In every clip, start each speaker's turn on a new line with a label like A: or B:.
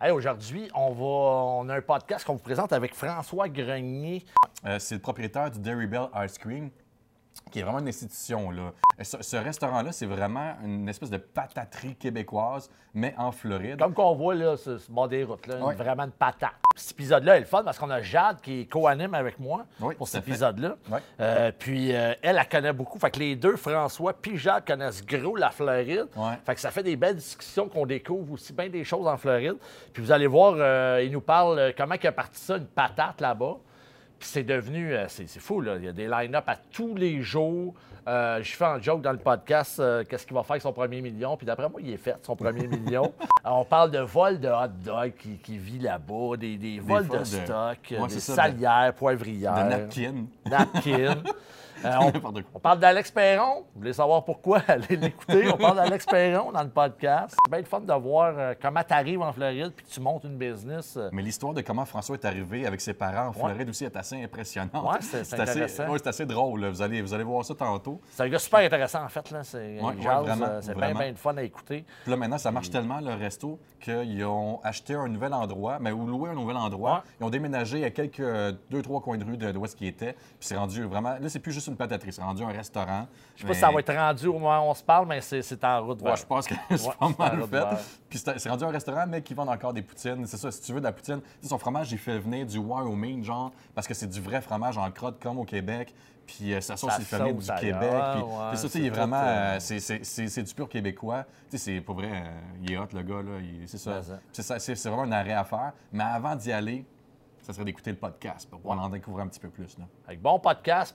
A: Hey, aujourd'hui, on, va, on a un podcast qu'on vous présente avec François Grenier.
B: Euh, c'est le propriétaire du Dairy Bell Ice Cream, qui est vraiment une institution. Là. Euh, Ce, ce restaurant-là, c'est vraiment une espèce de pataterie québécoise, mais en Floride.
A: Comme qu'on voit là, ce, ce bord des routes, là, une-
B: Ouais.
A: vraiment une patate. Cet épisode-là est le fun parce qu'on a Jade qui co-anime avec moi
B: Oui,
A: pour
B: tout
A: cet
B: à fait.
A: épisode-là.
B: Ouais.
A: Euh, puis euh, elle, elle connaît beaucoup. Fait que les deux, François puis Jade, connaissent gros la Floride.
B: Ouais.
A: Fait que ça fait des belles discussions qu'on découvre aussi bien des choses en Floride. Puis vous allez voir, euh, il nous parle euh, comment il a parti ça, une patate là-bas. Puis c'est devenu, euh, c'est c'est fou, là. Il y a des line-up à tous les jours. Euh, je fais un joke dans le podcast, euh, qu'est-ce qu'il va faire avec son premier million. Puis d'après moi, il est fait, son premier million. Alors, on parle de vol de hot dog qui, qui vit là-bas, des, des vols de,
B: vols de-
A: stock, euh,
B: Ouais,
A: des
B: c'est ça, de-
A: salières, poivrières.
B: De napkin.
A: Napkin. Euh, on,
B: N'importe quoi.
A: on parle d'Alex Perron. Vous voulez savoir pourquoi? Allez l'écouter. On parle d'Alex Perron dans le podcast. C'est bien le fun de voir euh, comment tu arrives en Floride puis que tu montes une business. euh,
B: Mais l'histoire de comment François est arrivé avec ses parents en Floride aussi est assez impressionnante.
A: Ouais, c'est- c'est
B: assez,
A: intéressant.
B: ouais, c'est assez drôle. là. Vous allez, vous allez voir ça tantôt.
A: C'est un gars super intéressant, en fait. Là. C'est,
B: Ouais,
A: il
B: ouais,
A: jase,
B: vraiment,
A: euh, c'est bien,
B: vraiment.
A: bien le fun à écouter.
B: Puis là, maintenant, ça
A: Hmm.
B: marche tellement, le resto, qu'ils ont acheté un nouvel endroit, mais ou loué un nouvel endroit.
A: Ouais.
B: Ils ont déménagé à quelques euh, deux, trois coins de rue de d'où est-ce qu'ils étaient. Puis c'est rendu vraiment. Là, c'est plus juste une pataterie, c'est rendu un restaurant.
A: Je sais pas si ça va être rendu au moment où on se parle, mais c'est, c'est en route.
B: Ouais,
A: vers.
B: je pense que c'est
A: Ouais, c'est
B: pas
A: un
B: mal
A: autre verre.
B: fait. Puis c'est c'est rendu un restaurant, mais qui vendent encore des poutines. C'est ça, si tu veux de la poutine, tu sais, son fromage, il fait venir du Wyoming, genre, parce que c'est du vrai fromage en crotte, comme au Québec. Puis euh, sa sauce,
A: Sa
B: il fait venir
A: sauce
B: du
A: ailleurs,
B: Québec. Puis
A: ouais,
B: c'est ça, tu sais,
A: c'est
B: il est
A: tout,
B: vraiment.
A: euh,
B: euh, c'est- c'est c'est- c'est du pur québécois. Tu sais, c'est pour vrai, euh, il est hot, le gars, là. il- C'est ça.
A: Mais ça.
B: Puis c'est ça, C'est c'est vraiment un arrêt à faire. Mais avant d'y aller, ça serait d'écouter le podcast pour pouvoir en découvrir un petit peu plus, là.
A: Avec bon podcast.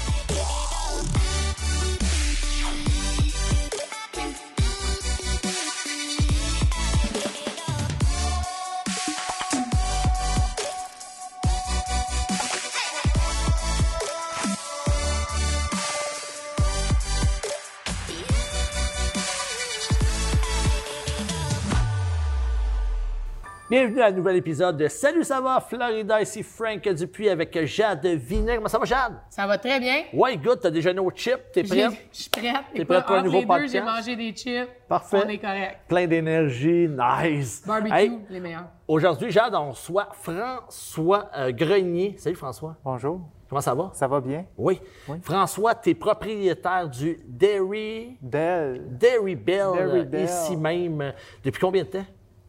A: Bienvenue à un nouvel épisode de Salut, ça va, Florida. Ici Frank Dupuis avec Jade Vinet. Comment ça va, Jade?
C: Ça va très bien.
A: Ouais, good. T'as déjeuné aux chips. T'es
C: J'ai-
A: prête?
C: Je suis prête.
A: T'es
C: Écoute,
A: prête pour un
C: entre
A: nouveau
C: les deux,
A: podcast?
C: j'ai mangé des chips.
A: Parfait.
C: On est correct.
A: Plein d'énergie. Nice.
C: Barbecue,
A: Hey,
C: les meilleurs.
A: Aujourd'hui, Jade, on reçoit François euh, Grenier. Salut François.
D: Bonjour,
A: Comment ça va?
D: ça va bien?
A: Oui. François, tu es propriétaire du Dairy,
D: Dell,
A: Dairy Bell,
D: Dairy
A: euh,
D: Bell.
A: ici même. euh, Depuis combien de temps?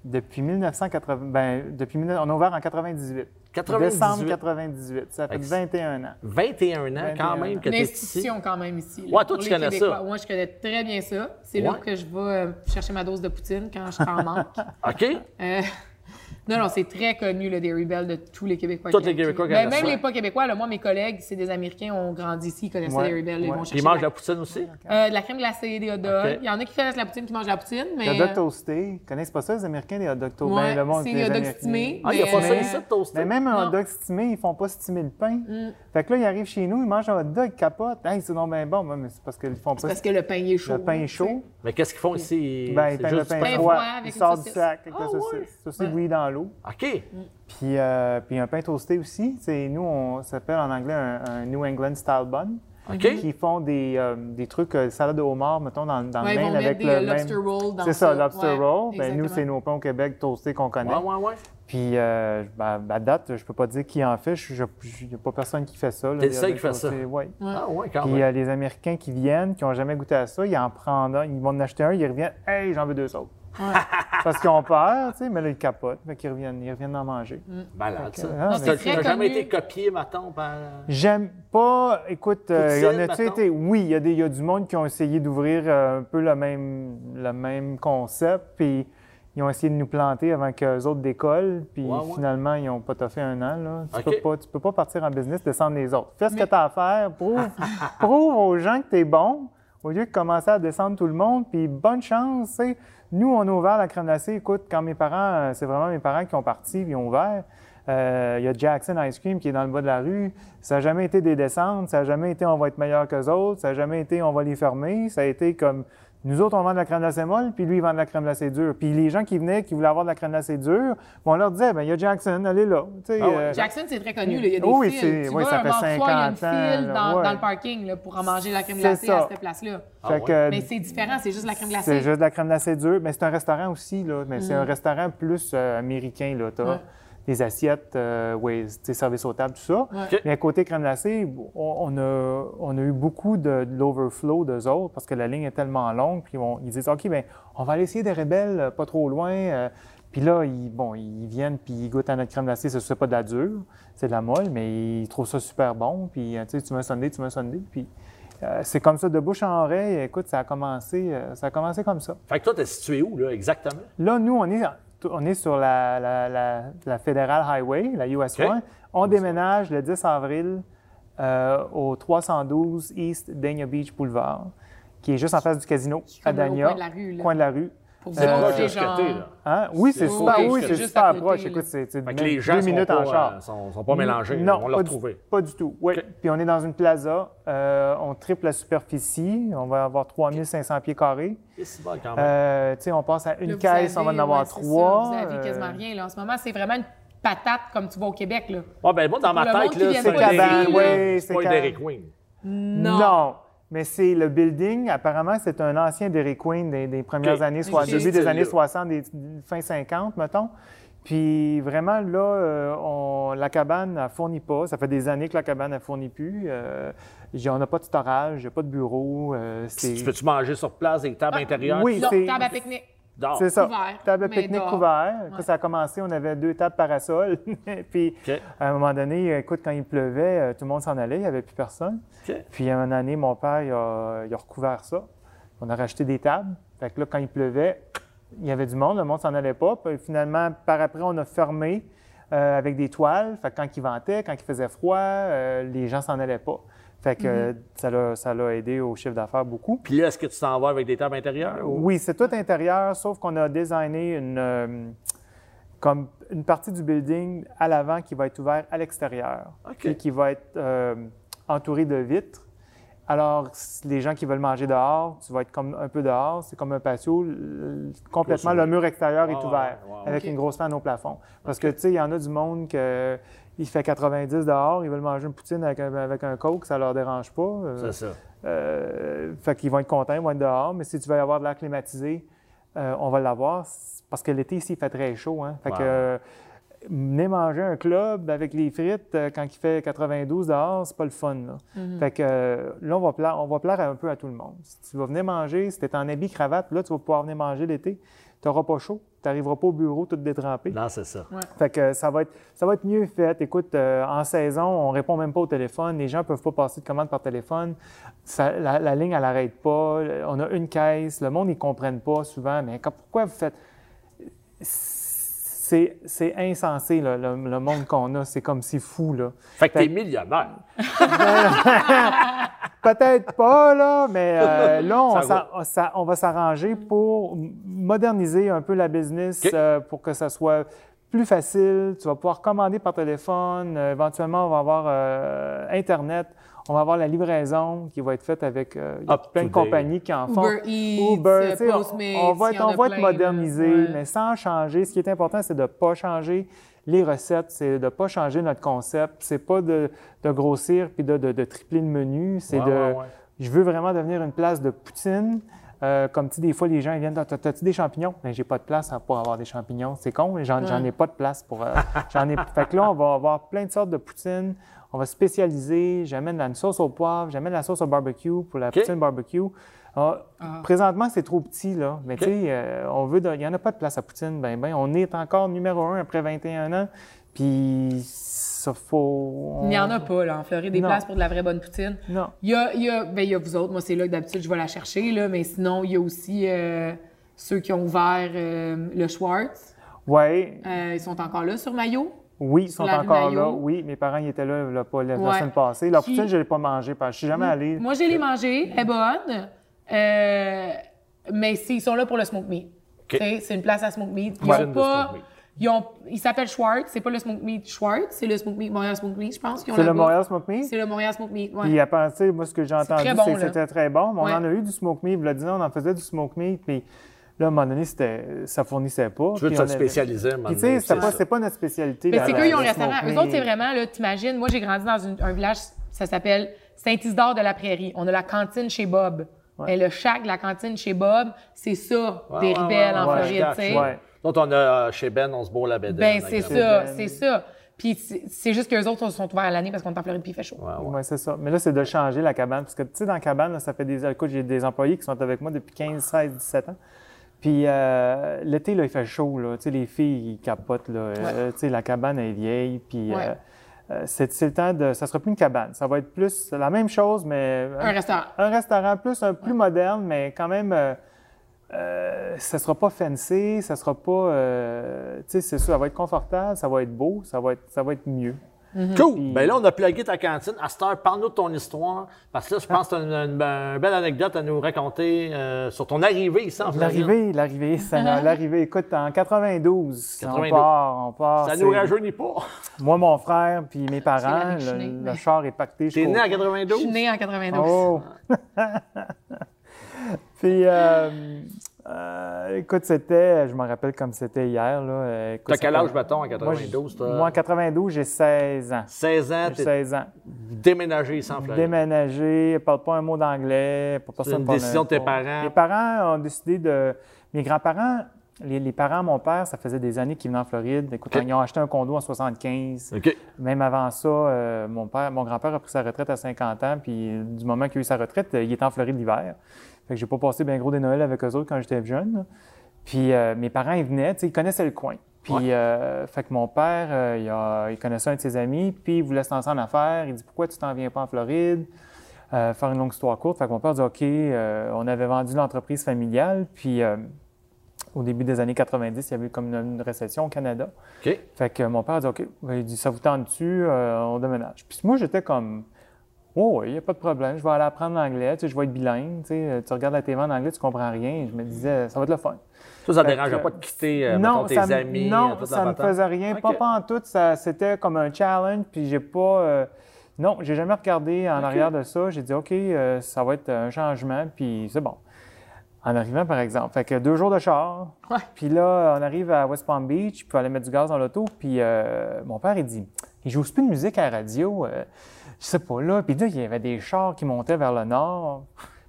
D: depuis 1980, ben, depuis, 19 on a ouvert en 98.
A: 98.
D: Décembre 98, ça fait
A: Ex-
D: 21 ans.
A: 21 ans quand
D: 21
A: même que
C: Une
A: tu es ici.
C: institution quand même ici. là,
A: Ouais, toi,
C: pour
A: tu
C: les
A: connais ça.
C: Québécois. Moi, je connais très bien ça. C'est là
A: Ouais.
C: que je vais euh, chercher ma dose de poutine quand je t'en manque.
A: OK?
C: Euh, non, non, c'est très connu, le Dairy Bell, de tous les Québécois.
A: Tous
C: qui-
A: les Québécois
C: qui-
A: connaissent
C: Ben, Même
A: ça.
C: les pas Québécois. là, moi, mes collègues, c'est des Américains, on grandit ici, ils connaissent
D: Ouais,
C: le Dairy Bell. là, Ils
D: ouais.
C: vont
D: Puis
C: chercher
A: Ils mangent
C: la,
A: la poutine aussi?
C: euh, de la crème glacée, des hot dogs.
A: Ok.
C: Il y en a qui connaissent la poutine, qui mangent la poutine, mais...
D: Le hot dog
C: euh,
D: toasté, connaissent pas ça les Américains, les hot dog toastés?
C: Ouais,
D: Ben, le monde,
C: c'est
D: les
C: les hot dogs
D: Américains.
C: stimés.
A: Ah, il n'y a
C: Mais,
A: pas ça
C: euh,
A: ici, de toasté?
D: Mais même un
C: Non. Mm.
D: hot dog stimé, ils font pas stimer le pain. Fait que là, ils arrivent chez nous, ils mangent un hot dog, ils capotent. Hey, c'est non ben bon, mais c'est parce qu'ils font pas
C: Parce que le pain il est chaud.
D: le pain
C: hein,
D: est chaud.
A: Mais qu'est-ce qu'ils font ici?
D: Ben, ils
A: C'est
D: peignent le
A: juste du
D: pain
C: pain
D: froid,
C: froid avec
D: ils
C: une
D: sortent du
C: saucisse.
D: sac avec
A: Ah,
D: la
A: ouais.
D: saucisse. Saucisse bouillie dans l'eau.
A: OK.
D: Puis, euh, puis un pain toasté aussi. C'est- nous, on s'appelle en anglais un, un New England style bun.
A: OK.
D: Qui font des, euh, des trucs, euh, salade de homard, mettons, dans, dans
C: Ouais,
D: le
C: ils vont
D: Maine
C: mettre
D: avec
C: des,
D: le
C: euh,
D: même...
C: lobster roll dans
D: C'est ça,
C: ça.
D: lobster
C: Ouais,
D: roll. Ben, nous,
C: exactement.
D: c'est nos pains au Québec toastés qu'on connaît.
A: Ouais, ouais, ouais.
D: Puis, euh, ben, ben, à date, je peux pas dire qui en fait. Il n'y a pas personne qui fait ça. là,
A: T'es le
D: des
A: seul
D: hot
A: qui fait
D: dogs
A: ça.
D: toastés, ouais.
A: Ah, ouais, quand
D: Puis
A: même.
D: euh, les Américains qui viennent, qui n'ont jamais goûté à ça, ils en prennent un, ils vont en acheter un, ils reviennent, hey, j'en veux deux autres. Parce qu'ils ont peur, tu sais, mais là, ils capotent, fait qu'ils reviennent, ils reviennent en manger.
A: Malade, ça.
D: Ah,
C: Non,
D: mais
C: c'est
A: Ça
C: très
A: n'a jamais
C: connu.
A: été copié, mettons, par.
D: J'aime pas. Écoute, euh, y
A: Poutine,
D: en a-tu
A: mettons.
D: été. Oui, il y, a des- y a du monde qui ont essayé d'ouvrir euh, un peu le même, le même concept, puis ils ont essayé de nous planter avant qu'eux autres décollent, puis
A: Ouais, ouais.
D: finalement, ils ont pas toffé un an. Là. Tu,
A: OK.
D: peux pas, tu peux pas partir en business, descendre les autres. Fais ce
C: Mais-
D: que tu as à faire, prouve, prouve aux gens que tu es bon, au lieu de commencer à descendre tout le monde, puis bonne chance, tu sais. Nous, on a ouvert la crème glacée. Écoute, quand mes parents, euh, c'est vraiment mes parents qui ont parti, puis ils ont ouvert. Euh, Il y a Jackson Ice Cream qui est dans le bas de la rue. Ça n'a jamais été des descentes, ça n'a jamais été on va être meilleur qu'eux autres, ça n'a jamais été on va les fermer. Ça a été comme Nous autres, on vend de la crème glacée molle, puis lui, il vend de la crème glacée dure. Puis les gens qui venaient, qui voulaient avoir de la crème glacée dure, bon, on leur disait, ben il y a Jackson, allez là. Tu sais,
E: Ah ouais,
D: euh,
C: Jackson, c'est très connu. là. Il y a des
D: Oui,
C: files.
D: c'est-
C: Tu
D: oui,
C: vois,
D: ça
C: un
D: fait
C: mardi soir, il y a une
D: 50 ans,
C: file
D: là,
C: dans,
D: ouais.
C: dans le parking là, pour en manger la crème
D: C'est
C: glacée
D: ça.
C: à cette place-là.
E: Ah
D: fait
E: ouais.
D: que,
C: Mais c'est différent, c'est juste la crème glacée. Mm.
D: C'est juste de la crème glacée dure, mais c'est un restaurant aussi, là. Mais c'est un restaurant plus euh, américain, là. T'as
C: Ouais.
D: des assiettes, euh, ouais, tu sais, service aux tables, tout ça.
C: Ouais.
E: OK.
D: Mais côté crème glacée, on, on a, on a eu beaucoup de, de l'overflow d'eux autres parce que la ligne est tellement longue. Puis on- ils disent, OK, ben on va aller essayer des rebelles euh, pas trop loin. euh. puis là, ils, bon, ils viennent puis ils goûtent à notre crème glacée. Ce n'est pas de la dure, c'est de la molle, mais ils trouvent ça super bon. Puis euh, tu sais, tu m'as sonné, tu m'as sonné. Puis euh, c'est comme ça, de bouche en oreille. Écoute, ça a commencé, euh, ça a commencé comme ça.
E: Fait que toi, t'es situé où, là, exactement?
D: Là, nous, on est, on est sur la, la, la, la Federal Highway, la US 1.
E: OK.
D: On déménage le 10 avril euh, au 312 East Dania Beach Boulevard, qui est juste en face du casino
C: suis comme
D: à
C: au
D: Dania,
C: coin de la rue, là.
D: coin de la rue.
C: Pour
E: C'est
D: euh,
C: vous
E: proche
C: montrer,
E: de ce
C: genre-
E: côté, là.
D: Hein? Oui,
E: C'est
D: c'est
E: au-
D: super,
E: c'est
D: oui,
E: juste
D: c'est
C: à
D: super
C: côté,
D: proche.
C: là.
D: Écoute, c'est c'est
E: Fait
D: même
E: que les gens
D: deux
E: sont
D: minutes
E: pas,
D: en char.
E: euh, sont, sont pas mélangés.
D: Non,
E: on l'a
D: pas, du,
E: retrouvé.
D: pas du tout. Oui.
E: OK.
D: Puis on est dans une plaza. euh, on triple la superficie. On va avoir 3500 pieds carrés.
E: Et c'est bon, quand même.
D: Euh, tu sais, on passe à une
C: Là, vous
D: caisse, on va en
C: avez-
D: avoir
C: ouais, c'est ça,
D: trois.
C: vous avez
D: euh,
C: quasiment rien. Là. En ce moment, c'est vraiment une patate comme tu vas au Québec. Là.
E: Ah, ben, moi, dans ma
C: pour le monde
E: tête,
C: qui
E: là,
C: vient
E: c'est
D: de
E: pas
D: Cabane,
E: Derek-
D: Ben, oui,
E: c'est
D: c'est
E: pas un
D: Cabane.
E: Derek Wing.
D: Non. Mais c'est le building. Apparemment, c'est un ancien Dairy Queen des, des premières
E: OK.
D: années, soit
C: Ok.
D: début des
E: Style-là.
D: années 60, des, fin 50, mettons. Puis vraiment, là, euh, on- la cabane ne fournit pas. Ça fait des années que la cabane ne fournit plus. Euh, j'ai- on n'a pas de storage, il n'y a pas de bureau. euh, c'est-
E: Tu peux-tu manger sur place des tables
C: Ah,
E: intérieures?
D: oui.
C: Non,
D: c'est-
C: table à pique-nique.
E: Non.
D: C'est ça.
C: Couvert,
D: table à
C: mais
D: pique-nique
C: dehors.
D: couvert. Quand
C: Ouais.
D: ça a commencé, on avait deux tables parasol. Puis
E: OK.
D: à un moment donné, écoute, quand il pleuvait, euh, tout le monde s'en allait, il n'y avait plus personne.
E: OK.
D: Puis à un moment donné, mon père, il a, il a recouvert ça. On a racheté des tables. Fait que là, quand il pleuvait, il y avait du monde, le monde s'en allait pas. Puis finalement, par après, on a fermé euh, avec des toiles. Fait que quand il ventait, quand il faisait froid, euh, les gens s'en allaient pas. Fait que euh, ça l'a- ça l'a aidé au chiffre d'affaires beaucoup.
E: Puis là, est-ce que tu t'en vas avec des tables intérieures? Ou...
D: Oui, c'est tout intérieur, sauf qu'on a designé une, euh, comme une partie du building à l'avant qui va être ouverte à l'extérieur,
E: OK.
D: puis qui va être euh, entourée de vitres. Alors, s- les gens qui veulent manger dehors, tu vas être comme un peu dehors, c'est comme un patio. l- Complètement, le mur extérieur
E: Ouais,
D: est
E: ouais,
D: ouvert,
E: Ah, ouais, ouais.
D: avec
C: OK.
D: une grosse fan au plafond. Parce que, tu sais, il y en a du monde que. Il fait 90 dehors, ils veulent manger une poutine avec un, avec un coke, ça leur dérange pas. Euh,
E: C'est ça.
D: euh, fait qu'ils vont être contents, ils vont être dehors. Mais si tu veux avoir de l'air climatisé, euh, on va l'avoir. C'est- Parce que l'été ici, il fait très chaud. Hein? Fait
E: Ouais.
D: que euh, venez manger un club avec les frites euh, quand il fait 92 dehors, c'est pas le fun. Là. Fait que euh, là, on va, plaire, on va plaire un peu à tout le monde. Si tu vas venir manger, si t'es en habit cravate, là, tu vas pouvoir venir manger l'été. T'auras pas chaud. T'arriveras pas au bureau tout détrempé.
E: Non, c'est ça.
D: Fait que ça va être, ça va être mieux fait. Écoute, euh, en saison, on répond même pas au téléphone. Les gens ne peuvent pas passer de commande par téléphone. Ça- la, la ligne, elle n'arrête pas. On a une caisse. Le monde, ils ne comprennent pas souvent. Mais quand- pourquoi vous faites... C'est c'est insensé, là, le, le monde qu'on a. C'est comme c'est fou, là.
E: Fait que t'es millionnaire.
D: Peut-être pas, là, mais euh, là, on,
E: Ça
D: s'en- ça- on va s'arranger pour m- moderniser un peu la business
E: OK.
D: euh, pour que ça soit plus facile. Tu vas pouvoir commander par téléphone. Euh, éventuellement, on va avoir euh, Internet. On va avoir la livraison qui va être faite avec euh, il y a
E: Up
D: plein
E: to
D: de
E: date.
D: compagnies qui en font.
C: Uber Eats,
D: Uber, ben, tu sais, on-
C: Postmates,
D: on, va
C: il
D: être,
C: y en
D: on
C: a
D: va être
C: plein, là.
D: modernisé,
C: Ouais.
D: mais sans changer. Ce qui est important, c'est de ne pas changer les recettes, c'est de ne pas changer notre concept. C'est pas de, de grossir puis de, de- de tripler le menu. C'est
E: Ouais,
D: de.
E: ouais, ouais.
D: Je veux vraiment devenir une place de poutine. Euh, comme tu dis, des fois, les gens ils viennent, T'as- t'as-tu des champignons? Mais j'ai pas de place pour avoir des champignons. C'est con, mais j'en j'en ai pas de place pour. euh, j'en ai... Fait que là, on va avoir plein de sortes de poutine. On va spécialiser. J'amène la sauce au poivre, j'amène la sauce au barbecue pour la poutine barbecue. Ah, Présentement, c'est trop petit, là. Mais tu sais, euh, on veut. de- Il n'y en a pas de place à poutine. Ben, ben, on est encore numéro un après 21 ans. Puis, ça faut.
C: Il n'y en a pas, là, en Floride, des
D: Oh. Non.
C: places pour de la vraie bonne poutine.
D: Non.
C: Il y a, il y a- ben, il y a vous autres. Moi, c'est là que d'habitude, je vais la chercher, là. Mais sinon, il y a aussi euh, ceux qui ont ouvert euh, le Schwartz.
D: Ouais.
C: Euh, ils sont encore là sur Mayo.
D: Oui, ils sont
C: la rue
D: encore
C: Maillot.
D: là. Oui, mes parents ils étaient là, là, pas, la, la
C: Ouais.
D: semaine passée. Leur
C: Qui-
D: poutine, je ne l'ai pas mangée parce que je suis jamais allé.
C: Moi, je l'ai mangée. Elle est bonne. Euh, mais c'est- ils sont là pour le smoke meat. Tu sais, C'est une place à smoke meat. Ils
E: Cuisine
C: ont
E: de
C: pas...
E: smoke meat.
C: Ils, ont, ils s'appellent Schwartz. C'est pas le Smoke Meat Schwartz, c'est le Smoke Meat Montréal Smoke Meat, je pense. qu'ils ont
D: C'est le
C: là-bas.
D: Montréal Smoke Meat?
C: C'est le Montréal Smoke Meat, ouais.
D: Puis à partir, moi, ce que j'ai entendu,
C: très bon,
D: c'est que
C: là.
D: c'était très bon. Mais on
C: Ouais.
D: en a eu du smoke meat. Vladina, on en faisait du smoke meat. Puis là, à un moment donné, c'était- ça fournissait pas.
E: Tu veux
D: puis
E: te
D: on avait-
E: spécialiser,
D: Puis tu sais,
E: c'est
D: c'était pas- c'est pas notre spécialité.
C: Mais
D: la-
C: c'est
D: la-
C: qu'eux, ils ont
D: le
C: un restaurant.
D: smoke
C: Eux autres,
D: meat.
C: c'est vraiment, là, t'imagines, moi, j'ai grandi dans une- un village, ça s'appelle Saint-Isidore-de-la-Prairie. On a la cantine chez Bob. Mais le shack de la cantine chez Bob, c'est ça,
E: Ouais,
C: des
E: ouais,
C: ribelles
E: ouais,
C: en
E: ouais,
C: Floride,
E: je
C: tu sais.
E: cache,
D: Ouais.
E: Donc, on a euh, chez Ben, on se bourre la bédaine.
C: Ben,
E: la
C: c'est
E: grande.
C: ça,
D: Ben,
C: c'est ça. Puis c'est c'est juste que les autres sont ouverts à l'année parce qu'on est en Floride puis il fait chaud.
E: Ouais, ouais.
D: Oui, c'est ça. Mais là, c'est de changer la cabane. Parce que, tu sais, dans la cabane, là, ça fait des... Écoute, j'ai des employés qui sont avec moi depuis 15, 16, 17 ans. Puis euh, l'été, là, il fait chaud, là. Tu sais, les filles, ils capotent, là. Euh, tu sais, la cabane est vieille, puis...
C: Ouais.
D: euh, euh, c'est c'est le temps de... Ça sera plus une cabane. Ça va être plus la même chose, mais...
C: Un restaurant.
D: Un restaurant plus, un plus moderne, mais quand même... euh, euh, ça sera pas fancy, ça sera pas... euh, tu sais, c'est sûr, ça va être confortable, ça va être beau, ça va être, ça va être mieux.
E: Cool! Ben là, on a plugué ta cantine. À cette heure, parle-nous de ton histoire, parce que là, je pense que tu as une, une- une belle anecdote à nous raconter euh, sur ton arrivée ici en Floride.
D: L'arrivée, l'arrivée, Seigneur, l'arrivée. Écoute, en 92,
E: 92.
D: on part, on part.
E: Ça
D: ah, c'est
E: nous rajeunit pas.
D: Moi, mon frère, puis mes parents,
C: l'année que je suis née,
D: le, le
C: mais-
D: char est pacté.
E: T'es
D: jusqu'au-
E: né à
C: Je suis
E: 92?
C: née en 92.
D: Oh! puis, euh, euh, écoute, c'était, je me rappelle comme c'était hier. là, euh, écoute,
E: T'as quel
D: c'était-
E: âge, mettons, en
D: Moi, j'ai-
E: 92? toi?
D: Moi, en 92, j'ai 16 ans.
E: 16 ans,
D: J'ai
E: t'es
D: 16 ans.
E: déménagé ici en Floride.
D: Déménager, parle pas un mot d'anglais. pas personne
E: une
D: parle
E: décision de tes
D: pas.
E: parents.
D: Mes parents ont décidé de. Mes grands-parents, les, les parents de mon père, ça faisait des années qu'ils venaient en Floride. Écoute,
E: OK.
D: ils ont acheté un condo en 75.
E: OK.
D: Même avant ça, euh, mon père, mon grand-père a pris sa retraite à 50 ans, puis euh, du moment qu'il a eu sa retraite, euh, il était en Floride l'hiver. Fait que j'ai pas passé bien gros des Noëls avec eux autres quand j'étais jeune. là. Puis euh, mes parents, ils venaient, tu sais, ils connaissaient le coin. Puis, euh, fait que mon père, euh, il, a- il connaissait un de ses amis, puis il voulait se lancer en affaires. Il dit Pourquoi tu t'en viens pas en Floride Euh, Faire une longue histoire courte. Fait que mon père dit OK, euh, on avait vendu l'entreprise familiale, puis euh, au début des années 90, il y avait eu comme une- une récession au Canada.
E: OK.
D: Fait que mon père dit OK, Ben, il dit ça vous tente-tu, Euh, on déménage. Puis moi j'étais comme Oh, il n'y a pas de problème, je vais aller apprendre l'anglais, tu sais, je vais être bilingue, tu, sais, euh, tu regardes la TV en anglais, tu comprends rien. Je me disais, ça va être le fun.
E: Ça, ça ne
D: Fait
E: dérangeait
D: que-
E: pas de quitter euh, mettons, tes
D: ça me-
E: amis, euh,
D: non,
E: toute la
D: ça me
E: patente?
D: faisait rien,
E: OK.
D: pas en tout, c'était comme un challenge, puis j'ai pas. euh, non, j'ai jamais regardé en arrière de ça. J'ai dit, OK, euh, ça va être un changement, puis c'est bon. En arrivant, par exemple. Fait que deux jours de char.
C: Ouais.
D: Puis là, on arrive à West Palm Beach, puis aller mettre du gaz dans l'auto. Puis euh, mon père, il dit, il joue plus de musique à la radio. euh, je sais pas, là. Puis là, il y avait des chars qui montaient vers le nord.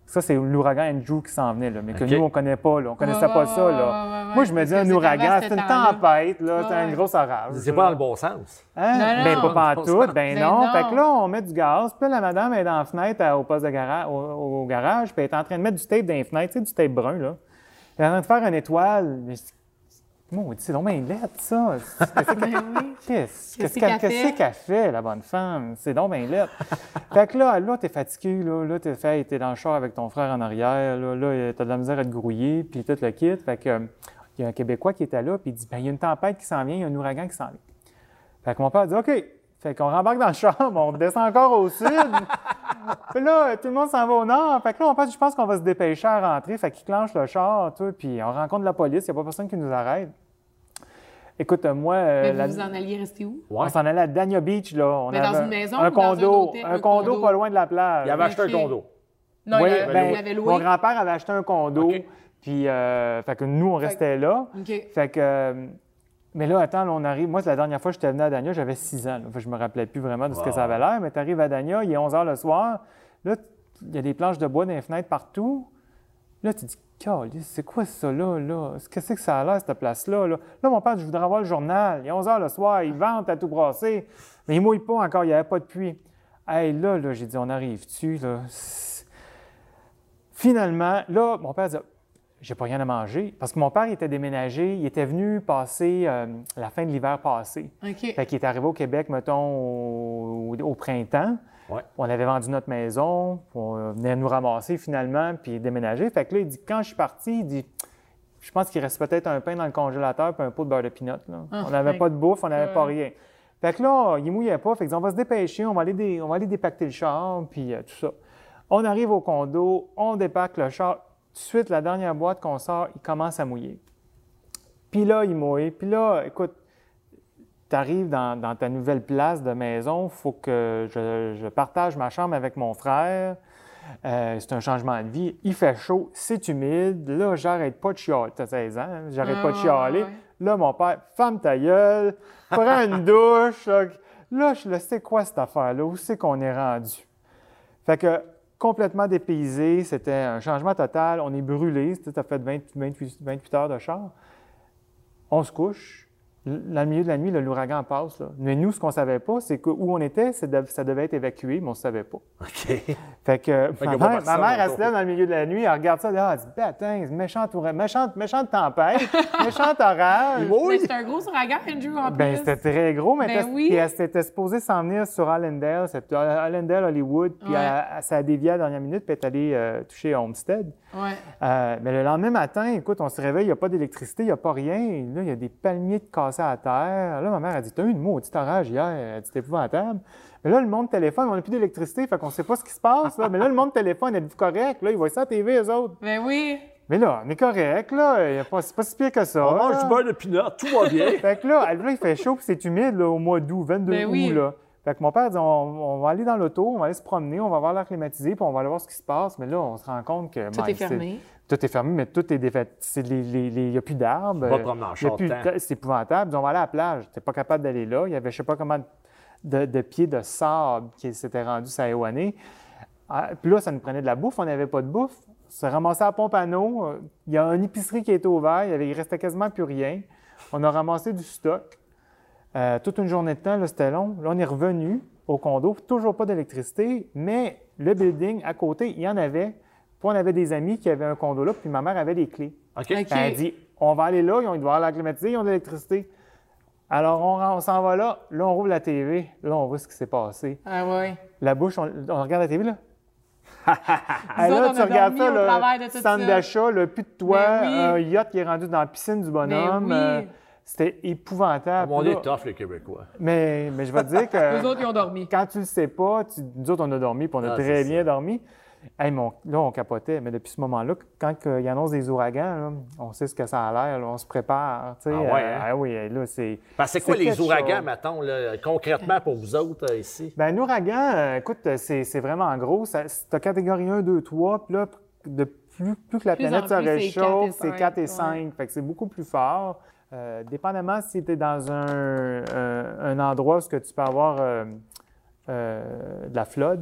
D: Ça, c'est l'ouragan Andrew qui s'en venait, là, mais que
E: OK.
D: nous, on connaît pas, là. On connaissait
C: Ouais,
D: pas
C: ouais,
D: ça,
C: ouais,
D: là.
C: ouais, ouais, ouais,
D: Moi, je me
C: parce
D: dis
C: que
D: un
C: c'était
D: ouragan,
C: vraiment
D: c'est
C: ce
D: une
C: temps-là.
D: tempête, là. C'est
C: Ouais,
D: un
C: ouais.
D: gros orage.
E: C'est
D: là.
E: pas dans le bon sens.
C: Non,
D: Hein?
C: non.
D: Ben, pas
E: Dans le
D: pantoute,
E: bon
D: ben
C: sens.
D: non.
C: Ben
D: Fait que
C: non.
D: là, on met du gaz. Puis là, la madame elle est dans la fenêtre à- au poste de garage, au, au garage, puis elle est en train de mettre du tape dans les fenêtres, tu sais, du tape brun, là. Elle est en train de faire une étoile. Mais je dis, Maudit, c'est donc bien laid, ça. Qu'est-ce que- Qu'est-ce
C: Ben Qu'est-ce
D: qu'est-ce qu'elle
C: qu'elle fait?
D: qu'est-ce qu'elle fait, la bonne femme? C'est donc bien laid. fait que là, là, t'es fatigué, là. Là, t'es fait, t'es dans le char avec ton frère en arrière, là. Là, t'as de la misère à te grouiller, puis tout le kit. Fait que, euh, il y a un Québécois qui était là, puis il dit, ben, il y a une tempête qui s'en vient, il y a un ouragan qui s'en vient. Fait que mon père dit OK. Fait qu'on rembarque dans le char, mais on descend encore au sud. puis là, tout le monde s'en va au nord. Fait que là, on pense, je pense qu'on va se dépêcher à rentrer. Fait qu'il clenche le char, tout, puis on rencontre la police. Il n'y a pas personne qui nous arrête. Écoute, euh, moi, euh,
C: Mais
D: la-
C: vous, vous en alliez rester où?
E: Ouais.
D: on s'en allait à Dania Beach, là. On
C: Mais
D: avait
C: dans une maison
D: un
C: ou dans un
D: condo,
C: hôtel?
D: un,
C: Un
D: condo,
C: condo.
D: pas loin de la plage.
E: Il avait acheté
C: Ok.
E: un condo.
C: Non,
D: Oui,
C: il l'avait-
D: ben,
C: vous l'avez
D: mon
C: loué.
D: grand-père avait acheté un condo,
E: OK.
D: puis euh, fait que nous, on restait là.
C: OK.
D: Fait que. euh, mais là, attends, là, on arrive. Moi, c'est la dernière fois que j'étais venu à Dania, j'avais 6 ans. là. Fait que je me rappelais plus vraiment de ce que ça avait l'air. Mais tu arrives à Dania, il est 11 h le soir. Là, t- il y a des planches de bois dans les fenêtres partout. Là, tu dis, Calisse, c'est quoi ça, là? là? Qu'est-ce que c'est que ça a l'air, cette place-là? Là? là, mon père, dit, je voudrais avoir le journal. Il est 11 h le soir, il vente à tout brasser. Mais il mouille pas encore, il n'y avait pas de pluie. Hey, là, là, j'ai dit, on arrive-tu, là? C'est- Finalement, là, mon père dit, j'ai pas rien à manger. Parce que mon père, il était déménagé, il était venu passer euh, la fin de l'hiver passé.
C: OK.
D: Fait qu'il est arrivé au Québec, mettons, au, au printemps.
E: Ouais.
D: On avait vendu notre maison, on venait nous ramasser finalement, puis déménager. Fait que là, il dit, quand je suis parti, il dit, je pense qu'il reste peut-être un pain dans le congélateur puis un pot de beurre de pinot. là.
C: Ah,
D: on n'avait
C: my
D: pas de bouffe, on n'avait pas
C: God.
D: rien. Fait que là, il mouillait pas, fait qu'ils ont, on va se dépêcher, on va aller, dé- on va aller dépacter le char, puis euh, tout ça. On arrive au condo, on dépacte le char. Tout de suite, la dernière boîte qu'on sort, il commence à mouiller. Puis là, il mouille. Puis là, écoute, tu arrives dans, dans ta nouvelle place de maison, faut que je, je partage ma chambre avec mon frère. Euh, c'est un changement de vie. Il fait chaud, c'est humide. Là, j'arrête pas de chialer. T'as 16 ans, hein? j'arrête pas de
C: Ah,
D: chialer.
C: ouais.
D: Là, mon père, femme ta gueule, prends une douche. Là, Là, je le sais quoi cette affaire-là? Où c'est qu'on est rendu? Fait que complètement dépaysé, c'était un changement total. On est brûlé, tu sais, ça fait 20 28, 28 heures de char. On se couche. L- Dans le milieu de la nuit, là, l'ouragan passe. là. Mais nous, ce qu'on savait pas, c'est que où on était, c'est de- ça devait être évacué, mais on ne savait pas.
E: OK.
D: Fait que euh,
E: qu'il y
D: ma,
E: a pas
D: mère,
E: personne
D: ma mère, elle
E: autour.
D: se lève dans le milieu de la nuit, elle regarde ça, elle dit Ah, elle dit, Bâtin, méchante, oura- méchante, méchante tempête, méchante orage.
C: Mais c'est un gros ouragan, Andrew, en
D: Ben,
C: plus.
D: c'était très gros, mais
C: Ben
D: t'es-
C: oui.
D: puis elle s'était supposée s'en venir sur Allendale, c'était à- Allendale, Hollywood, puis
C: Ouais.
D: elle- elle- ça a dévié à la dernière minute, puis elle est allée euh, toucher à Homestead.
C: Ouais.
D: Euh, mais le lendemain matin, écoute, on se réveille, il n'y a pas d'électricité, il n'y a pas rien. Et Là, il y a des palmiers de cassés à terre. Là, ma mère a dit T'as eu une maudite orage hier, elle dit T'es épouvantable. Mais là, le monde téléphone, on n'a plus d'électricité, fait qu'on ne sait pas ce qui se passe. là. Mais là, le monde téléphone, êtes-vous correct Là, ils voient ça à la TV, eux autres.
C: Ben oui.
D: Mais là, on est correct, là, il y a pas- c'est pas si pire que ça.
E: On mange
D: là.
E: du beurre de pinot, tout va bien.
D: Fait que là, elle- là, il fait chaud puis c'est humide là, au mois d'août, 22
C: Ben
D: août.
C: oui.
D: Là. Fait que mon père dit on, on va aller dans l'auto, on va aller se promener, on va voir l'air climatisé, puis on va aller voir ce qui se passe. Mais là, on se rend compte que.
C: Tout
D: man,
C: est
D: c'est-
C: fermé.
D: Tout est fermé, mais tout est défait. Il n'y a plus d'arbres.
E: Pas de promenade en
D: Il y a
E: short
D: plus de
E: temps.
D: ta- C'est épouvantable. Ils ont allé à la plage. Tu pas capable d'aller là. Il y avait je sais pas comment de, de pieds de sable qui s'étaient rendus s'éloigner. Ah, Puis là, ça nous prenait de la bouffe. On n'avait pas de bouffe. On s'est ramassé à la pompe à eau. Euh, Il y a une épicerie qui était ouverte. Il, y avait, il restait quasiment plus rien. On a ramassé du stock. Euh, toute une journée de temps, là, c'était long. Là, on est revenu au condo, toujours pas d'électricité, mais le building à côté, il y en avait. Puis on avait des amis qui avaient un condo là, puis ma mère avait les clés.
E: OK.
C: OK.
D: Elle a dit on va aller là, ils ont- ils doivent la climatiser, ils ont de l'électricité. Alors on, on s'en va là, là on rouvre la TV, là on voit ce qui s'est passé.
C: Ah ouais.
D: La bouche, on, on regarde la TV là. Ah,
C: Nous
D: là,
C: autres, on
D: tu
C: a
D: regardes
C: dormi
D: ça,
C: au
D: là,
C: travers de tout
D: centre
C: ça.
D: d'achat, le plus de toit,
C: Ben oui. Ben
D: un yacht qui est rendu dans la piscine du bonhomme.
C: oui.
D: euh, C'était épouvantable.
E: On
D: Là,
E: est tough, les Québécois.
D: mais, mais je vais te dire que.
C: Eux autres, ils ont dormi.
D: Quand tu le sais pas, tu- nous autres, on a dormi, puis on a
E: Ah,
D: très
E: c'est
D: bien dormi. Hey, mon- là, on capotait, mais depuis ce moment-là, quand euh, ils annoncent des ouragans, là, on sait ce que ça a l'air, là, on se prépare. tu sais,
E: Ah ouais,
D: euh,
E: hein?
D: ah oui, hey, là, c'est.
E: Parce que c'est quoi
D: C'est
E: les
D: quelque
E: ouragans,
D: chose.
E: mettons, là, concrètement pour vous autres euh, ici?
D: Ben, un ouragan, euh, écoute, c'est c'est vraiment gros. Ça- C'est catégorie 1, 2, 3, puis là, de plus, plus que la
C: Plus en
D: planète se
C: plus, c'est
D: réchauffe,
C: quatre et
D: c'est 4 et
C: cinq,
D: 5.
C: ouais.
D: Fait que c'est beaucoup plus fort. Euh, dépendamment si tu es dans un, euh, un endroit où ce que tu peux avoir euh, euh, de la flotte,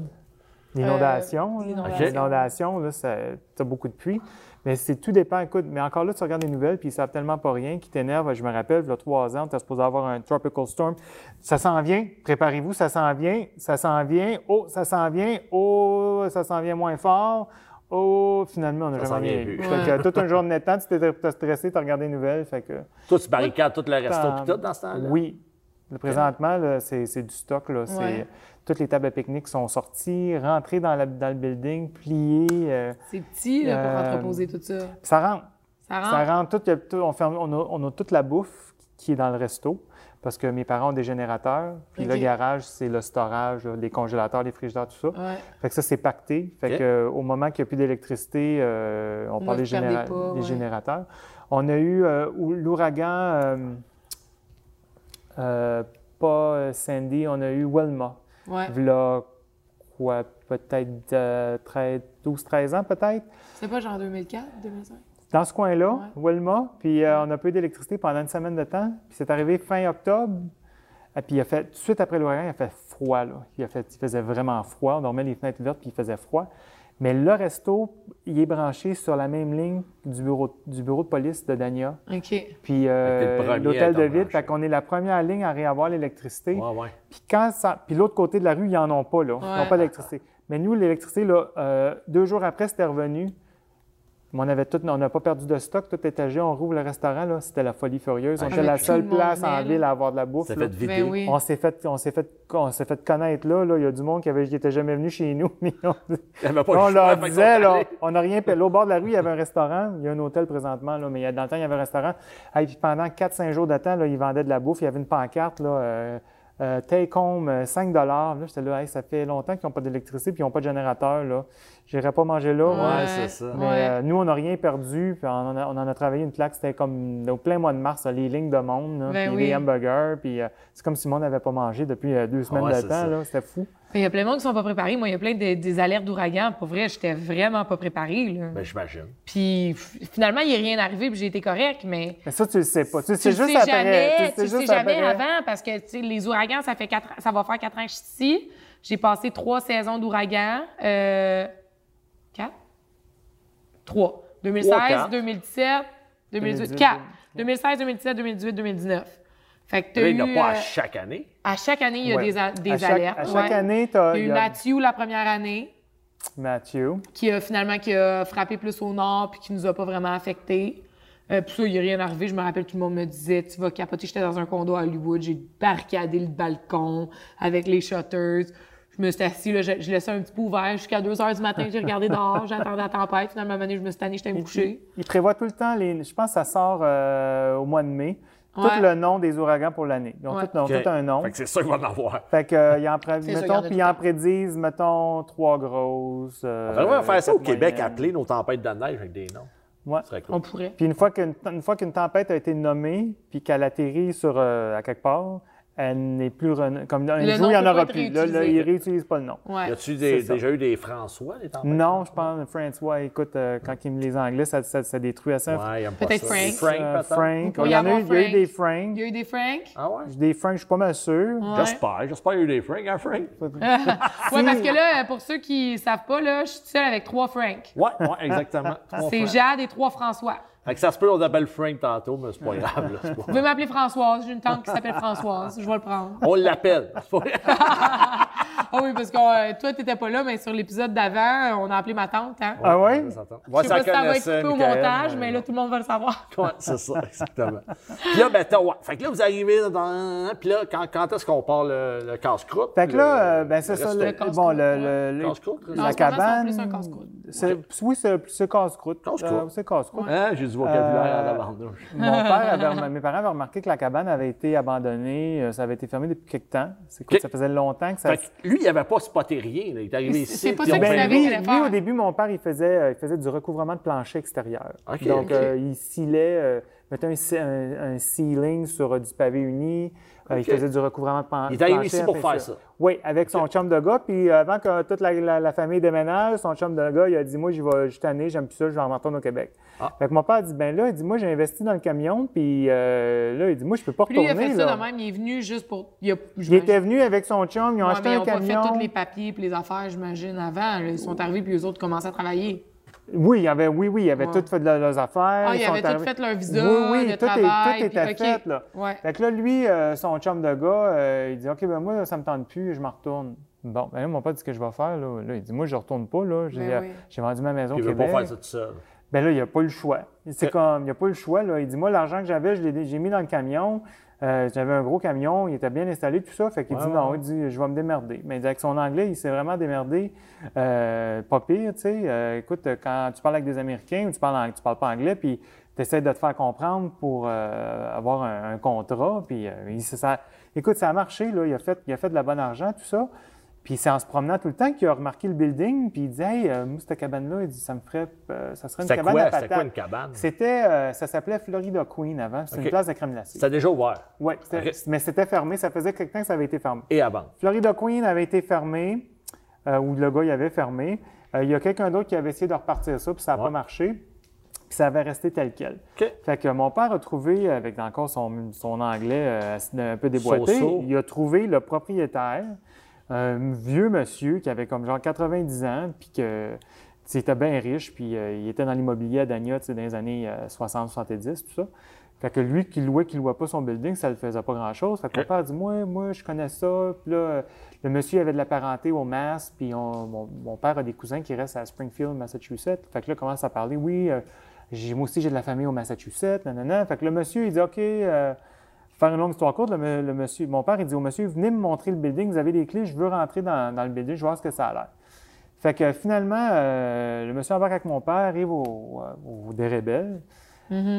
D: l'inondation.
C: Euh,
D: là.
C: l'inondation.
D: L'inondation, là, ça- t'as beaucoup de pluie. Mais c'est tout dépend. Écoute, mais encore là, tu regardes les nouvelles, puis ils savent tellement pas rien qui t'énerve. Je me rappelle, il y a trois ans, tu supposé avoir un tropical storm. Ça s'en vient. Préparez-vous, ça s'en vient. Ça s'en vient. Oh, ça s'en vient. Oh, ça s'en vient moins fort. Oh, finalement, on n'a
E: Ça s'en
D: jamais
E: vient
D: rien
E: plus.
D: eu. Fait que toute une journée de temps, tu t'es t'as stressé, tu as regardé les nouvelles. Fait que,
E: Toi, tu barricades tout le resto
D: euh,
E: pis tout dans ce temps-là?
D: Oui. Le présentement, là, c'est c'est du stock. Là. C'est-
C: Ouais.
D: Toutes les tables à pique-nique sont sorties, rentrées dans, la- dans le building, pliées. euh,
C: C'est petit, là, pour
D: Euh,
C: entreposer tout ça.
D: ça rentre.
C: Ça rentre.
D: Ça rentre tout, il y a tout- on, ferme- on a, on a toute la bouffe qui est dans le resto parce que mes parents ont des générateurs. Puis
C: Ok. Ah.
D: le garage, c'est le storage, là, les congélateurs, les frigidaires, tout ça.
C: Ouais.
D: Fait que ça, c'est pacté. Fait
E: Ok.
D: que, euh, au moment qu'il n'y a plus d'électricité, euh, on
C: Ne
D: parle des,
C: perdez
D: généra-
C: pas,
D: des
C: ouais.
D: générateurs. On a eu euh, ou- l'ouragan, euh, euh, pas Sandy, on a eu Wilma.
C: Ouais.
D: V'là quoi, peut-être euh, 12-13 ans, peut-être.
C: C'est pas genre 2004, 2005?
D: Dans ce coin-là, Wilma, puis euh, on a peu d'électricité pendant une semaine de temps. Puis c'est arrivé fin octobre. Et puis il a fait, tout de suite après l'ouragan, il a fait froid. Là. Il, a fait, il faisait vraiment froid. On dormait les fenêtres ouvertes, puis il faisait froid. Mais le resto, il est branché sur la même ligne du bureau, du bureau de police de Dania.
C: OK.
D: Puis euh,
E: Fait que t'es le premier à
D: l'hôtel
E: être
D: de ville.
E: branché.
D: Fait qu'on est la première ligne à réavoir l'électricité.
E: Ouais, ouais.
D: Puis quand ça- puis l'autre côté de la rue, ils n'en ont pas, là. Ils
C: Ouais.
D: n'ont pas d'électricité. Mais nous, l'électricité, là, euh, deux jours après, c'était revenu. Mais On avait tout, on n'a pas perdu de stock, tout était gelé, on rouvre le restaurant, là. C'était la folie furieuse.
E: Ah,
D: On
E: j'ai
D: était la
C: vu.
D: seule
C: Tout le monde
D: place en
C: venait, là.
D: ville à avoir de la bouffe.
E: Ça
D: là.
E: fait vider.
C: Ben oui.
D: On s'est fait, on s'est fait, on s'est fait connaître là, là. Il y a du monde qui avait, qui était jamais venu chez nous. mais on,
E: Il y avait pas
D: on
E: le choix,
D: leur
E: fait qu'ils
D: disait,
E: sont
D: là,
E: allés.
D: on n'a rien payé. Là, Au bord de la rue, il y avait un restaurant. Il y a un hôtel présentement, là, mais il y a- dans le temps, il y avait un restaurant. Et puis pendant 4-5 jours de temps, là, ils vendaient de la bouffe. Il y avait une pancarte, là, euh, euh, take home euh, 5 Là, j'étais là, Hey, ça fait longtemps qu'ils n'ont pas d'électricité puis ils n'ont pas de générateur. Là. j'irais pas manger là. moi.
C: Ouais.
A: Ouais, c'est ça.
D: Mais
C: Ouais.
D: euh, nous, on n'a rien perdu, puis on en a, on en a travaillé une plaque, c'était comme au plein mois de mars, là, les lignes de monde, là,
C: Ben
D: puis
C: oui. Ah
D: les hamburgers, puis euh, c'est comme si le monde n'avait pas mangé depuis euh, deux semaines
A: Ouais,
D: de
A: c'est
D: temps,
A: ça.
D: là, c'était fou.
C: Il y a plein de monde qui sont pas préparés. Moi, il y a plein de- des alertes d'ouragan. Pour vrai, j'étais vraiment pas préparée. Là.
E: Ben, j'imagine.
C: Puis f- finalement, il est rien arrivé, puis j'ai été correcte, mais.
D: Mais ça, tu le sais pas. Tu le
C: Tu
D: sais
C: le
D: juste
C: sais
D: après.
C: jamais, tu le sais
D: juste
C: jamais
D: après.
C: avant parce que tu sais, les ouragans, ça fait quatre, ans- ça va faire quatre ans que je suis ici. J'ai passé trois saisons d'ouragans. Euh, quatre? Trois. 2016,
E: Trois, quatre.
C: 2017, 2018.
D: 2018,
C: Quatre. 2016, 2017, 2018, 2019. Fait que t'as
A: Là, il
C: eu,
A: n'y en a pas à
C: euh,
A: chaque année.
C: à chaque année, il y a
D: Ouais.
C: des, a- des
D: à chaque,
C: alertes.
D: À chaque
C: ouais.
D: année, tu as
C: Il y a eu Mathieu la première année,
D: Mathieu.
C: qui a finalement qui a frappé plus au nord, puis qui nous a pas vraiment affectés. Euh, puis ça, il n'y a rien arrivé. Je me rappelle, tout le monde me disait Tu vas capoter. J'étais dans un condo à Hollywood, j'ai barricadé le balcon avec les shutters. Je me suis assis, là, je, je laissais un petit peu ouvert jusqu'à 2 h du matin. J'ai regardé dehors, j'attendais la tempête. Finalement, à un moment donné, je me suis tannée, j'étais allée me coucher.
D: Il prévoit tout le temps, les, je pense que ça sort euh, au mois de mai,
C: Ouais.
D: tout le nom des ouragans pour l'année. Ils ont
C: Ouais.
D: tout, ils ont
A: OK.
D: tout un nom.
A: Fait que c'est sûr qu'il va en avoir.
D: Fait que, euh, ils en pré-
C: C'est ça, il y en
D: mettons,
C: a
D: puis
C: tout
D: ils
C: le
D: en
C: temps.
D: prédisent, mettons, trois grosses.
A: On
D: euh,
A: va vraiment faire ça au
D: quatre
A: Québec,
D: moyennes.
A: appeler nos tempêtes de neige avec des noms.
D: Ouais.
A: Ce serait cool.
C: On pourrait.
D: Puis une fois qu'une une fois qu'une tempête a été nommée, puis qu'elle atterrit sur euh, à quelque part, elle n'est plus rena- comme un
C: Le
D: jour
C: nom
D: il n'y en
C: peut pas
D: aura
C: être
D: plus. Là, là,
C: réutilisé.
D: ils réutilisent pas le nom.
A: Y
C: Ouais.
A: a-tu des-
D: C'est ça.
A: déjà eu des François, les tempêtes?
D: Non, je pense François, écoute, euh, quand ils me les anglais, ça, ça, ça détruit assez.
A: Ouais, il
C: Peut-être Frank.
A: Frank,
D: Euh, Frank.
C: peut
D: Il
C: y
D: y en a
C: avoir
D: eu, il y a eu
C: Frank.
D: des Frank.
C: Il y a eu des Frank?
A: Ah ouais?
D: Des Frank, je suis pas mal sûr.
C: Ouais.
A: J'espère. J'espère qu'il y a eu des Frank, hein, Frank?
C: Ouais, parce que là, pour ceux qui savent pas, là, je suis seule avec Ah. trois Frank.
A: Ouais, ouais, exactement. Trois
C: C'est
A: Frank.
C: Jade et trois François.
A: Fait que ça se peut, on appelle Frank tantôt, mais c'est pas grave. là, c'est pas-
C: Vous pouvez m'appeler Françoise, j'ai une tante qui s'appelle Françoise, je vais le prendre.
A: On l'appelle. C'est pas-
C: Ah oui, parce que euh, toi, t'étais pas là, mais sur l'épisode d'avant, on a appelé ma tante, hein?
D: Ah ouais?
A: Ça s'entend. Ouais,
C: je sais pas si ça va être
A: connaissait,
C: coupé au
A: Michael,
C: montage, mais là, tout le monde va le savoir.
A: Ouais, c'est ça, exactement. Puis là, ben, attends, ouais. Fait que là, vous arrivez dans. Puis là, quand, quand est-ce qu'on part le, le casse-croûte?
D: Fait que là,
A: Le-
D: euh, ben c'est
A: le
D: ça,
A: resto?
D: le,
C: casse-croûte,
D: bon, le,
C: ouais.
D: le- le-
A: Casse-croûte, le
C: En
D: la
C: ce moment,
D: cabane.
C: c'est plus un casse-croûte.
D: c'est- Oui, c'est c'est casse-croûte.
A: Casse-croûte.
D: Euh, C'est casse-croûte.
A: Hein, j'ai du vocabulaire à la
D: Euh,
A: bandouche.
D: Mon père avait rem- mes parents avaient remarqué que la cabane avait été abandonnée, euh, ça avait été fermé depuis quelque temps. C'est que
A: Ok.
D: ça faisait longtemps que ça.
A: Fait que lui, il n'avait pas spoté rien. là. Il est arrivé
C: C'est-
A: ici.
C: c'est pas
A: puis
C: ça
A: on
C: qu'il
A: fait-
D: Ben,
C: savait
D: lui,
C: qu'il allait
D: lui,
C: faire.
D: au début, mon père, il faisait, euh, il faisait du recouvrement de plancher extérieur.
A: Ok,
D: Donc,
A: ok.
D: euh, il scellait, euh, mettait un, ce- un- un ceiling sur euh, du pavé uni. Euh,
A: Ok.
D: Il faisait du recouvrement de pan- plancher.
A: Il est arrivé ici pour
D: après
A: faire ça.
D: Oui, avec son chum de gars. Puis euh, avant que toute la, la- la famille déménage, son chum de gars, il a dit Moi, j'y vais, je suis tanné, j'aime plus ça, je vais en retourner au Québec.
A: Ah.
D: Fait que mon père a dit Ben là, il dit Moi, j'ai investi dans le camion, puis euh, là, il dit Moi, je peux pas
C: Puis lui,
D: retourner.
C: il a fait
D: là.
C: ça de même, il est venu juste pour. Il, a,
D: Il était venu avec son chum, ils ont
C: Ouais,
D: acheté
C: mais ils
D: un
C: ont pas
D: camion.
C: fait tous les papiers puis les affaires, j'imagine, avant. là. Ils sont arrivés puis les autres commençaient à travailler.
D: Oui, il y avait, oui, oui, il y avait
C: Ouais.
D: tout fait de leurs affaires.
C: Ah, ils
D: sont
C: avaient tout
D: arrivés-
C: fait leur visa,
D: Oui, oui,
C: le
D: tout, est-
C: travail,
D: tout était
C: puis- ok.
D: fait, là.
C: Ouais.
D: Fait que là, lui, euh, son chum de gars, euh, il dit OK, ben moi, ça me tente plus, je m'en retourne. Bon, ben là, mon père dit ce que je vais faire, là. Là, il dit Moi, je retourne pas, là. J'ai
C: Ben oui.
D: j'ai vendu ma maison au
A: Il veut
D: Québec.
A: pas faire ça tout seul.
D: Ben là, il a pas le choix. C'est
A: Euh,
D: comme, il a pas le choix, là. Il dit, moi, l'argent que j'avais, je l'ai j'ai mis dans le camion. Euh, j'avais un gros camion, il était bien installé, tout ça. Fait qu'il
A: Ouais,
D: dit,
A: ouais,
D: non,
A: ouais.
D: il dit, je vais me démerder. Mais il dit, avec son anglais, il s'est vraiment démerdé. Euh, pas pire, tu sais. Euh, écoute, quand tu parles avec des Américains ou tu parles, en- tu parles pas anglais, puis tu essaies de te faire comprendre pour euh, avoir un, un contrat. Puis, euh, il- c'est ça, écoute, ça a marché, là. Il a fait, il a fait de la bonne argent, tout ça. Puis c'est en se promenant tout le temps qu'il a remarqué le building, puis il dit Hey, euh, moi, cette cabane-là, il dit, ça me ferait. euh, ça serait une
A: C'était
D: cabane à
A: quoi? C'était
D: patates.
A: quoi une cabane?
D: C'était, euh, ça s'appelait Florida Queen avant. C'était
A: Ok.
D: une place de crème glacée.
A: C'était déjà ouvert.
D: Ouais, c'était-
A: Ok.
D: mais c'était fermé. Ça faisait quelque temps que ça avait été fermé.
A: Et avant.
D: Florida Queen avait été fermé, euh, ou le gars, il avait fermé. Euh, il y a quelqu'un d'autre qui avait essayé de repartir ça, puis ça n'a
A: Ouais.
D: pas marché. Puis ça avait resté tel quel.
A: OK.
D: Fait que mon père a trouvé, avec encore son, son anglais euh, un peu déboîté,
A: So-so.
D: il a trouvé le propriétaire, un vieux monsieur qui avait comme genre 90 ans, puis que tu sais, il était bien riche, puis euh, il était dans l'immobilier à Dania tu sais, dans les années 60-70, tout ça. Fait que lui qui louait, qui louait pas son building, ça le faisait pas grand-chose. Fait que mon père a dit Moi, moi, je connais ça. Puis là, euh, le monsieur avait de la parenté au Mass, puis on- mon, mon père a des cousins qui restent à Springfield, Massachusetts. Fait que là, il commence à parler Oui, euh, j'ai- moi aussi, j'ai de la famille au Massachusetts, nanana. Fait que le monsieur, il dit, OK, euh, faire une longue histoire courte, le, me- le monsieur, mon père, il dit au monsieur, venez me montrer le building, vous avez des clés, je veux rentrer dans, dans le building, je veux voir ce que ça a l'air. Fait que finalement, euh, le monsieur embarque avec mon père, arrive au, euh, au, au Des Rebelles.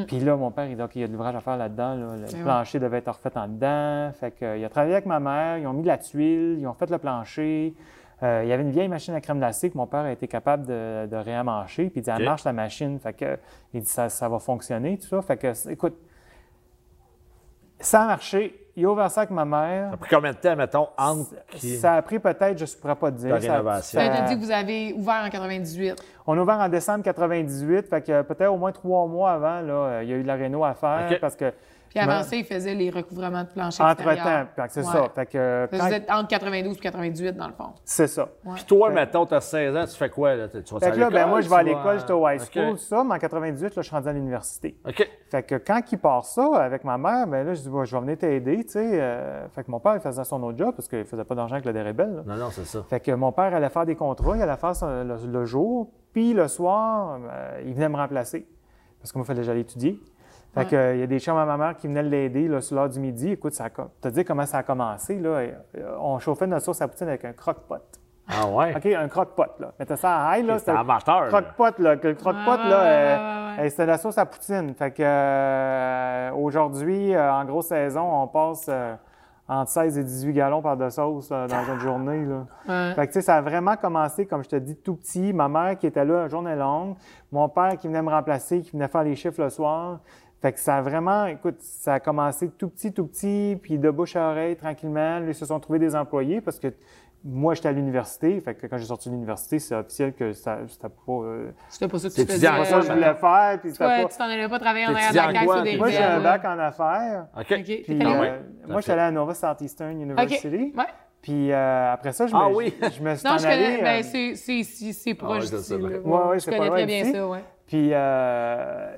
D: Puis là, mon père, il dit, OK, il y a de l'ouvrage à faire là-dedans. là. Le
C: Eh oui.
D: plancher devait être refait en dedans. Fait que, euh, il a travaillé avec ma mère, ils ont mis de la tuile, ils ont fait le plancher. Euh, il y avait une vieille machine à crème glacée que mon père a été capable de, de réamancher. Puis il dit, elle
B: Ok.
D: marche la machine. Fait que, il dit, ça, ça va fonctionner, tout ça. Fait que, écoute, ça a marché. Il a ouvert ça avec ma mère.
A: Ça a pris combien de temps, mettons, entre qui...
D: Ça a pris peut-être, je ne pourrais pas te
A: Ta
D: dire. Ça-
A: rénovation.
D: ça-
C: Tu as dit que vous avez ouvert en 98.
D: on a ouvert en décembre 98, fait que peut-être au moins trois mois avant, là, euh, il y a eu de la réno à faire
A: OK.
D: parce que
C: Puis avant ça, ils faisaient les recouvrements de plancher
D: entre-temps, fait que c'est
C: Ouais.
D: ça. Fait que, euh,
C: Fait que
D: quand-
C: Vous êtes entre 92 et 98, dans le fond.
D: C'est ça.
A: Puis toi, mettons, t'as 16 ans, tu fais quoi, là? Tu vas
D: Fait
A: à
D: que là, ben,
A: l'école,
D: moi, je
A: tu
D: vais à
A: vas-
D: l'école, j'étais au high
A: OK.
D: school, tout ça, mais en 98, là, je suis rendu à l'université.
A: OK.
D: Fait que quand il part ça avec ma mère, ben là, je dis, Bon, je vais venir t'aider, tu sais. euh, fait que mon père, il faisait son autre job parce qu'il faisait pas d'argent avec le dérébel.
A: Non, non, c'est ça.
D: Fait que mon père allait faire des contrats, il allait faire son- le, le jour, puis le soir, euh, il venait me remplacer. Parce que moi, il fallait que j'aille étudier. Fait que, euh, il y a des chambres à ma mère qui venaient l'aider là, sur l'heure du midi. Écoute, ça a, com- te dire comment ça a commencé. Là, et, euh, on chauffait notre sauce à poutine avec un croque-pot.
A: Ah ouais?
D: OK, un croque-pot. Là. Mettais ça à high. Là,
A: Ok, C'était amateur, là.
D: Croque-pot, là. que Le croque-pot,
C: Ouais,
D: là,
C: ouais,
D: euh,
C: ouais, ouais.
D: euh, c'était la sauce à poutine. Fait que euh, aujourd'hui, euh, en grosse saison, on passe euh, entre 16 et 18 gallons par de sauce là, dans une journée. Là.
C: Ouais.
D: Fait que, tu sais, ça a vraiment commencé, comme je te dis, tout petit. Ma mère qui était là la journée longue, mon père qui venait me remplacer, qui venait faire les chiffres le soir. Fait que ça a vraiment, écoute, ça a commencé tout petit, tout petit, puis de bouche à oreille, tranquillement. Là, Ils se sont trouvés des employés parce que moi, j'étais à l'université. Fait que quand j'ai sorti de l'université, c'est officiel que ça, c'était pas, euh,
C: C'était pas ça que tu faisais. euh,
A: étudiant,
D: pas ça que je voulais faire. Puis c'était
C: Toi,
D: pas...
C: tu t'en allais pas travailler en
A: T'es
C: arrière de la
A: étudiant
C: caisse
A: quoi,
C: ou des
A: t'es
D: Moi, j'ai un
C: nouvelles,
D: bac
C: là.
D: en affaires.
A: OK.
C: OK. ben, T'es
D: Puis,
C: allé
A: Ah
C: où?
A: ouais.
D: euh, moi, j'étais allé à Nova Southeastern
C: OK.
D: University.
C: Ouais.
D: Puis euh, après ça, je me,
A: Ah oui.
D: je me suis
C: Non,
D: en
C: je
D: allé,
C: connais.
D: euh,
C: Ben, c'est- c'est ici,
A: Ah
C: c'est proche
A: je
C: d'ici.
A: sais bien.
C: là.
D: Ouais, ouais,
C: je
D: c'est
C: connais
D: pas
C: très
D: loin
C: bien
D: d'ici.
C: ça, ouais.
D: Puis, euh,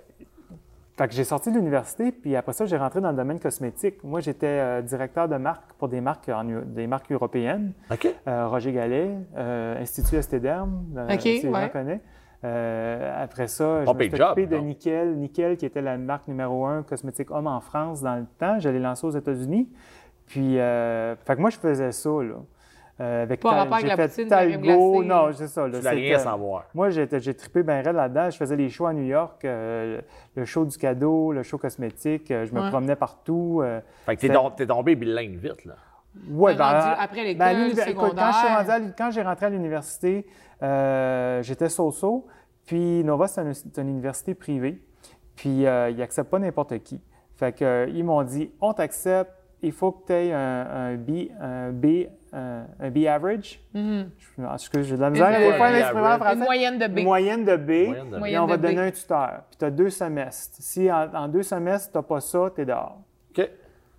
D: fait que j'ai sorti de l'université, puis après ça, j'ai rentré dans le domaine cosmétique. Moi, j'étais euh, directeur de marque pour des marques, en eu- des marques européennes.
A: OK.
D: Euh, Roger Gallet, euh, Institut Estéderme, euh,
C: OK,
D: si les gens
C: ouais.
D: connaissent. Euh, après ça, je
A: Pas
D: me
A: paid
D: suis
A: job,
D: occupé de
A: non?
D: Nickel. Nickel, qui était la marque numéro un cosmétique homme en France dans le temps. Je l'ai lancé aux États-Unis. Puis, euh, fait que moi, je faisais ça, là. Euh, avec
C: Pas
D: Tal-
C: rapport avec
D: j'ai
C: la
D: fait
C: poutine, la crème
D: Talgo.
C: glacée.
D: Non, c'est ça. là,
A: Tu voulais rien
D: c'était-
A: savoir.
D: moi, j'étais- j'ai trippé bien raide là-dedans. Je faisais les shows à New York, euh, le show du cadeau, le show cosmétique. euh, je me
C: Ouais.
D: promenais partout. euh.
A: Fait que t'es
D: C'est-
A: donc- t'es tombé bilingue vite, là.
D: Ouais,
C: Mais
D: ben,
C: rendu
D: euh,
C: après l'école,
D: ben, à l'univers- écoute, quand je suis
C: secondaire.
D: rendu à l'u- quand j'ai rentré à l'université, euh, j'étais so-so. Puis Nova, c'est un- c'est une université privée. Puis euh, ils n'acceptent pas n'importe qui. Fait que, euh, ils m'ont dit, on t'accepte, il faut que tu aies un, un B, un B, un, un B average. Je- Excuse, j'ai de la misère à
C: Mm-hmm. Une-
D: des fois,
A: un B
D: l'exprimer en
A: average.
D: français.
C: Une moyenne de B.
D: Une moyenne de B.
A: Moyenne de B.
D: Et on
C: Moyenne
D: va
C: de
D: te donner
C: B.
D: un tuteur. Puis tu as deux semestres. Si en, en deux semestres, tu n'as pas ça, tu es dehors.
A: OK.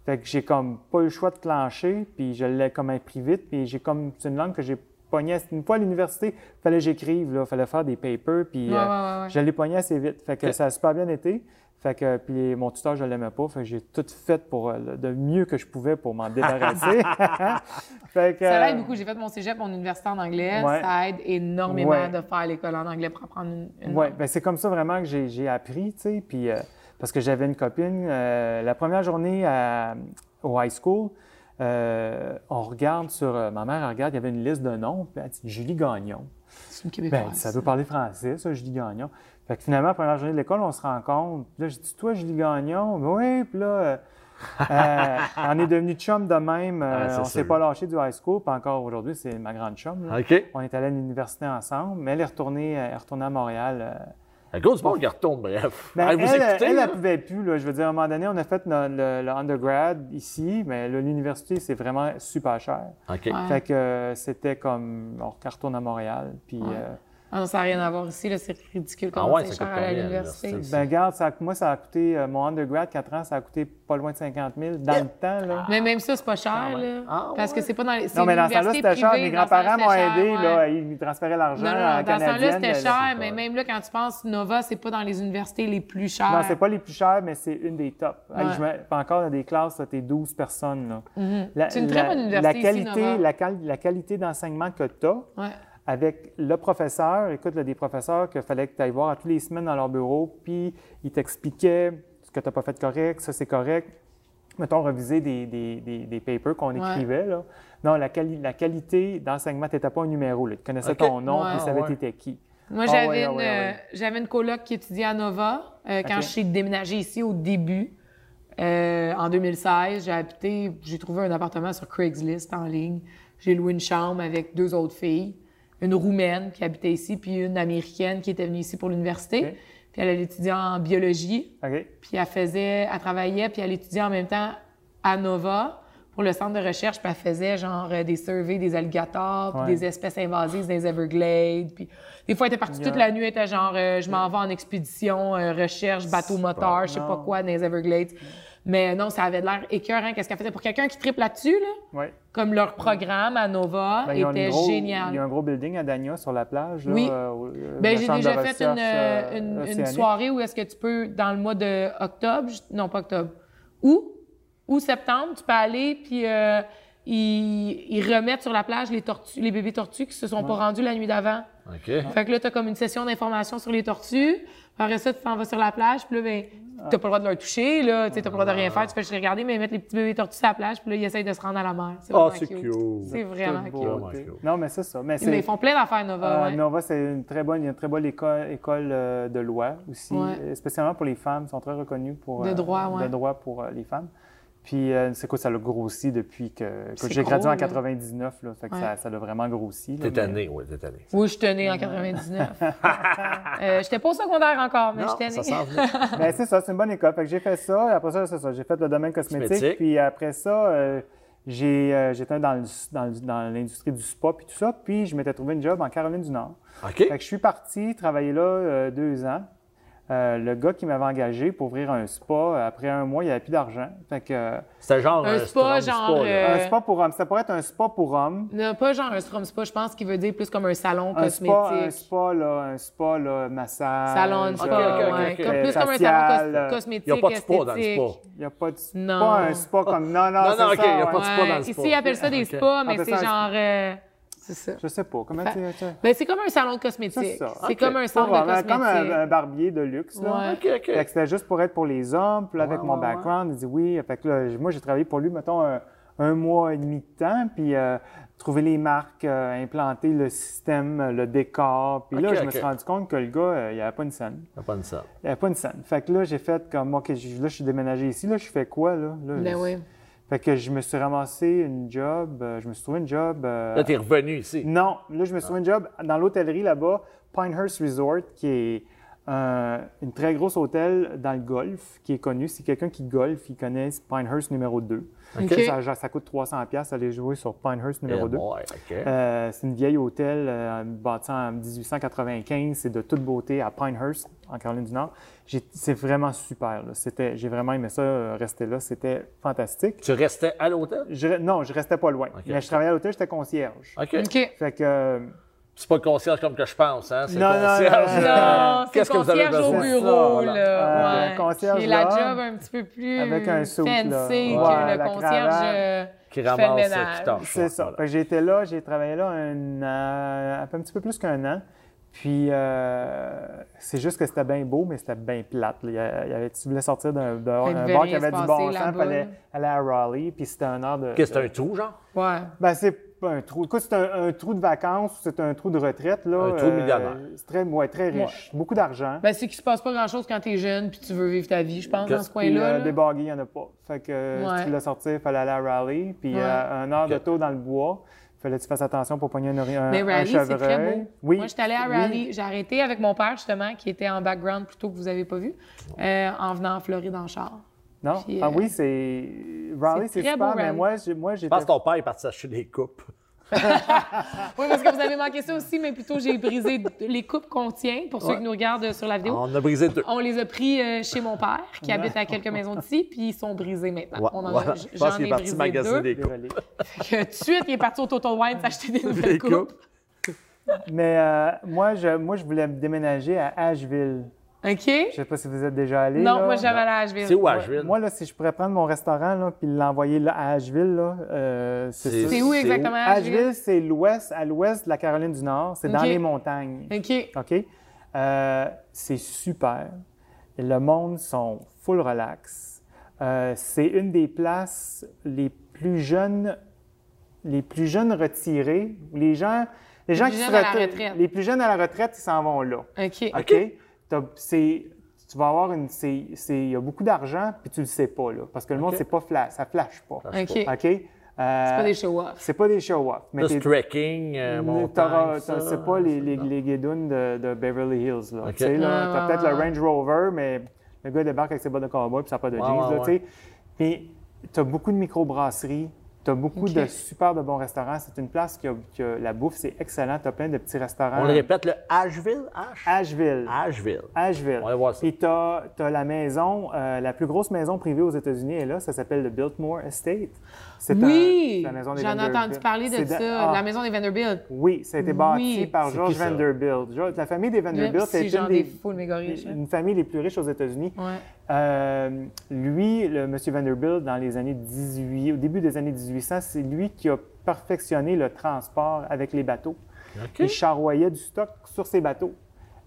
D: Fait que j'ai comme pas eu le choix de plancher, puis je l'ai comme appris vite, puis j'ai comme c'est une langue que j'ai pognée une fois à l'université, fallait que j'écrive là, fallait faire des papers, puis
C: Ouais,
D: euh,
C: ouais, ouais, ouais.
D: je l'ai pogné assez vite. Fait que
A: Ok.
D: ça a super bien été. Fait que puis mon tuteur je l'aimais pas, fait que j'ai tout fait pour euh, le- de mieux que je pouvais pour m'en débarrasser. fait que
C: Ça
D: euh,
C: l'aide beaucoup. J'ai fait mon cégep, mon université en anglais.
D: Ouais.
C: Ça aide énormément
D: Ouais.
C: de faire l'école en anglais pour apprendre une. une
D: Oui,
C: langue.
D: ben c'est comme ça vraiment que j'ai j'ai appris, tu sais. Puis euh, parce que j'avais une copine, euh, la première journée à- au high school, euh, on regarde sur. euh, ma mère elle regarde, il y avait une liste de noms, puis elle dit Julie Gagnon.
C: C'est une
D: Ben,
C: québécoise.
D: ça veut parler français, ça, Julie Gagnon. Fait que finalement, première journée de l'école, on se rencontre. Puis là, j'ai dit Toi, Julie Gagnon, oui, puis là. euh, euh, on est devenu chum de même. euh,
A: Ah, c'est
D: on s'est
A: sûr. Ah.
D: pas lâché du high school. Puis encore aujourd'hui, c'est ma grande chum. là.
A: OK. Il
D: On est allé à l'université ensemble, mais elle est retournée, elle est retournée à Montréal euh,
A: y a gros du monde qui retourne, bref.
D: ben,
A: Ah,
D: elle,
A: vous écoutez,
D: elle,
A: là?
D: elle pouvait plus. Là. Je veux dire, à un moment donné, on a fait no- le, le undergrad ici, mais là, l'université, c'est vraiment super cher.
A: OK.
C: Ouais.
D: Fait que euh, c'était comme, on retourne à Montréal. Puis, euh,
C: Ah non, ça n'a rien à voir ici. là, C'est ridicule
A: Ah
C: comment
A: ouais,
C: c'est
A: ça coûte
C: cher à
A: combien,
C: l'université.
A: l'université?
D: ben, regarde, ça, moi, ça a coûté, euh, mon undergrad, 4 ans, ça a coûté pas loin de 50 000 dans le temps. Là.
C: Mais même ça, c'est pas cher, là.
A: Ah
C: Parce que
A: ouais.
C: c'est pas dans les. Ah. c'est
D: Non, mais dans ce temps-là,
C: l'université
D: c'était cher.
C: privée,
D: Mes
C: dans ce temps-là,
D: grands-parents m'ont
C: c'était
D: aidé.
C: cher, ouais.
D: Là, ils transféraient l'argent
C: Non, non,
D: en
C: dans ce temps-là,
D: canadien.
C: c'était
D: là.
C: cher, mais même là, quand tu penses, Nova, c'est pas dans les universités les plus chères.
D: Non, c'est pas les plus chers, mais c'est une des tops. Hey,
C: Ouais. Mm-hmm.
D: je mets- puis encore dans des classes, là, t'es 12 personnes. là. La-
C: C'est une très
D: la-
C: bonne
D: La
C: université ici,
D: qualité,
C: Nova.
D: la, quali- la qualité d'enseignement que tu as
C: Ouais.
D: avec le professeur, écoute, là, des professeurs qu'il fallait que tu ailles voir à tous les semaines dans leur bureau, puis ils t'expliquaient ce que tu n'as pas fait correct, ça c'est correct. Mettons, reviser des, des, des, des papers qu'on
C: Ouais.
D: écrivait. Là. Non, la, quali- la qualité d'enseignement, tu n'étais pas un numéro. Là. Tu connaissais
A: OK.
D: ton nom,
C: Ouais.
D: puis tu savais t'étais qui.
C: Moi,
D: Ah
C: j'avais
D: ouais, ah
C: une,
D: ouais, ah ouais.
C: euh, j'avais une coloc qui étudiait à Nova. Euh, quand
D: Ok.
C: je suis déménagée ici au début, euh, en 2016, j'ai habité, j'ai trouvé un appartement sur Craigslist en ligne. J'ai loué une chambre avec deux autres filles, une roumaine qui habitait ici, puis une américaine qui était venue ici pour l'université.
D: OK.
C: Puis elle, elle étudiait en biologie,
D: OK.
C: puis elle faisait, elle travaillait, puis elle étudiait en même temps à Nova pour le centre de recherche, puis elle faisait genre euh, des surveys des alligators, puis
D: Ouais.
C: des espèces invasives dans les Everglades. Puis des fois, elle était partie
D: Yeah.
C: toute la nuit, elle était genre, euh, je m'en vais en expédition, euh, recherche, bateau moteur, je sais pas
D: non.
C: quoi, dans les Everglades. Mais non, ça avait l'air écœurant, qu'est-ce qu'elle faisait. Pour quelqu'un qui tripe là-dessus, là,
D: Ouais.
C: comme leur programme à Nova
D: Ben, ils ont une
C: était
D: gros-
C: génial.
D: Il y a un gros building à Dania sur la plage.
C: Oui.
D: Là, euh, au- euh,
C: Ben,
D: la
C: j'ai
D: chambre de
C: déjà fait une,
D: recherche, euh,
C: euh, une- une
D: océanique.
C: soirée où est-ce que tu peux, dans le mois de octobre, je- non pas octobre, ou, ou septembre, tu peux aller, puis euh, ils, ils remettent sur la plage les, tortues, les bébés tortues qui se sont pas rendus la nuit d'avant.
A: OK.
C: Fait que là, t'as comme une session d'information sur les tortues. Après ça, tu t'en vas sur la plage, puis là, ben, t'as pas le droit de leur toucher, là. Tu sais, t'as pas le droit de rien faire. Tu fais juste les regarder, mais ils mettent les petits bébés tortues sur la plage, puis là, ils essayent de se rendre à la mer. C'est
A: Ah,
C: vraiment
A: c'est
C: cute.
A: cute.
C: C'est vraiment
D: Toute
C: cute.
D: beauté.
A: Vraiment cute.
D: Non, mais c'est ça. Mais
C: Mais
D: c'est.
C: ils font plein d'affaires, Nova.
D: euh,
C: ouais.
D: Nova, c'est une très bonne, il y a une très bonne école, école euh, de loi aussi,
C: Ouais.
D: euh, spécialement pour les femmes. Ils sont très reconnus pour euh,
C: De droit, ouais.
D: de droit pour euh, les femmes. Puis euh, c'est quoi, ça l'a grossi depuis que, que
C: C'est
D: j'ai gradué
C: gros,
D: en
C: là.
D: 99, là, fait que
C: Ouais.
D: ça, ça l'a vraiment grossi. là,
A: T'es
D: mais-
A: tanné, oui, t'es tanné.
C: Oui, je tenais en 99. euh, j'étais pas au secondaire encore, mais je
A: Non,
C: tenais.
A: ça s'en venait.
D: Ben, c'est ça, c'est une bonne école. Fait que j'ai fait ça. Après ça, c'est ça. J'ai fait le domaine cosmétique.
A: Cosmétique.
D: Puis après ça, euh, j'ai, euh, j'étais dans, le- dans, le- dans l'industrie du spa puis tout ça. Puis je m'étais trouvé une job en Caroline du Nord. Fait
A: OK.
D: que je suis parti travailler là euh, deux ans. Euh, le gars qui m'avait engagé pour ouvrir un spa, après un mois, il n'y avait plus d'argent. Fait que, euh,
A: C'était genre
C: Un
A: euh,
C: spa,
A: c'était
C: genre,
A: un là.
C: euh,
D: un spa pour hommes. Ça pourrait être un spa pour hommes.
C: Non, pas genre un strom spa, je pense qu'il veut dire plus comme un salon
D: Un
C: cosmétique.
D: spa, un spa, là, un spa, là, massage.
C: Salon de
D: euh,
C: spa,
A: ok, ok,
C: ouais.
A: ok.
C: Comme plus comme un
D: Facial,
C: salon
D: euh,
C: cos- cosmétique.
A: Il n'y a pas de spa dans le
C: esthétique.
A: spa.
D: Il n'y a pas de spa.
C: Non.
D: Pas un spa comme. Non, non,
A: Non,
D: c'est
A: non, OK,
D: ça,
A: il y a
D: ouais.
A: pas de spa dans le
C: Ici,
A: spa.
C: ils appellent ça des
A: Ok.
C: spas, mais
D: Appelle
C: c'est
D: ça un
C: genre. euh, c'est ça.
D: Je sais pas. Comment
C: Fait-
D: tu. tu-
C: Ben, c'est comme un salon de
D: C'est
C: cosmétique.
D: ça.
C: C'est
D: Ok.
C: comme un salon
D: Pas
C: de
D: vraiment,
C: cosmétique.
D: Comme euh, un, un barbier de luxe. Là.
C: Ouais.
A: OK, OK.
D: Fait que c'était juste pour être pour les hommes. Puis là, avec
A: Ouais,
D: mon
A: ouais,
D: background, il dit oui. Fait que là, j- moi, j'ai travaillé pour lui, mettons, un, un mois et demi de temps. Puis euh, trouver les marques, euh, implanter le système, le décor. Puis là,
A: Ok,
D: je me
A: ok.
D: suis rendu compte que le gars, euh, il n'y avait pas une scène.
A: T'as pas une salle.
D: Il n'y avait pas une scène. Fait que là, j'ai fait comme, OK, j- là, je suis déménagé ici. Là, je fais quoi, là? Là,
C: Ben
D: je-
C: oui.
D: Fait que je me suis ramassé une job. euh, je me suis trouvé une job. euh,
A: Là, t'es revenu ici.
D: non, là, je me suis trouvé un job dans l'hôtellerie là-bas, Pinehurst Resort, qui est euh, une très grosse hôtel dans le golf, qui est connu. Si quelqu'un qui golfe, il connaît Pinehurst numéro 2.
C: OK.
D: Ça, ça- ça coûte 300$ piastres aller jouer sur Pinehurst numéro
A: Eh
D: 2.
A: boy, OK.
D: Euh, c'est une vieille hôtel euh, bâtie en 1895. C'est de toute beauté à Pinehurst, en Caroline du Nord. J'ai- C'est vraiment super. là. C'était- J'ai vraiment aimé ça, euh, rester là. C'était fantastique.
A: Tu restais à l'hôtel?
D: Je re- non, je restais pas loin. Mais je travaillais à l'hôtel, j'étais concierge.
A: OK.
C: OK.
D: Fait que... euh,
A: C'est pas le concierge comme que je pense, hein? C'est
D: Non,
A: le
D: non,
A: concierge.
D: non,
A: euh,
C: Non, c'est
A: Qu'est-ce que vous avez
C: concierge au
A: besoin?
D: bu-
C: bureau,
D: C'est ça,
C: là.
D: voilà.
C: ouais.
D: Euh, concierge
C: Qui est la
D: là,
C: job un petit peu plus
D: avec un suit,
C: fancy
D: là. Ouais,
C: que
D: la
C: le concierge
D: cravate.
C: euh,
A: Qui
C: fait le
A: ramasse, euh,
C: ménage.
A: qui torche.
D: C'est ça.
A: Voilà.
D: Fait que J'ai été là, j'ai travaillé là un, an, un peu- un petit peu plus qu'un an. Puis euh, c'est juste que c'était bien beau, mais c'était bien plate. là. Il y a- il y avait, tu voulais sortir d'un d'un-
C: Il
D: un
C: devait
D: bar
C: rien
D: qui avait
C: se
D: du bon
C: passer
D: sens,
C: là-bas,
D: fallait
C: là.
D: aller à Raleigh, puis c'était un heure de.
A: Qu'est-ce que c'est un trou, genre?
C: Ouais.
D: Ben, c'est pas un trou. Écoute, c'est un, un trou de vacances, c'est un trou de retraite. Là, euh,
A: Un trou millionnaire.
D: c'est très, ouais, très riche, beaucoup d'argent.
C: Ben, c'est qu'il se passe pas grand-chose quand t'es jeune puis tu veux vivre ta vie, je pense,
A: Que-
C: dans ce
D: Puis
C: coin-là.
D: euh,
C: là.
D: des bargues, il n'y en a pas. Fait que euh, si
C: Ouais.
D: tu voulais sortir, il fallait aller à Raleigh. Puis
C: Ouais.
D: euh, un heure
A: Ok.
D: d'auto dans le bois, fallait que tu fasses attention pour pogner un, ori- un,
C: Mais
D: un
C: Raleigh, c'est
D: chevreuil.
C: très beau.
D: Oui.
C: Moi, j'étais allée à
D: Oui.
C: Raleigh. J'ai arrêté avec mon père, justement, qui était en background plutôt que vous n'avez pas vu, euh, en venant en Floride en char.
D: Non?
C: Puis,
D: ah
C: euh,
D: oui, c'est. Raleigh,
C: c'est
D: c'est
C: très
D: super,
C: beau,
D: mais
C: Raleigh.
D: moi, j'ai- moi
A: Je
D: j'étais.
A: pense que ton père est parti s'acheter des coupes.
C: Oui, parce que vous avez manqué ça aussi, mais plutôt j'ai brisé d- les coupes qu'on tient, pour ceux qui nous regardent sur la vidéo.
A: On a brisé deux.
C: On les a pris euh, chez mon père, qui habite à quelques maisons d'ici, puis ils sont brisés maintenant.
A: Ouais,
C: Ah, On en a-
A: voilà.
C: j-
A: Je
C: J'en
A: pense
C: ai
A: qu'il est parti
C: brisé
A: magasiner
C: deux.
A: des coupes.
D: Désolé.
C: Fait que tout de suite, il est parti au Total Wine s'acheter des nouvelles
A: Des
C: coupes.
A: coupes.
D: mais euh, moi, je, moi, je voulais me déménager à Asheville.
C: OK?
D: Je sais pas si vous êtes déjà allé.
C: Non,
D: là.
C: moi, j'avais la Asheville.
A: C'est où,
D: Ouais,
A: Asheville?
D: Moi, là, si je pourrais prendre mon restaurant là, puis l'envoyer là, à Asheville, là, euh, c'est
C: C'est
D: ça.
C: où
A: C'est où?
C: exactement, Asheville?
D: Asheville, c'est l'ouest, à l'ouest de la Caroline du Nord. C'est dans
C: Ok.
D: les montagnes.
C: OK.
D: OK? Euh, c'est super. Le monde sont full relax. Euh, c'est une des places les plus jeunes, les plus jeunes retirés. où Les gens, les gens
C: plus
D: qui se
C: jeunes à la
D: retirent-
C: retraite.
D: les plus jeunes à la retraite, ils s'en vont là.
C: OK.
D: OK? T'as- c'est- tu vas avoir une, c'est, c'est- il y a beaucoup d'argent puis tu le sais pas là, parce que le monde
A: OK.
D: c'est pas flash, ça flash pas.
C: OK.
D: OK? Euh,
C: pas des show-offs.
D: c'est pas des show-off. Mais
A: Plus
D: t'es-
A: trekking, euh,
D: t'auras-
A: montagne,
D: t'as-
A: ça,
D: c'est pas les, les,
A: ça.
D: les guédounes de, de Beverly Hills. Là.
A: Ok.
D: Tu sais, là,
C: Ouais,
D: t'as
C: Ah, ouais,
D: peut-être
C: ouais.
D: le Range Rover, mais le gars débarque avec ses bottes de cowboy puis ça n'a pas de jeans.
A: ouais,
D: là, tu sais. Puis t'as beaucoup de microbrasseries, t'as beaucoup
C: Ok.
D: de super de bons restaurants. C'est une place que, que la bouffe, c'est excellent. T'as plein de petits restaurants.
A: On le répète, Ah. le Asheville? Ash?
D: Asheville.
A: Asheville.
D: Asheville.
A: On va voir ça.
D: Puis t'as as la maison, euh, la plus grosse maison privée aux États-Unis est là, ça s'appelle le Biltmore Estate. C'est un- c'est
C: Oui!
D: la maison des
C: J'en ai
D: Vanderbilt.
C: entendu parler de
D: C'est
C: ça,
D: ah,
C: la maison des Vanderbilt.
D: Oui, ça a été bâti
C: Oui.
D: par
A: C'est
D: George
A: qui, ça?
D: Vanderbilt. George- la famille des Vanderbilt,
C: Même
D: c'est
C: si
D: une
C: genre
D: des,
C: des fous de méga riches. hein.
D: une famille les plus riches aux États-Unis.
C: Ouais.
D: Euh, lui, le monsieur Vanderbilt, dans les années 18, au début des années 1800, c'est lui qui a perfectionné le transport avec les bateaux. Il charroyait du stock sur ses bateaux.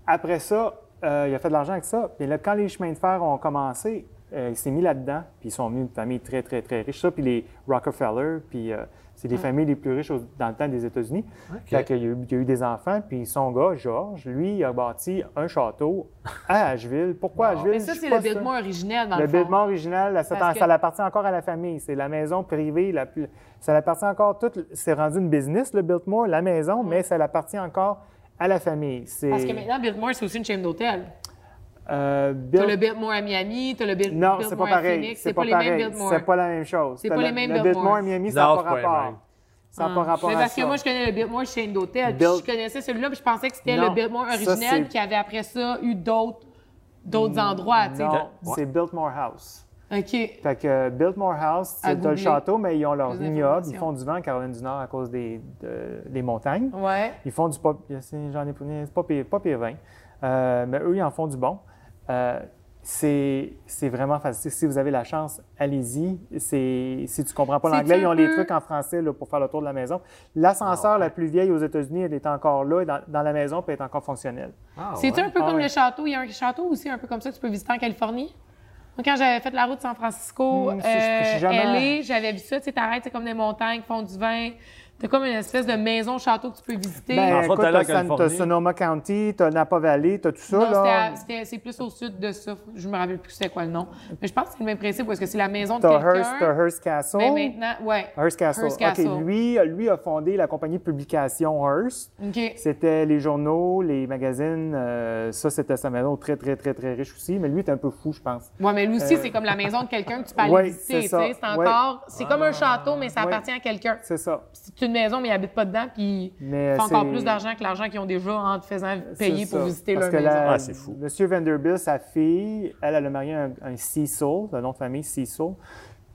D: Après ça, euh, il a fait de l'argent avec ça. Puis là, quand les chemins de fer ont commencé, euh, il s'est mis là-dedans. Puis ils sont venus une famille très, très, très riche. Ça, puis les Rockefeller, puis euh, c'est les familles les plus riches au- dans le temps des États-Unis. Fait qu'il y a eu- il y a eu des enfents. Puis son gars, George, lui, il a bâti un château à Asheville. Pourquoi Asheville?
C: Mais ça,
D: Je suis
C: c'est
D: pas
C: le
D: sûr.
C: Biltmore originel, dans le,
D: Le
C: fond.
D: bâtiment original, là, ça,
C: Parce que-
D: ça appartient encore à la famille. C'est la maison privée. La plus... Ça appartient encore tout. C'est rendu une business, le Biltmore, la maison, mais ça appartient encore à la famille. C'est,
C: Parce que maintenant, Biltmore, c'est aussi une chaîne d'hôtel.
D: euh, Bilt-
C: T'as le Biltmore à Miami, t'as le Bilt-
D: Non,
C: Biltmore
D: c'est pas
C: à
D: pareil.
C: Phoenix, c'est pas, les
D: pareil.
C: mêmes Biltmore.
D: C'est pas la même chose.
C: C'est
D: T'as
C: pas
D: le-
C: les mêmes
D: Le
C: Biltmore.
D: Biltmore à Miami, ça
A: Non,
D: n'a
A: c'est
D: pas
A: pas les
D: rapport.
A: mêmes.
D: Ça n'a pas rapport
C: Ah. Mais
D: à
C: parce
D: ça.
C: que moi, je connais le Biltmore chaîne d'hôtel. puis
D: Bilt-
C: Je connaissais celui-là, puis je pensais que c'était
D: Non,
C: le Biltmore
D: ça,
C: originel
D: c'est-
C: qui avait après ça eu d'autres d'autres endroits. tu sais.
D: Non, c'est Biltmore House.
C: OK.
D: Fait que Biltmore House,
C: À
D: c'est t'as le
C: googler.
D: château, mais ils ont leur
C: Plus
D: vignoble. Ils
C: d'informations.
D: font du vent en Caroline du Nord à cause des, de- des montagnes.
C: Ouais.
D: Ils font du pop. c'est- J'en ai pas- c'est pas pire, pas pire vin. Euh, mais eux, ils en font du bon. Euh, c'est c'est vraiment facile. Si vous avez la chance, allez-y. C'est- Si tu comprends pas
C: C'est-tu
D: l'anglais, ils ont
C: un
D: les
C: peu-
D: trucs en français là, pour faire le tour de la maison.
A: Ah,
D: L'ascenseur la plus vieille aux États-Unis, elle est encore là, dans, dans la maison, puis elle est encore fonctionnelle.
C: C'est un peu
D: Ah
C: comme
D: ouais.
C: le château. Il y a un château aussi, un peu comme ça, que tu peux visiter en Californie. Moi, quand j'avais fait la route de San Francisco,
D: Hmm,
C: elle
D: ça, je- je suis jamais-
C: j'avais vu ça. Tu sais, t'arrêtes, c'est comme des montagnes, qui font du vin. T'as comme une espèce de maison-château que tu peux visiter.
D: Ben,
A: En fait,
D: écoute,
A: t'as la
D: t'as San- t'as
A: Californie.
D: Sonoma County, t'as Napa Valley, t'as tout ça.
C: Non, c'était
D: là.
C: à- c'était- c'est plus au sud de ça. Je me rappelle plus c'est quoi le nom. Mais je pense que c'est le même principe parce que c'est la maison de
D: T'as Hearst, t'as
C: quelqu'un.
D: Hearst Castle.
C: Mais maintenant, ouais.
D: Hearst Castle.
C: Hearst
D: OK,
C: Castle.
D: Lui, euh, lui a fondé la compagnie de publication Hearst.
C: OK.
D: C'était les journaux, les magazines. euh, ça, c'était sa maison très, très, très, très riche aussi. Mais lui, était un peu fou, je pense.
C: Ouais, mais lui aussi, c'est comme la maison de quelqu'un que tu peux aller
D: Euh, ouais,
C: visiter.
D: c'est
C: tu
D: ça.
C: sais. C'est encore. C'est comme un château, mais ça
D: ouais.
C: appartient à quelqu'un.
D: C'est ça.
C: C'est une maison, mais ils n'habitent pas dedans, puis
D: Mais
C: ils font encore
D: Euh, c'est-
C: plus d'argent que l'argent qu'ils ont déjà en te faisant
D: C'est
C: payer
D: ça.
C: pour visiter
D: Parce
C: leur
D: que
C: maison.
D: la-
A: Ah, c'est fou.
D: Monsieur Vanderbilt, sa fille, elle, elle a marié un, un Cecil, le nom de famille Cecil.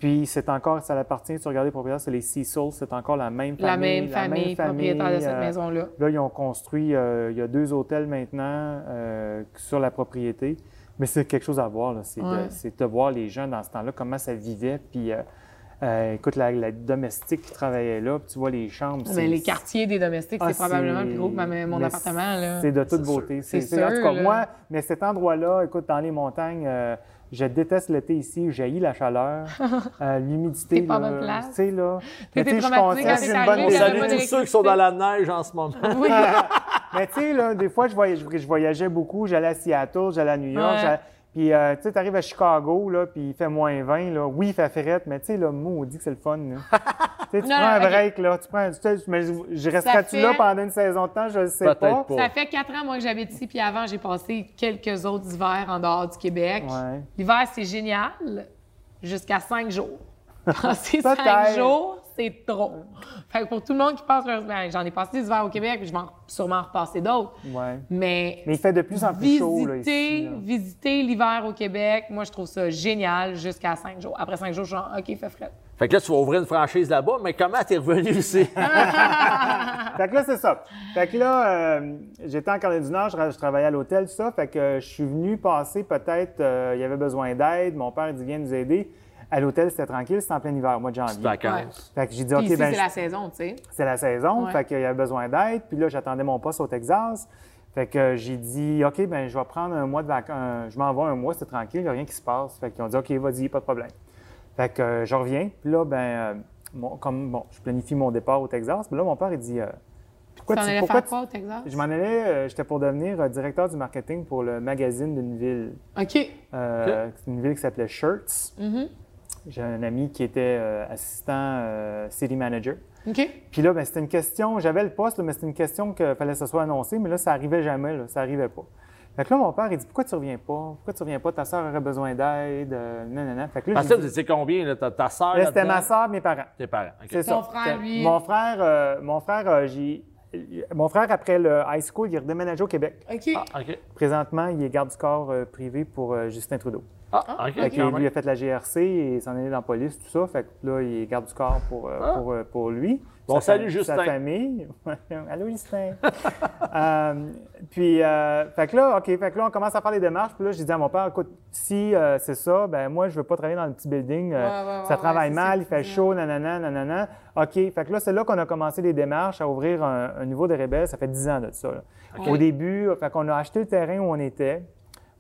D: Puis c'est encore, ça appartient, si tu regardes les propriétaires, c'est les Cecil, c'est encore la même
C: La
D: famille.
C: même famille, propriétaire de cette
D: euh,
C: maison-là.
D: Là, ils ont construit, euh, il y a deux hôtels maintenant euh, sur la propriété. Mais c'est quelque chose à voir, là. C'est, de-
C: Ouais.
D: c'est de voir les gens dans ce temps-là, comment ça vivait. Puis, euh, euh, écoute, la, la domestique qui travaillait là, puis tu vois les chambres.
C: Mais Ah, ben, les quartiers des domestiques,
D: ah,
C: c'est probablement plus gros que ma- mon
D: mais
C: appartement. Là.
D: C'est de toute beauté.
C: C'est
D: en tout
C: sûr,
D: cas,
C: là.
D: moi, mais cet endroit-là, écoute, dans les montagnes, euh, je déteste l'été ici, j'haïs la chaleur, euh, l'humidité.
C: T'es pas
D: là,
C: bonne place.
D: Tu sais, là.
C: T'étais
D: Mais tu sais, je suis
C: traumatisée
D: content,
C: quand
D: j'ai
C: t'es
D: une
C: arrivée,
D: bonne
A: On
C: Il y
A: salue
C: avait pas
A: tous
C: d'électricité.
A: ceux qui sont dans la neige en ce moment.
C: Oui.
D: Mais tu sais, là, des fois, je voyais- je- je voyageais beaucoup. J'allais à Seattle, j'allais à New York.
C: Ouais.
D: j'allais- Puis, euh, tu sais, t'arrives à Chicago, là, puis il fait moins 20, là. Oui, il fait frette, mais tu sais, là, maudit que c'est le fun, là. tu sais, tu
C: Non,
D: prends un
C: non, ok.
D: break, là. Tu prends un... tu sais, Mais je, je resterai-tu
C: fait-
D: là pendant une saison de temps? Je le sais
A: Peut-être
D: pas.
A: pas.
C: Ça fait quatre ans, moi, que j'habite ici, puis avant, j'ai passé quelques autres hivers en dehors du Québec.
D: Ouais.
C: L'hiver, c'est génial, jusqu'à cinq jours. Quand c'est
D: Peut-être.
C: cinq jours, c'est trop. Fait que pour tout le monde qui passe leur... Ben, j'en ai passé des hivers au Québec, puis je vais en- sûrement en repasser d'autres.
D: Ouais.
C: Mais
D: Mm. Mais il fait de plus en plus chaud, là,
C: Visiter-
D: ici. là.
C: Visiter l'hiver au Québec, moi, je trouve ça génial jusqu'à cinq jours. Après cinq jours, je suis genre, OK, fait frais.
A: Fait que là, tu vas ouvrir une franchise là-bas, mais comment t'es revenu ici?
D: Fait que là, c'est ça. Fait que là, euh, j'étais en Caroline du Nord, je, tra- je travaillais à l'hôtel, tout ça. Fait que euh, je suis venu passer peut-être, euh, il y avait besoin d'aide. Mon père, il dit, viens nous aider. À l'hôtel, c'était tranquille, c'était en plein hiver, au mois de janvier.
A: Vacances.
D: Fait que j'ai dit,
C: Puis
D: OK,
C: ici,
D: ben,
C: c'est
D: je-
C: la saison, tu sais.
D: c'est la saison,
C: Ouais.
D: fait qu'il y avait besoin d'aide. Puis là, j'attendais mon poste au Texas. Fait que euh, j'ai dit, OK, ben je vais prendre un mois de vacances. Je m'en vais un mois, c'est tranquille, il n'y a rien qui se passe. Fait qu'ils ont dit, OK, vas-y, pas de problème. Fait que euh, je reviens. Puis là, ben, euh, mon- comme bon, je planifie mon départ au Texas. Puis là, mon père, il dit, euh, pourquoi
C: Tu en
D: tu-
C: allais
D: pourquoi
C: faire
D: tu-
C: quoi au Texas?
D: Je m'en allais, euh, j'étais pour devenir euh, directeur du marketing pour le magazine d'une ville.
C: OK. Mm-hmm.
D: Euh, Une ville qui s'appelait Shirts. J'ai un ami qui était euh, assistant euh, city manager.
C: OK.
D: Puis là, ben, c'était une question, j'avais le poste, là, mais c'était une question qu'il fallait que ce soit annoncé, mais là, ça arrivait jamais, là, ça arrivait pas. Fait que là, mon père, il dit Pourquoi tu reviens pas Pourquoi tu reviens pas Ta soeur aurait besoin d'aide. euh, non, non, non. Fait que là,
A: Parce que
D: j'ai
A: vous
D: dit-
A: étiez combien, là? Ta, ta soeur.
D: Là, c'était ma soeur, mes parents.
A: Tes parents. OK.
D: C'est
C: Ton
D: ça.
C: frère, lui-
D: Mon frère, euh, mon frère, euh, j'ai- mon frère, après le high school, il est redéménagé au Québec.
C: OK.
A: Ah, OK.
D: Présentement, il est garde du corps euh, privé pour euh, Justin Trudeau.
A: Ah, OK.
D: Fait que
A: quand
D: lui
A: même.
D: a fait la GRC et s'en est allé dans la police, tout ça. Fait que là, il est garde du corps pour,
C: Ah.
D: euh, pour, euh, pour lui.
A: Bon,
D: Sa
A: salut,
D: fa-
A: Justin.
D: Sa famille. Allô, Justin. Euh, puis, euh, fait que là, OK, fait que là, on commence à faire les démarches. Puis là, j'ai dit à mon père, écoute, si euh, c'est ça, ben moi, je veux pas travailler dans le petit building. euh,
C: Ouais, ouais,
D: ça
C: ouais,
D: travaille
C: ouais, c'est
D: mal,
C: ça
D: il fait
C: qu'il dit,
D: chaud, nanana, nanana. OK, fait que là, c'est là qu'on a commencé les démarches à ouvrir un, un niveau de rebelles. Ça fait 10 ans de ça. là. Au début, fait qu'on a acheté le terrain où on était,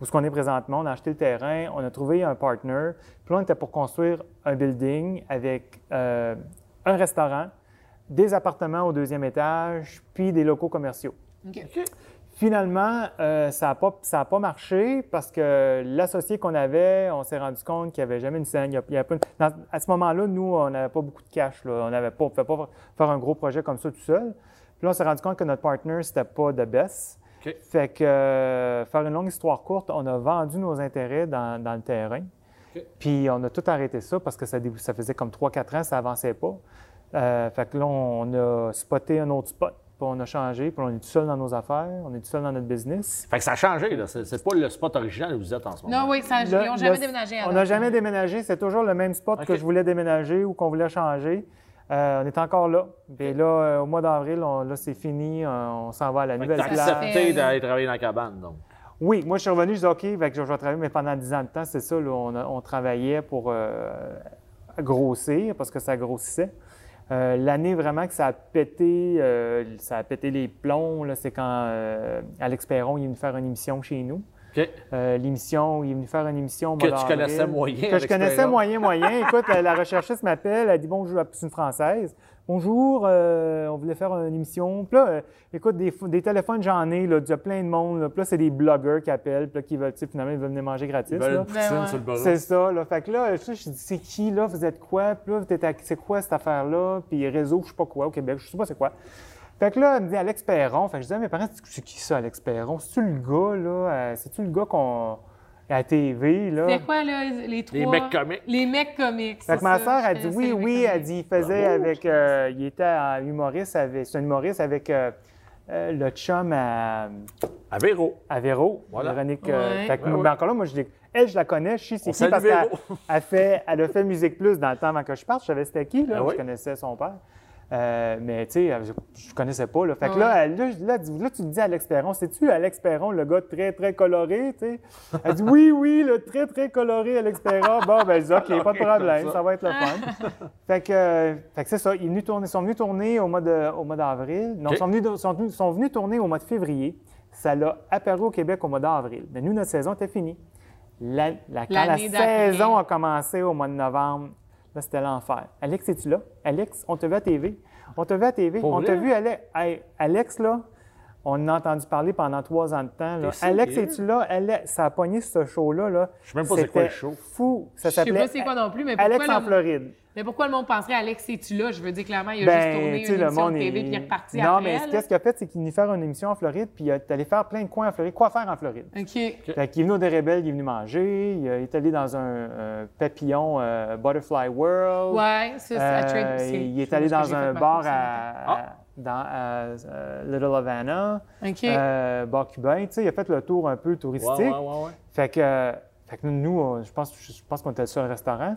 D: où ce qu'on est présentement. On a acheté le terrain, on a trouvé un partner. Puis là, on était pour construire un building avec euh, un restaurant, des appartements au deuxième étage, puis des locaux commerciaux.
C: OK.
D: Finalement, euh, ça n'a pas, ça a pas marché parce que l'associé qu'on avait, on s'est rendu compte qu'il n'y avait jamais une scène. Il y a- il y a pas une- dans- à ce moment-là, nous, on n'avait pas beaucoup de cash. là. On ne pouvait pas faire un gros projet comme ça tout seul. Puis là, on s'est rendu compte que notre partner, c'était pas de baisse.
A: OK.
D: Fait que, euh, faire une longue histoire courte, on a vendu nos intérêts dans, dans le terrain. Puis on a tout arrêté ça parce que ça, dé- ça faisait comme 3-4 ans, ça avançait pas. Euh, fait que là, on a spoté un autre spot, puis on a changé, puis on est tout seul dans nos affaires, on est tout seul dans notre business.
A: Fait que ça a changé, là. C'est, c'est pas le spot original où vous êtes en ce moment.
C: Non, oui, ça, ils
D: Le-
C: n'ont jamais
D: le-
C: déménagé.
D: On
C: alors.
D: n'a jamais déménagé, c'est toujours le même spot
A: OK.
D: que je voulais déménager ou qu'on voulait changer. Euh, on est encore là. Et là, euh, au mois d'avril, on- là, c'est fini, euh, on s'en va à la
A: Fait que
D: nouvelle
A: t'as
C: Ça
D: place.
A: accepté
C: fait-
A: d'aller travailler dans la cabane, donc.
D: Oui, moi, je suis revenu, je dis OK, fait que je vais travailler, mais pendant 10 ans de temps, c'est ça, là, on, a- on travaillait pour euh, grossir parce que ça grossissait. Euh, L'année vraiment que ça a pété, euh, ça a pété les plombs, là, c'est quand euh, Alex Perron il est venu faire une émission chez nous.
A: OK.
D: Euh, L'émission, il est venu faire une émission. au
A: Que
D: mois
A: tu
D: d'avril.
A: connaissais moyen,
D: Que
A: Alex
D: je connaissais
A: Perron.
D: moyen, moyen. Écoute, la, la recherchiste m'appelle, elle dit bonjour, c'est une Française. Bonjour, euh, on voulait faire une émission. Puis là, euh, écoute, des, fou- des téléphones, j'en ai, là, a plein de monde. Là. Puis là, c'est des blogueurs qui appellent, puis là, qui veulent, tu sais, finalement, ils veulent venir manger gratis. là.
C: Ben ouais.
A: le ballon.
D: C'est ça, là. Fait que là, je je dis, c'est qui, là? Vous êtes quoi? Puis là, vous êtes à- c'est quoi cette affaire-là? Puis réseau, je sais pas quoi, au Québec, je sais pas c'est quoi. Fait que là, elle me dit Alex Perron. Fait que je dis ah, à mes parents, c'est- c'est qui ça, Alex Perron? C'est-tu le gars, là? euh, C'est-tu le gars qu'on. à la TV, là?
C: C'était quoi, là, les trois?
A: Les mecs comiques.
C: Les mecs comiques.
D: Fait
C: c'est
D: que ma
C: ça,
D: sœur a
C: je
D: dit
C: connaissais
D: oui,
C: les mecs
D: oui, elle
C: comiques.
D: dit il faisait avec. euh, il était un humoriste avec. C'est un humoriste avec euh, euh, le chum euh, à,
A: À Véro.
D: à Véro,
A: Voilà.
D: Véronique. euh,
C: Ouais.
D: fait que
A: Ouais,
D: moi,
A: ouais.
D: ben encore là, moi je l'ai- Elle, je la connais, je sais c'est
A: On
D: qui
A: salue
D: parce qu'elle
A: Véro.
D: elle fait, elle a fait Musique Plus dans le temps avant que je parte. Je savais c'était qui, là.
A: Ah oui?
D: Je connaissais son père. Euh, mais tu sais, elle- je, je connaissais pas. Là. Fait que
C: Ah
D: là, elle- là, je- là, elle dit- là, tu te dis Alex Perron, c'est-tu Alex Perron, le gars très, très coloré? tu sais? Elle dit oui, oui, le très, très coloré Alex Perron. Bon, ben, je dis OK, pas de problème, ça. va être le fun. fait que, euh, fait que c'est ça. Ils, nous tournaient- sont venus tourner au mois de- au mois d'avril. Non,
A: OK.
D: ils sont venus, sont venus- sont venus tourner au mois de février. Ça l'a apparu au Québec au mois d'avril. Mais nous, notre saison était finie. La, la- quand la
C: L'année d'après.
D: saison a commencé au mois de novembre, là, c'était l'enfer. Alex, es-tu là? Alex, on te vu à TV. On te vu à TV.
A: Pour
D: on
A: vrai?
D: t'a vu, Ale- Hey, Alex, là, on en a entendu parler pendant trois ans de temps. là.
A: T'es sérieux?
D: Alex, es-tu là? Ale- ça a pogné ce show-là. Là.
A: Je sais même pas c'est quoi le
D: C'était
A: show.
D: fou. Ça
C: Je sais
D: s'appelait
C: pas c'est quoi non plus, mais pourquoi,
D: Alex en
C: le...
D: Floride.
C: mais pourquoi le monde penserait Alex, es-tu là? Je veux dire, clairement, il a juste
D: Ben,
C: tourné
D: tu
C: une
D: sais, le
C: émission
D: monde
C: de TV
D: est-
C: puis il est reparti
D: Non,
C: après.
D: mais
C: là.
D: qu'est-ce qu'il a fait, c'est qu'il est venu faire une émission en Floride, puis il est allé faire plein de coins en Floride. Quoi faire en Floride?
C: OK.
D: Fait qu'il est venu au des rebelles, il est venu manger, il est allé dans un, un papillon euh, Butterfly World.
C: Ouais, ça, c'est à Trade.
D: Euh,
C: c'est-
D: il
C: je
D: est
C: sais
D: allé
C: pas ce que
D: dans
C: j'ai fait
D: un
C: ma
D: bar
C: course,
D: à,
A: Ah.
D: dans, à, euh, Little Havana,
C: mais- OK.
D: euh, bar cubain. Tu sais, il a fait le tour un peu touristique.
A: Ouais, ouais, ouais, ouais.
D: Fait que, euh, fait que nous, on- je pense, je pense qu'on était le seul restaurant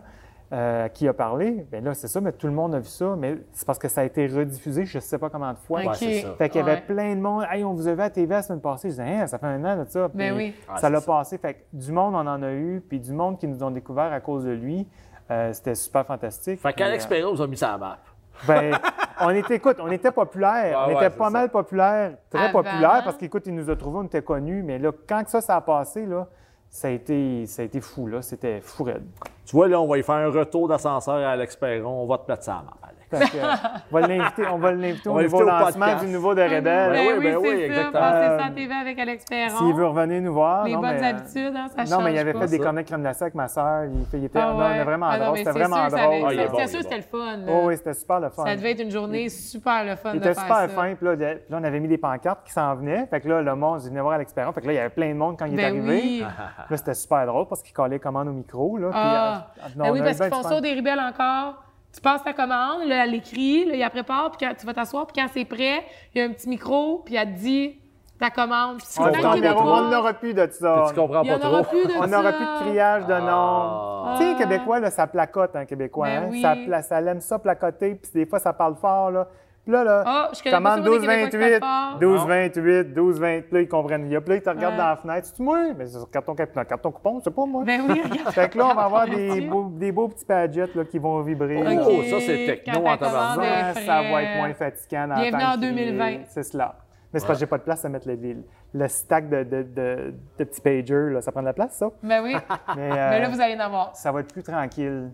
D: euh, à qui a parlé. Bien là, c'est ça, mais tout le monde a vu ça. Mais c'est parce que ça a été rediffusé, je ne sais pas combien de fois.
A: Ouais,
C: OK.
A: c'est ça.
D: Fait qu'il y avait
C: Ouais.
D: plein de monde. Hey, on vous avait à TV la semaine passée. Je disais, Hein, ça fait un an de ça.
C: Ben
D: Puis
C: oui.
A: Ah,
D: ça
A: c'est
D: l'a
A: ça.
D: passé. Fait que du monde, on en a eu. Puis du monde qui nous ont découvert à cause de lui. Euh, C'était super fantastique.
A: Fait
D: Puis,
A: qu'Alex
D: euh,
A: Perrault vous a mis ça à la map.
D: ben, on était, écoute, on était populaire.
A: Ah
D: on
A: ouais,
D: était
A: c'est
D: pas
A: ça.
D: mal populaire, très
C: Avant.
D: populaire, parce qu'écoute, il nous a trouvés, on était connus. Mais là, quand que ça, ça a passé, là, ça a été, ça a été fou, là. C'était fou raide.
A: Tu vois, là, on va y faire un retour d'ascenseur à Alex Perron. On va te mettre ça à la map, Alex.
D: Fait que, euh, on va l'inviter, on va l'inviter
A: On
D: au
A: va
D: nouveau
A: l'inviter au
D: lancement
A: podcast.
D: du nouveau de Rebelle.
A: Ben oui,
C: oui,
A: ben oui,
C: c'est ça.
A: exactement.
C: Passer ça TV avec Alex Perron.
D: Euh, S'il veut revenir nous voir.
C: Les
D: non,
C: bonnes
D: mais, euh,
C: habitudes, hein, ça
D: Non, mais il
C: change
D: avait
C: pas.
D: fait des
A: Ça.
D: connectes crème glacée avec ma soeur. Il, fait- il était
C: Ah
D: non, il
C: ouais.
D: était vraiment
C: Ah non,
D: drôle.
C: mais
D: C'était
C: c'est
D: vraiment
C: sûr que ça avait-
D: drôle.
A: Ah, il est
C: c'est-
A: bon,
C: C'est
A: il
C: sûr
A: est
C: que c'était le fun. là.
D: Oh, oui, c'était super le fun.
C: Ça devait être une journée super le fun
D: Il
C: de
D: était
C: faire
D: super
C: ça.
D: fin. Puis là, de- puis là, on avait mis des pancartes qui s'en venaient. Fait que là, le monde, il venait voir Alex Perron. Fait que là, il y avait plein de monde quand il est
C: Ben
D: arrivé.
C: oui.
D: Puis Là, c'était super drôle parce qu'il collait commande au micro. Là, puis,
C: Ah,
D: euh, non,
C: ben oui,
D: on a eu
C: parce
D: bien
C: qu'ils font
D: du
C: ça
D: fun.
C: aux des rebelles encore. Tu passes ta commande, là, elle écrit, là, il la prépare, puis quand tu vas t'asseoir, puis quand c'est prêt, il y a un petit micro, puis elle te dit ta commande. Puis tu
D: On
C: vas
D: est
A: comprends
C: dans le
D: tombé
A: pas
D: au-
C: micro.
D: on n'aura plus de ça.
A: Tu comprends
C: Il y
A: pas
C: en aura
A: trop.
C: plus de
D: On
C: ça.
D: n'aura plus de criage de nom.
A: Ah.
D: Tu sais, les Québécois, là, ça placote, hein, Québécois.
C: Ben
D: hein.
C: oui.
D: Ça, pla- ça aime ça placoter, puis des fois, ça parle fort, là. Puis là, là,
C: Ah, je connais pas
D: commande
C: ça, moi, des Québécois qui
D: 12-28,
C: parlent fort.
D: 12-28, 12-20, puis là, ils comprennent. rien. Puis là, ils te regardent
C: Ouais.
D: dans la fenêtre. C'est moi, mais c'est sur carton, cap- non, carton coupon, c'est pas moi.
C: Ben oui, regarde.
D: Fait que là, on va avoir
C: Mon
D: des
C: Dieu.
D: beaux, des beaux petits padgets là, qui vont vibrer.
A: Oh,
D: là.
C: Ok,
A: ça, c'est techno
C: quand
A: en
C: ta
A: tabarnak.
C: commande
D: Ah,
C: est
D: ça va être
C: prête.
D: moins fatigant dans
C: Bienvenue en 2020.
D: C'est cela. Mais c'est parce que j'ai pas de place à mettre le, le- le stack de, de- de- de petits pagers. Là. Ça prend de la place, ça.
C: Ben oui,
D: Mais,
C: mais
D: euh,
C: là, vous allez en avoir.
D: ça va être plus tranquille.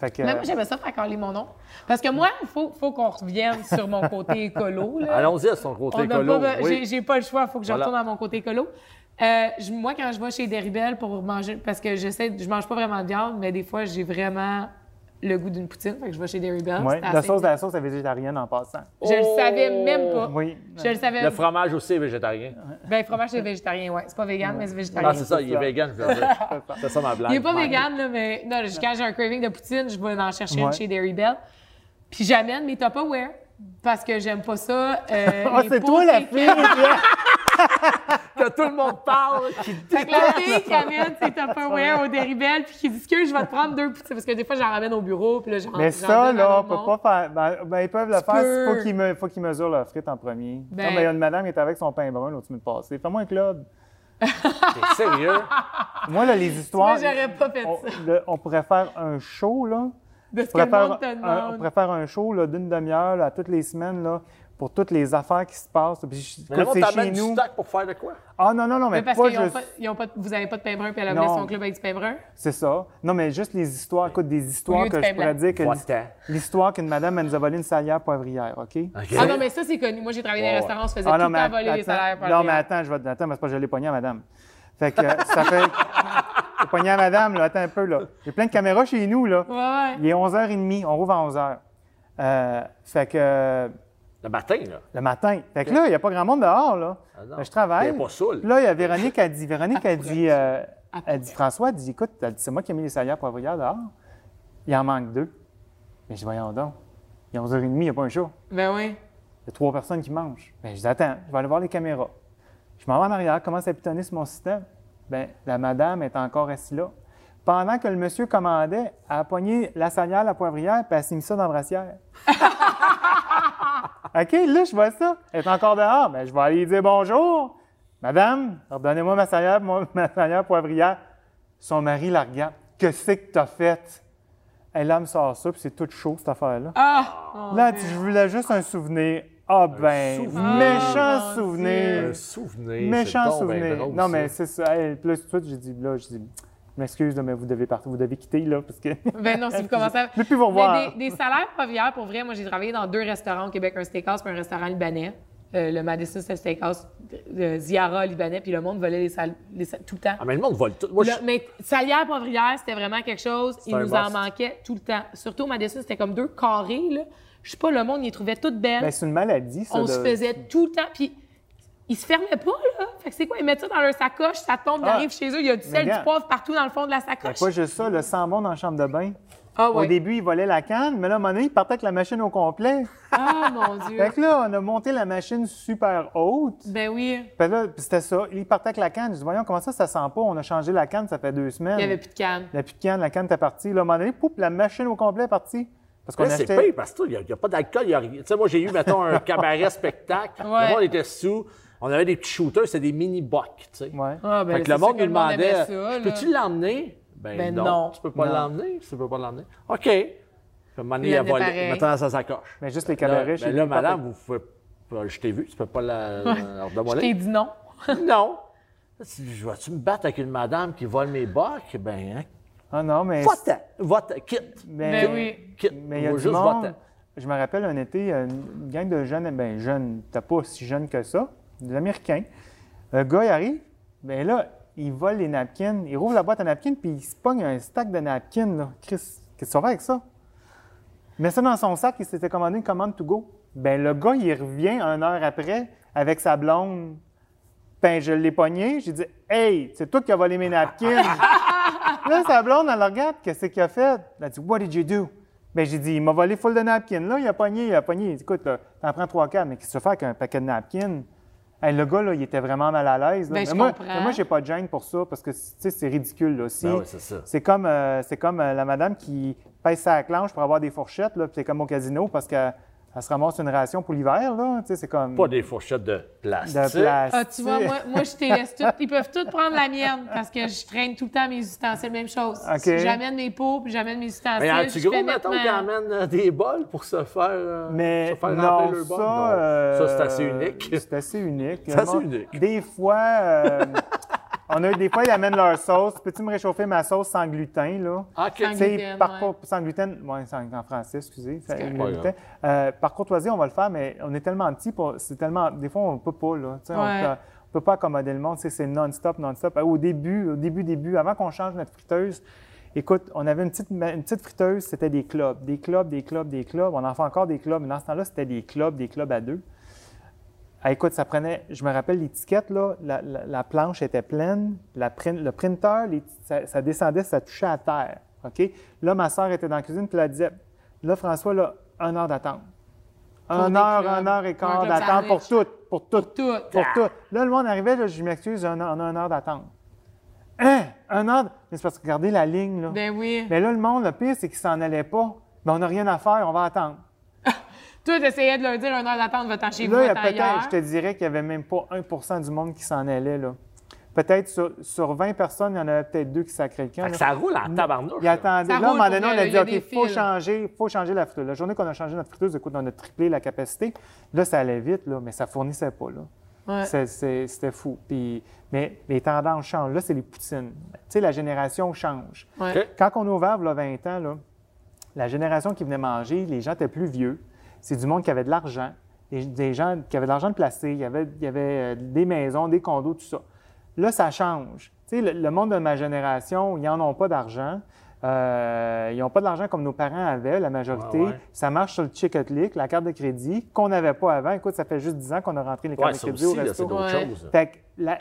D: Fait que,
C: Mais moi, j'aimais ça faire caler mon nom. Parce que moi, il faut, faut qu'on revienne sur mon côté écolo. Là.
A: Allons-y à son
C: On
A: côté
C: n'a
A: écolo.
C: pas-
A: oui.
C: j'ai- J'ai pas le choix, il faut que je
A: Voilà.
C: retourne à mon côté écolo. Euh, je- moi, quand je vais chez Deribel pour manger, parce que j'essaie, je mange pas vraiment de viande, mais des fois, j'ai vraiment le goût d'une poutine, fait que je vais chez Deribel.
D: ouais,
C: c'est
D: la
C: assez-
D: sauce Oh! de la sauce est végétarienne en passant.
C: Je le savais même pas.
D: Oui.
C: Je le savais.
A: Le fromage aussi est végétarien.
C: Ben, le fromage, c'est végétarien, ouais. C'est pas vegan, mais c'est végétarien.
A: Ah, c'est ça, il est vegan, je veux dire. C'est ça ma blague.
C: Il n'est pas vegan, là, mais non, je- quand j'ai un craving de poutine, je vais en chercher une
D: Ouais.
C: chez Dairy Bell. Puis j'amène mes Tupperware parce que j'aime pas ça. euh,
D: Oh,
C: les
D: c'est
C: pots
D: toi la
C: séquents.
D: fille! Pierre!
A: Que tout le monde parle, qui
C: Fait que la fille qui amène ses Tupperware au Dairy Bell puis qui dit que je vais te prendre deux poutines parce que des fois, j'en ramène au bureau puis là, j'en
D: Mais
C: j'en
D: ça,
C: donne à
D: là, on
C: mon
D: peut
C: monde.
D: pas faire. Ben, ben, ils peuvent le
C: Tu
D: faire. Il
C: peux.
D: faut qu'ils me- faut qu'ils mesurent leur frite en premier.
C: Ben-
D: Non, mais il y a une madame qui était avec son pain brun l'autre semaine passée. Fais-moi un club.
A: est sérieux.
D: Moi, là, les
C: Moi,
D: histoires.
C: j'aurais pas fait
D: on,
C: ça.
D: le- on pourrait faire un show, là.
C: De ce que
D: On
C: le
D: pourrait faire
C: monde te
D: un, on
C: demande.
D: pourrait faire un show là, d'une demi-heure là, à toutes les semaines là, pour toutes les affaires qui se passent. Puis, je-
A: Mais
D: écoute,
A: le monde
D: c'est chez
A: t'amène du
D: nous.
A: stock pour faire de quoi?
D: Ah non, non, non, mais,
C: Mais parce
D: pas
C: qu'ils ont
D: juste.
C: pas, ils ont pas- vous avez pas de pain brun puis elle a amené
D: Non.
C: son club avec du pain brun.
D: C'est ça. Non, mais juste les histoires. Écoute, des histoires
C: lieu
D: que
C: du
D: je
C: pain
D: pourrais
C: blanc.
D: dire que.
A: Va-t'en.
D: L'histoire qu'une madame, elle nous a volé une salière poivrière, OK?
C: Ah non, mais ça, c'est connu. Moi, j'ai travaillé dans les
A: Ouais,
C: restaurants, on se faisait
D: Ah
C: tout le temps
D: att-
C: voler les
D: attends.
C: salaires. par
D: Non,
C: les-
D: mais attends, je vais te attends, parce que je l'ai pogné à madame. Fait que euh, ça fait. J'ai pogné à madame, là, attends un peu, là. J'ai plein de caméras chez nous, là.
C: Ouais, ouais.
D: Il est 11h30, on rouvre à 11h. Euh, fait que euh,
A: Le matin, là.
D: le matin. Fait que là, il n'y a pas grand monde dehors, là.
A: Ah non.
D: Fait que Ben, je travaille.
A: T'es pas saoul.
D: Puis là, il y a Véronique, elle dit, Véronique,
C: Ah,
D: elle dit, euh,
C: Après.
D: elle dit, François, elle dit, écoute, elle dit, c'est moi qui ai mis les salières poivrières dehors. Il en manque deux. Mais je dis, voyons donc. Il est 11h30, il n'y a pas un show.
C: Ben oui.
D: Il y a trois personnes qui mangent. Ben, je dis, attends, je vais aller voir les caméras. Je m'en vais en arrière, commence à pitonner sur mon système. Ben, la madame est encore assise là. Pendant que le monsieur commandait, elle a pogné la salière, la poivrière, puis elle s'est mis ça dans la brassière. OK, là, je vois ça. Elle est encore dehors. Ben, je vais aller lui dire bonjour. Madame, redonnez-moi ma salière, mon- ma salière poivrière. Son mari la regarde. Que c'est que t'as fait? Elle, là, me sort ça, puis c'est tout chaud, cette affaire-là.
C: Ah!
D: Là, tu- je voulais juste un souvenir. Ah ben,
A: souvenir.
D: méchant
C: Ah, mon
D: souvenir.
A: Un souvenir.
D: euh, Méchant
A: c'est donc ben
D: souvenir.
A: drôle,
D: non,
A: ça.
D: mais c'est ça. Hey, puis là, tout de suite, j'ai dit, là, je dis, je m'excuse, là, mais vous devez partir, vous devez quitter, là, parce que...
C: Ben non, si vous commencez à...
D: Mais puis, vous revoir.
C: Ben, des, des salaires provières, pour vrai, moi, j'ai travaillé dans deux restaurants au Québec, un steakhouse puis un restaurant libanais. Euh, le Madison c'était le Steakhouse, euh, Ziara libanais, puis le monde volait les, sal- les sal- tout le temps.
A: Ah, mais le monde vole tout. Moi, je
C: Le- mais salière poivrière, c'était vraiment quelque chose. Il
A: un
C: nous en
A: must.
C: manquait tout le temps. Surtout au Madison, c'était comme deux carrés. Là. Je sais pas, le monde, il les trouvait toutes belles.
D: Ben, c'est une maladie, ça.
C: on
D: de-
C: se faisait tout le temps. Puis ils se fermaient pas, là. Fait que c'est quoi? Ils mettent ça dans leur sacoche, ça tombe, ils
D: Ah.
C: arrivent chez eux, il y a du
D: Mais
C: sel, du
D: regarde.
C: poivre partout dans le fond de la
D: Ben,
C: sacoche.
D: pas juste ça, le sambon dans la chambre de bain.
C: Ah ouais.
D: Au début, il volait la canne, mais là, à un moment donné, il partait avec la machine au complet.
C: Ah mon Dieu.
D: Fait que là, on a monté la machine super haute.
C: Ben oui.
D: Puis là, puis c'était ça. Il partait avec la canne. Je dis, voyons, comment ça, ça sent pas? On a changé la canne, ça fait deux semaines.
C: Il n'y avait plus de canne.
D: La canne, la canne était partie. Là, à un moment donné, poup, la machine au complet est partie. Parce qu'on
A: Là, c'est
D: achetait.
A: pire parce que il n'y a, pas d'alcool, il y a rien. Tu sais, moi, j'ai eu, mettons, un cabaret spectacle.
C: Ouais.
A: Le monde était sous. On avait des petits shooters, c'était des mini-bucks, tu sais.
D: Ouais.
C: Ah, ben
A: fait
C: là,
A: que le
C: c'est sûr
A: monde nous
C: monde
A: demandait
C: aimait ça,
A: Je Peux-tu
C: là.
A: l'emmener ben,
C: Ben
A: non,
C: non.
A: Tu peux pas
D: Non.
A: l'emmener. Tu peux pas l'emmener. OK. Puis, à un moment donné, il a
C: l'amenait
A: volé.
C: pareil.
A: Maintenant, dans sa sacoche.
D: Mais juste les
A: Là,
D: cabarets.
A: ben
D: chez
A: là,
D: nous, pas
A: madame, vous pouvez. pas- Je t'ai vu, tu peux pas la. la
C: Je
A: redemander.
C: t'ai dit non.
A: Non. Tu dis, Vas-tu me battre avec une madame qui vole mes bacs? Ben, hein.
D: Ah non, mais.
A: va-t'en. Va-t'en. Quitte.
D: Mais,
C: Ben oui.
A: Quitte.
D: mais il y a
A: Ou
D: du
A: juste
D: monde.
A: va-t'en.
D: je me rappelle un été, euh, une gang de jeunes, ben jeunes, t'as pas si jeune que ça, des Américains. Le gars, il arrive, ben là, il vole les napkins, il rouvre la boîte à napkins, puis il se pogne un stack de napkins, là. Chris, qu'est-ce qu'on fait avec ça? Il met ça dans son sac, il s'était commandé une commande to go. Ben le gars, il revient une heure après avec sa blonde. Ben, je l'ai pogné, j'ai dit, hey, c'est toi qui as volé mes napkins. Là, sa blonde, elle le regarde, qu'est-ce qu'il a fait? Elle a dit, What did you do? Ben, j'ai dit, il m'a volé full de napkins. Là, il a pogné, il a pogné. Il dit, écoute, là, t'en prends trois, quatre, mais qu'est-ce que tu fais avec un paquet de napkins? Hey, le gars, là, il était vraiment mal à l'aise. là.
C: Ben,
D: Mais
C: je
D: moi,
C: comprends.
D: mais moi, j'ai pas de gêne pour ça parce que, tu sais, c'est ridicule, là, aussi.
A: Ben oui, c'est ça.
D: C'est comme, euh, c'est comme euh, la madame qui pèse sa clanche pour avoir des fourchettes, là, puis c'est comme au casino parce qu'elle elle se ramasse une ration pour l'hiver, là. Tu sais, c'est comme.
A: Pas des fourchettes de plastique.
D: de place.
C: Ah, tu vois, moi, moi, je te laisse toutes. Ils peuvent toutes prendre la mienne parce que je traîne tout le temps mes ustensiles, même chose.
D: OK.
C: Si J'amène mes pots, puis j'amène mes ustensiles.
A: Mais en tu
C: je
A: gros,
C: fais
A: mettons
C: mettre
A: qu'ils
C: ma-
A: amènent euh, des bols pour se faire, euh,
D: Mais
A: se faire
D: non,
A: remplir leur bol?
D: ça, euh,
A: ça, c'est assez unique.
D: C'est assez unique.
A: C'est assez
D: Vraiment,
A: unique.
D: Des fois, euh, on a eu des fois ils amènent leur sauce. Peux-tu me réchauffer ma sauce sans gluten là
A: OK.
D: Tu
C: Ah, Sans
D: sais,
C: gluten,
D: par
C: ouais.
D: co- sans gluten, ouais, sans- en français, excusez, sans
C: correct.
D: gluten.
A: Pas grave.
D: Euh, par courtoisie, on va le faire, mais on est tellement petit, pour- c'est tellement, des fois, on ne peut pas là. Tu sais, on
C: Ouais.
D: peut- on peut pas accommoder le monde. Tu sais, C'est non-stop, non-stop. Euh, Au début, au début, début, avant qu'on change notre friteuse, écoute, on avait une petite, ma- une petite friteuse, c'était des clubs, des clubs, des clubs, des clubs. On en fait encore des clubs, mais dans ce temps-là, c'était des clubs, des clubs à deux. Ah, écoute, ça prenait, je me rappelle l'étiquette, là, la, la- la planche était pleine, la prin- le printer, les- ça, ça descendait, ça touchait à terre. OK? Là, ma soeur était dans la cuisine, puis elle disait, là, François, là, un heure d'attente. Un
C: des
D: heure,
C: clubs.
D: un heure et
C: Un
D: quart
C: club
D: d'attente pour tout,
C: sandwich.
D: pour tout,
C: tout.
D: pour tout. Là, le monde arrivait, là, je m'excuse, on a, on a une heure d'attente. Hein? Un heure? d- Mais c'est parce que regardez la ligne, là.
C: Ben oui.
D: Mais là, le monde, le pire, c'est qu'il s'en allait pas. Mais on n'a rien à faire, on va attendre.
C: Toi, t'essayais de leur dire une heure d'attente, va-t'en chez vous,
D: Là, il y a
C: va-t'en
D: peut-être,
C: ailleurs.
D: je te dirais qu'il n'y avait même pas 1 du monde qui s'en allait. là. Peut-être sur, sur 20 personnes, il y en avait peut-être deux qui sacraient le camp.
A: Fait que
D: là.
A: ça roule en tabarnouche.
D: Il
A: là.
D: attendait.
C: Ça
D: là, à un
C: roule
D: moment
C: pour
D: donné,
C: vrai,
D: on a
C: là, il
D: dit
C: y a
D: OK,
C: des
D: il faut
C: fils.
D: changer, faut changer la friteuse. La journée qu'on a changé notre friteuse, écoute, on a triplé la capacité. Là, ça allait vite, là, mais ça fournissait pas. Là.
C: Ouais.
D: C'est- c'est- C'était fou. Puis, mais les tendances changent. Là, c'est les poutines. Tu sais, la génération change.
C: Ouais.
A: OK.
D: Quand on a ouvert, il 20 ans, là, la génération qui venait manger, les gens étaient plus vieux. C'est du monde qui avait de l'argent, des, des gens qui avaient de l'argent de placer, il y avait, il y avait euh, des maisons, des condos, tout ça. Là, ça change. Tu sais, le, le monde de ma génération, ils n'en ont pas d'argent. Euh, ils n'ont pas de l'argent comme nos parents avaient, la majorité.
A: Ouais, ouais.
D: Ça marche sur le chick lick, la carte de crédit, qu'on n'avait pas avant. Écoute, ça fait juste 10 ans qu'on a rentré les cartes
A: Ouais,
D: de
A: ça
D: crédit
A: aussi,
D: au
A: là,
D: resto.
A: c'est d'autres
C: Ouais.
A: choses. hein.
D: Fait que la-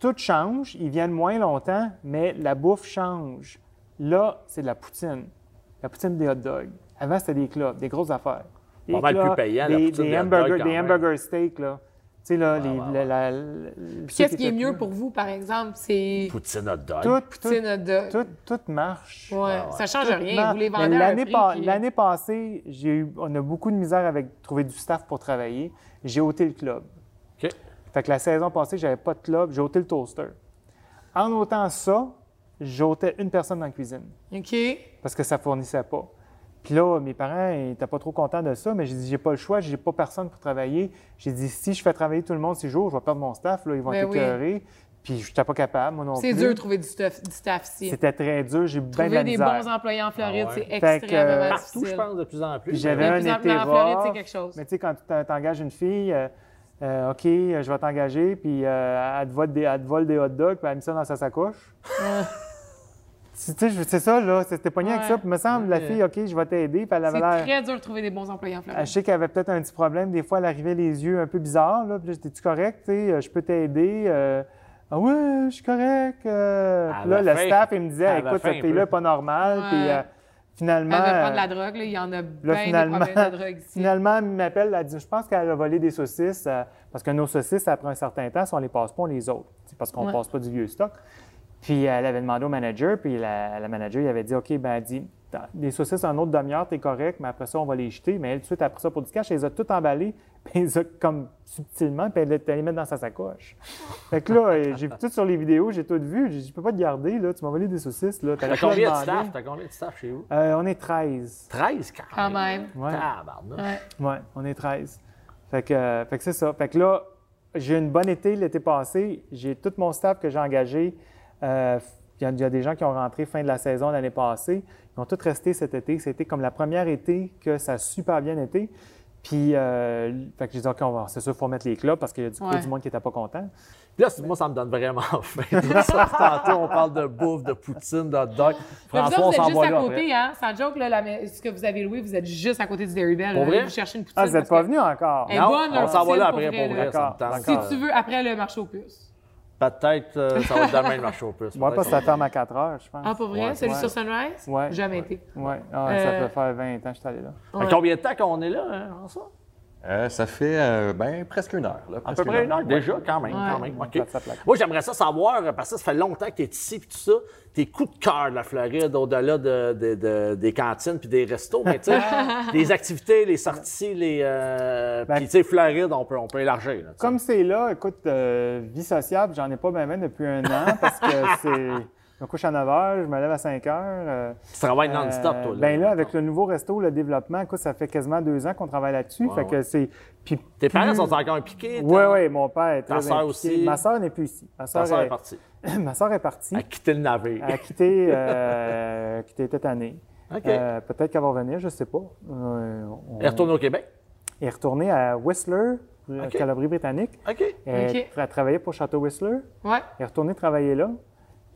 D: tout change, ils viennent moins longtemps, mais la bouffe change. Là, c'est de la poutine. La poutine des hot dogs. Avant, c'était des clubs, des grosses affaires. Des
A: Pas mal
D: clubs,
A: plus payant, la
D: des,
A: poutine
D: des
A: des hot dogs,
D: hamburgers,
A: quand
D: des
A: même.
D: hamburger steak, là. Tu sais, là, les,
A: ouais,
D: la-
A: ouais.
D: la- la-
C: Puis
D: ceux
C: qu'est-ce qui est
D: étaient
C: mieux pour vous, par exemple? C'est
A: Poutine hot dog.
D: Tout, tout,
C: poutine hot dog.
D: tout, tout marche.
C: Ouais, Ça change
D: Tout
C: rien.
D: marche.
C: Vous les
D: Mais
C: vendez à un
D: l'année
C: prix
D: pa-
C: qui-
D: L'année passée, j'ai eu, on a beaucoup de misère avec trouver du staff pour travailler. J'ai ôté le club.
A: OK.
D: Fait que la saison passée, j'avais pas de club, j'ai ôté le toaster. En ôtant ça, j'ôtais une personne dans la cuisine
C: OK.
D: parce que ça fournissait pas. Puis là, mes parents ils étaient pas trop contents de ça, mais j'ai dit j'ai pas le choix, j'ai pas personne pour travailler. J'ai dit si je fais travailler tout le monde six jours, je vais perdre mon staff, là, ils vont
C: Ben
D: être
C: oui.
D: écœurés. Puis je pas capable, moi non
C: C'est
D: plus.
C: dur de trouver du stuff, du staff ici.
D: C'était très dur, j'ai bien de
C: Trouver
D: la
C: des
D: misère.
C: bons employés en Floride,
A: Ah ouais.
C: c'est
D: que, euh,
C: extrêmement
A: Partout, je
C: difficile.
A: pense, de plus en plus.
D: Puis j'avais
C: Les
D: un
C: plus
D: été
C: en Floride, c'est
D: rough.
C: quelque chose.
D: Mais tu sais, quand tu t'engages une fille, euh, euh, OK, euh, je vais t'engager, puis euh, elle, te vole des, elle te vole des hot dogs, puis elle met ça dans sa sacoche. C'est- tu sais, je- c'est ça, là. C'était pogné avec
C: Ouais.
D: ça. Puis me semble, la fille, OK, je vais t'aider, puis elle avait
C: C'est
D: l'air. Ah,
C: très dur de trouver des bons employés en
D: Elle,
C: Floride.
D: Je sais qu'elle avait peut-être un petit problème. Des fois, elle arrivait les yeux un peu bizarres. Là, puis là, j'étais-tu correct? Tu sais, euh, je peux t'aider? Euh, ah ouais, je suis correct. euh.
A: Elle
D: Puis là,
A: avait
D: le
A: faim.
D: staff, il me disait,
A: Elle avait
D: écoute,
A: faim
D: cette
A: un
D: fille-là n'est
A: peu.
D: pas normale. Puis
C: Ouais.
D: euh, finalement.
C: Elle veut prendre
D: euh,
C: de la drogue, là. Il y en a
D: Là,
C: bien
D: finalement,
C: des problèmes de drogue ici.
D: finalement, elle m'appelle, elle dit Je pense qu'elle a volé des saucisses, euh, parce que nos saucisses, après un certain temps, si on les passe pas, on les autres. C'est parce qu'on ne
C: Ouais.
D: passe pas du vieux stock. Puis elle avait demandé au manager, puis la, la manager, il avait dit OK, ben elle dit T'as- Des saucisses, un autre demi-heure, t'es correct, mais après ça, on va les jeter. Mais elle, tout de suite, après ça, pour du cash, elle les a toutes emballées, puis elle les a comme subtilement, puis elle les- elle les met dans sa sacoche. Fait que là, euh, j'ai vu tout sur les vidéos, j'ai tout vu. J'ai dit Je peux pas te garder, là, tu m'as volé des saucisses, là.
A: T'as
D: t'avais pas
A: combien de
D: demandé.
A: staff? T'as combien de staff chez vous?
D: Euh, On est 13.
A: 13 quand
C: Quand même.
D: Ouais.
A: Tabarnouche.
C: Ouais.
D: Oui, on est 13. Fait que, euh, fait que c'est ça. Fait que là, j'ai eu une bonne été l'été passé. J'ai tout mon staff que j'ai engagé. euh, f- Il y a déjà des gens qui ont rentré fin de la saison l'année passée. Ils ont tous resté cet été. C'était comme la première été que ça a super bien été. Puis, euh, fait que j'ai dit, OK, on va- c'est sûr qu'il faut mettre les clubs parce qu'il y a du,
C: Ouais.
D: du monde qui n'était pas content.
A: Puis là, c'est- moi, ça me donne vraiment faim. Tout ça, tantôt, on parle de bouffe, de poutine, de dog.
C: Mais vous autres,
A: François, on
C: vous êtes
A: s'en
C: juste
A: va
C: à
A: là après.
C: côté, hein? Sans joke, là, la mais- ce que vous avez loué, vous êtes juste à côté du Dairy Bell.
A: Pour
C: là.
A: vrai?
C: Vous cherchez une poutine.
D: Ah, vous n'êtes
C: parce
D: pas
C: que-
D: venu encore?
C: Eh,
A: Non,
C: bonne,
A: on
C: leur
A: s'en va là
C: poutine,
A: après
C: pour
A: pour
C: vrai,
A: vrai. ça me
D: d'accord.
A: tente.
C: Si tu veux, après le marché aux puces.
A: Peut-être euh, ça va être demain le marché aux puces.
D: Moi,
A: peut-être
D: parce que ça ferme à 4 heures, je pense.
C: Ah, pour vrai?
A: Ouais,
C: Celui
D: ouais.
C: sur Sunrise?
D: Ouais.
C: Jamais été.
D: Ouais, Ah, ça
C: Euh,
D: peut faire 20 ans que je suis allé là.
A: Fait Combien de temps qu'on est là, hein, en ça?
B: Euh, ça fait euh, ben, presque une heure. Là,
A: À peu près une heure déjà, quand même. Quand même. OK.
D: Ça, ça plaque.
A: Moi, j'aimerais ça savoir, euh, parce que ça fait longtemps que tu es ici et tout ça, tes coups de cœur de la Floride, au-delà de- de- de- des cantines puis des restos, mais tu sais, les activités, les sorties, les. euh,
D: Ben-
A: puis tu sais, Floride, on peut, on peut élargir. là, tu sais.
D: Comme c'est là, écoute, euh, vie sociable, j'en ai pas bien ben depuis un an parce que c'est. Je me couche à 9 h, je me lève à 5 heures. euh,
A: Tu travailles non-stop,
D: Euh,
A: toi.
D: ben là, avec le nouveau resto, le développement, écoute, ça fait quasiment deux ans qu'on travaille là-dessus. fait que c'est. Puis
A: Tes parents
D: plus-
A: sont encore impliqués?
D: Oui,
A: ta-
D: oui, mon père est très
A: sœur
D: impliqué.
A: aussi?
D: Ma soeur n'est plus ici. Ma
A: Ta
D: soeur,
A: soeur
D: est...
A: est partie.
D: Ma sœur est partie.
A: Elle a quitté le navire.
D: Elle a quitté, euh, quitté cette année.
A: OK.
D: Euh, Peut-être qu'elle va revenir, je ne sais pas. Euh, on-
A: Elle retourne au Québec?
D: Elle est retournée à Whistler,
A: OK.
D: Calabrie-Britannique.
A: OK.
D: Elle,
C: OK.
D: elle travaillait pour Château Whistler.
C: Ouais.
D: Elle est retournée travailler là.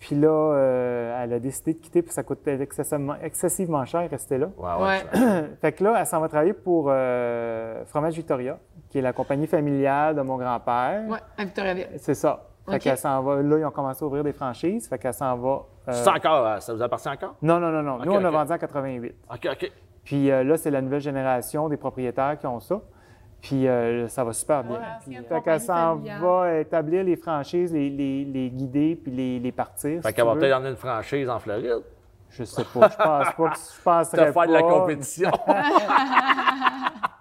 D: Puis là, euh, elle a décidé de quitter, puis ça coûtait excessivement, excessivement cher rester là.
A: Ouais,
C: Ouais.
A: je-
D: Fait que là, elle s'en va travailler pour euh, Fromage Victoria, qui est la compagnie familiale de mon grand-père.
C: Ouais, à Victoriaville.
D: C'est ça. Fait
C: OK.
D: qu'elle s'en va. Là, ils ont commencé à ouvrir des franchises. Fait qu'elle s'en va. euh,
A: C'est encore, euh, ça vous appartient encore?
D: Non, non, non, non. Nous,
A: OK,
D: on a
A: OK.
D: vendu en 88.
A: OK, OK.
D: Puis euh, là, c'est la nouvelle génération des propriétaires qui ont ça. Puis euh, ça va super bien.
C: Ouais,
D: Puis,
C: ancienne
D: fait qu'elle s'en
C: compagnie familiale.
D: va établir les franchises, les, les- les guider, puis les, les partir.
A: Fait
D: si
A: qu'elle
D: tu
A: va
D: veux.
A: peut-être donner une franchise en Floride.
D: Je sais pas. Je pense pas. que- Je
A: Te
D: penserais
A: faire
D: pas.
A: de la compétition.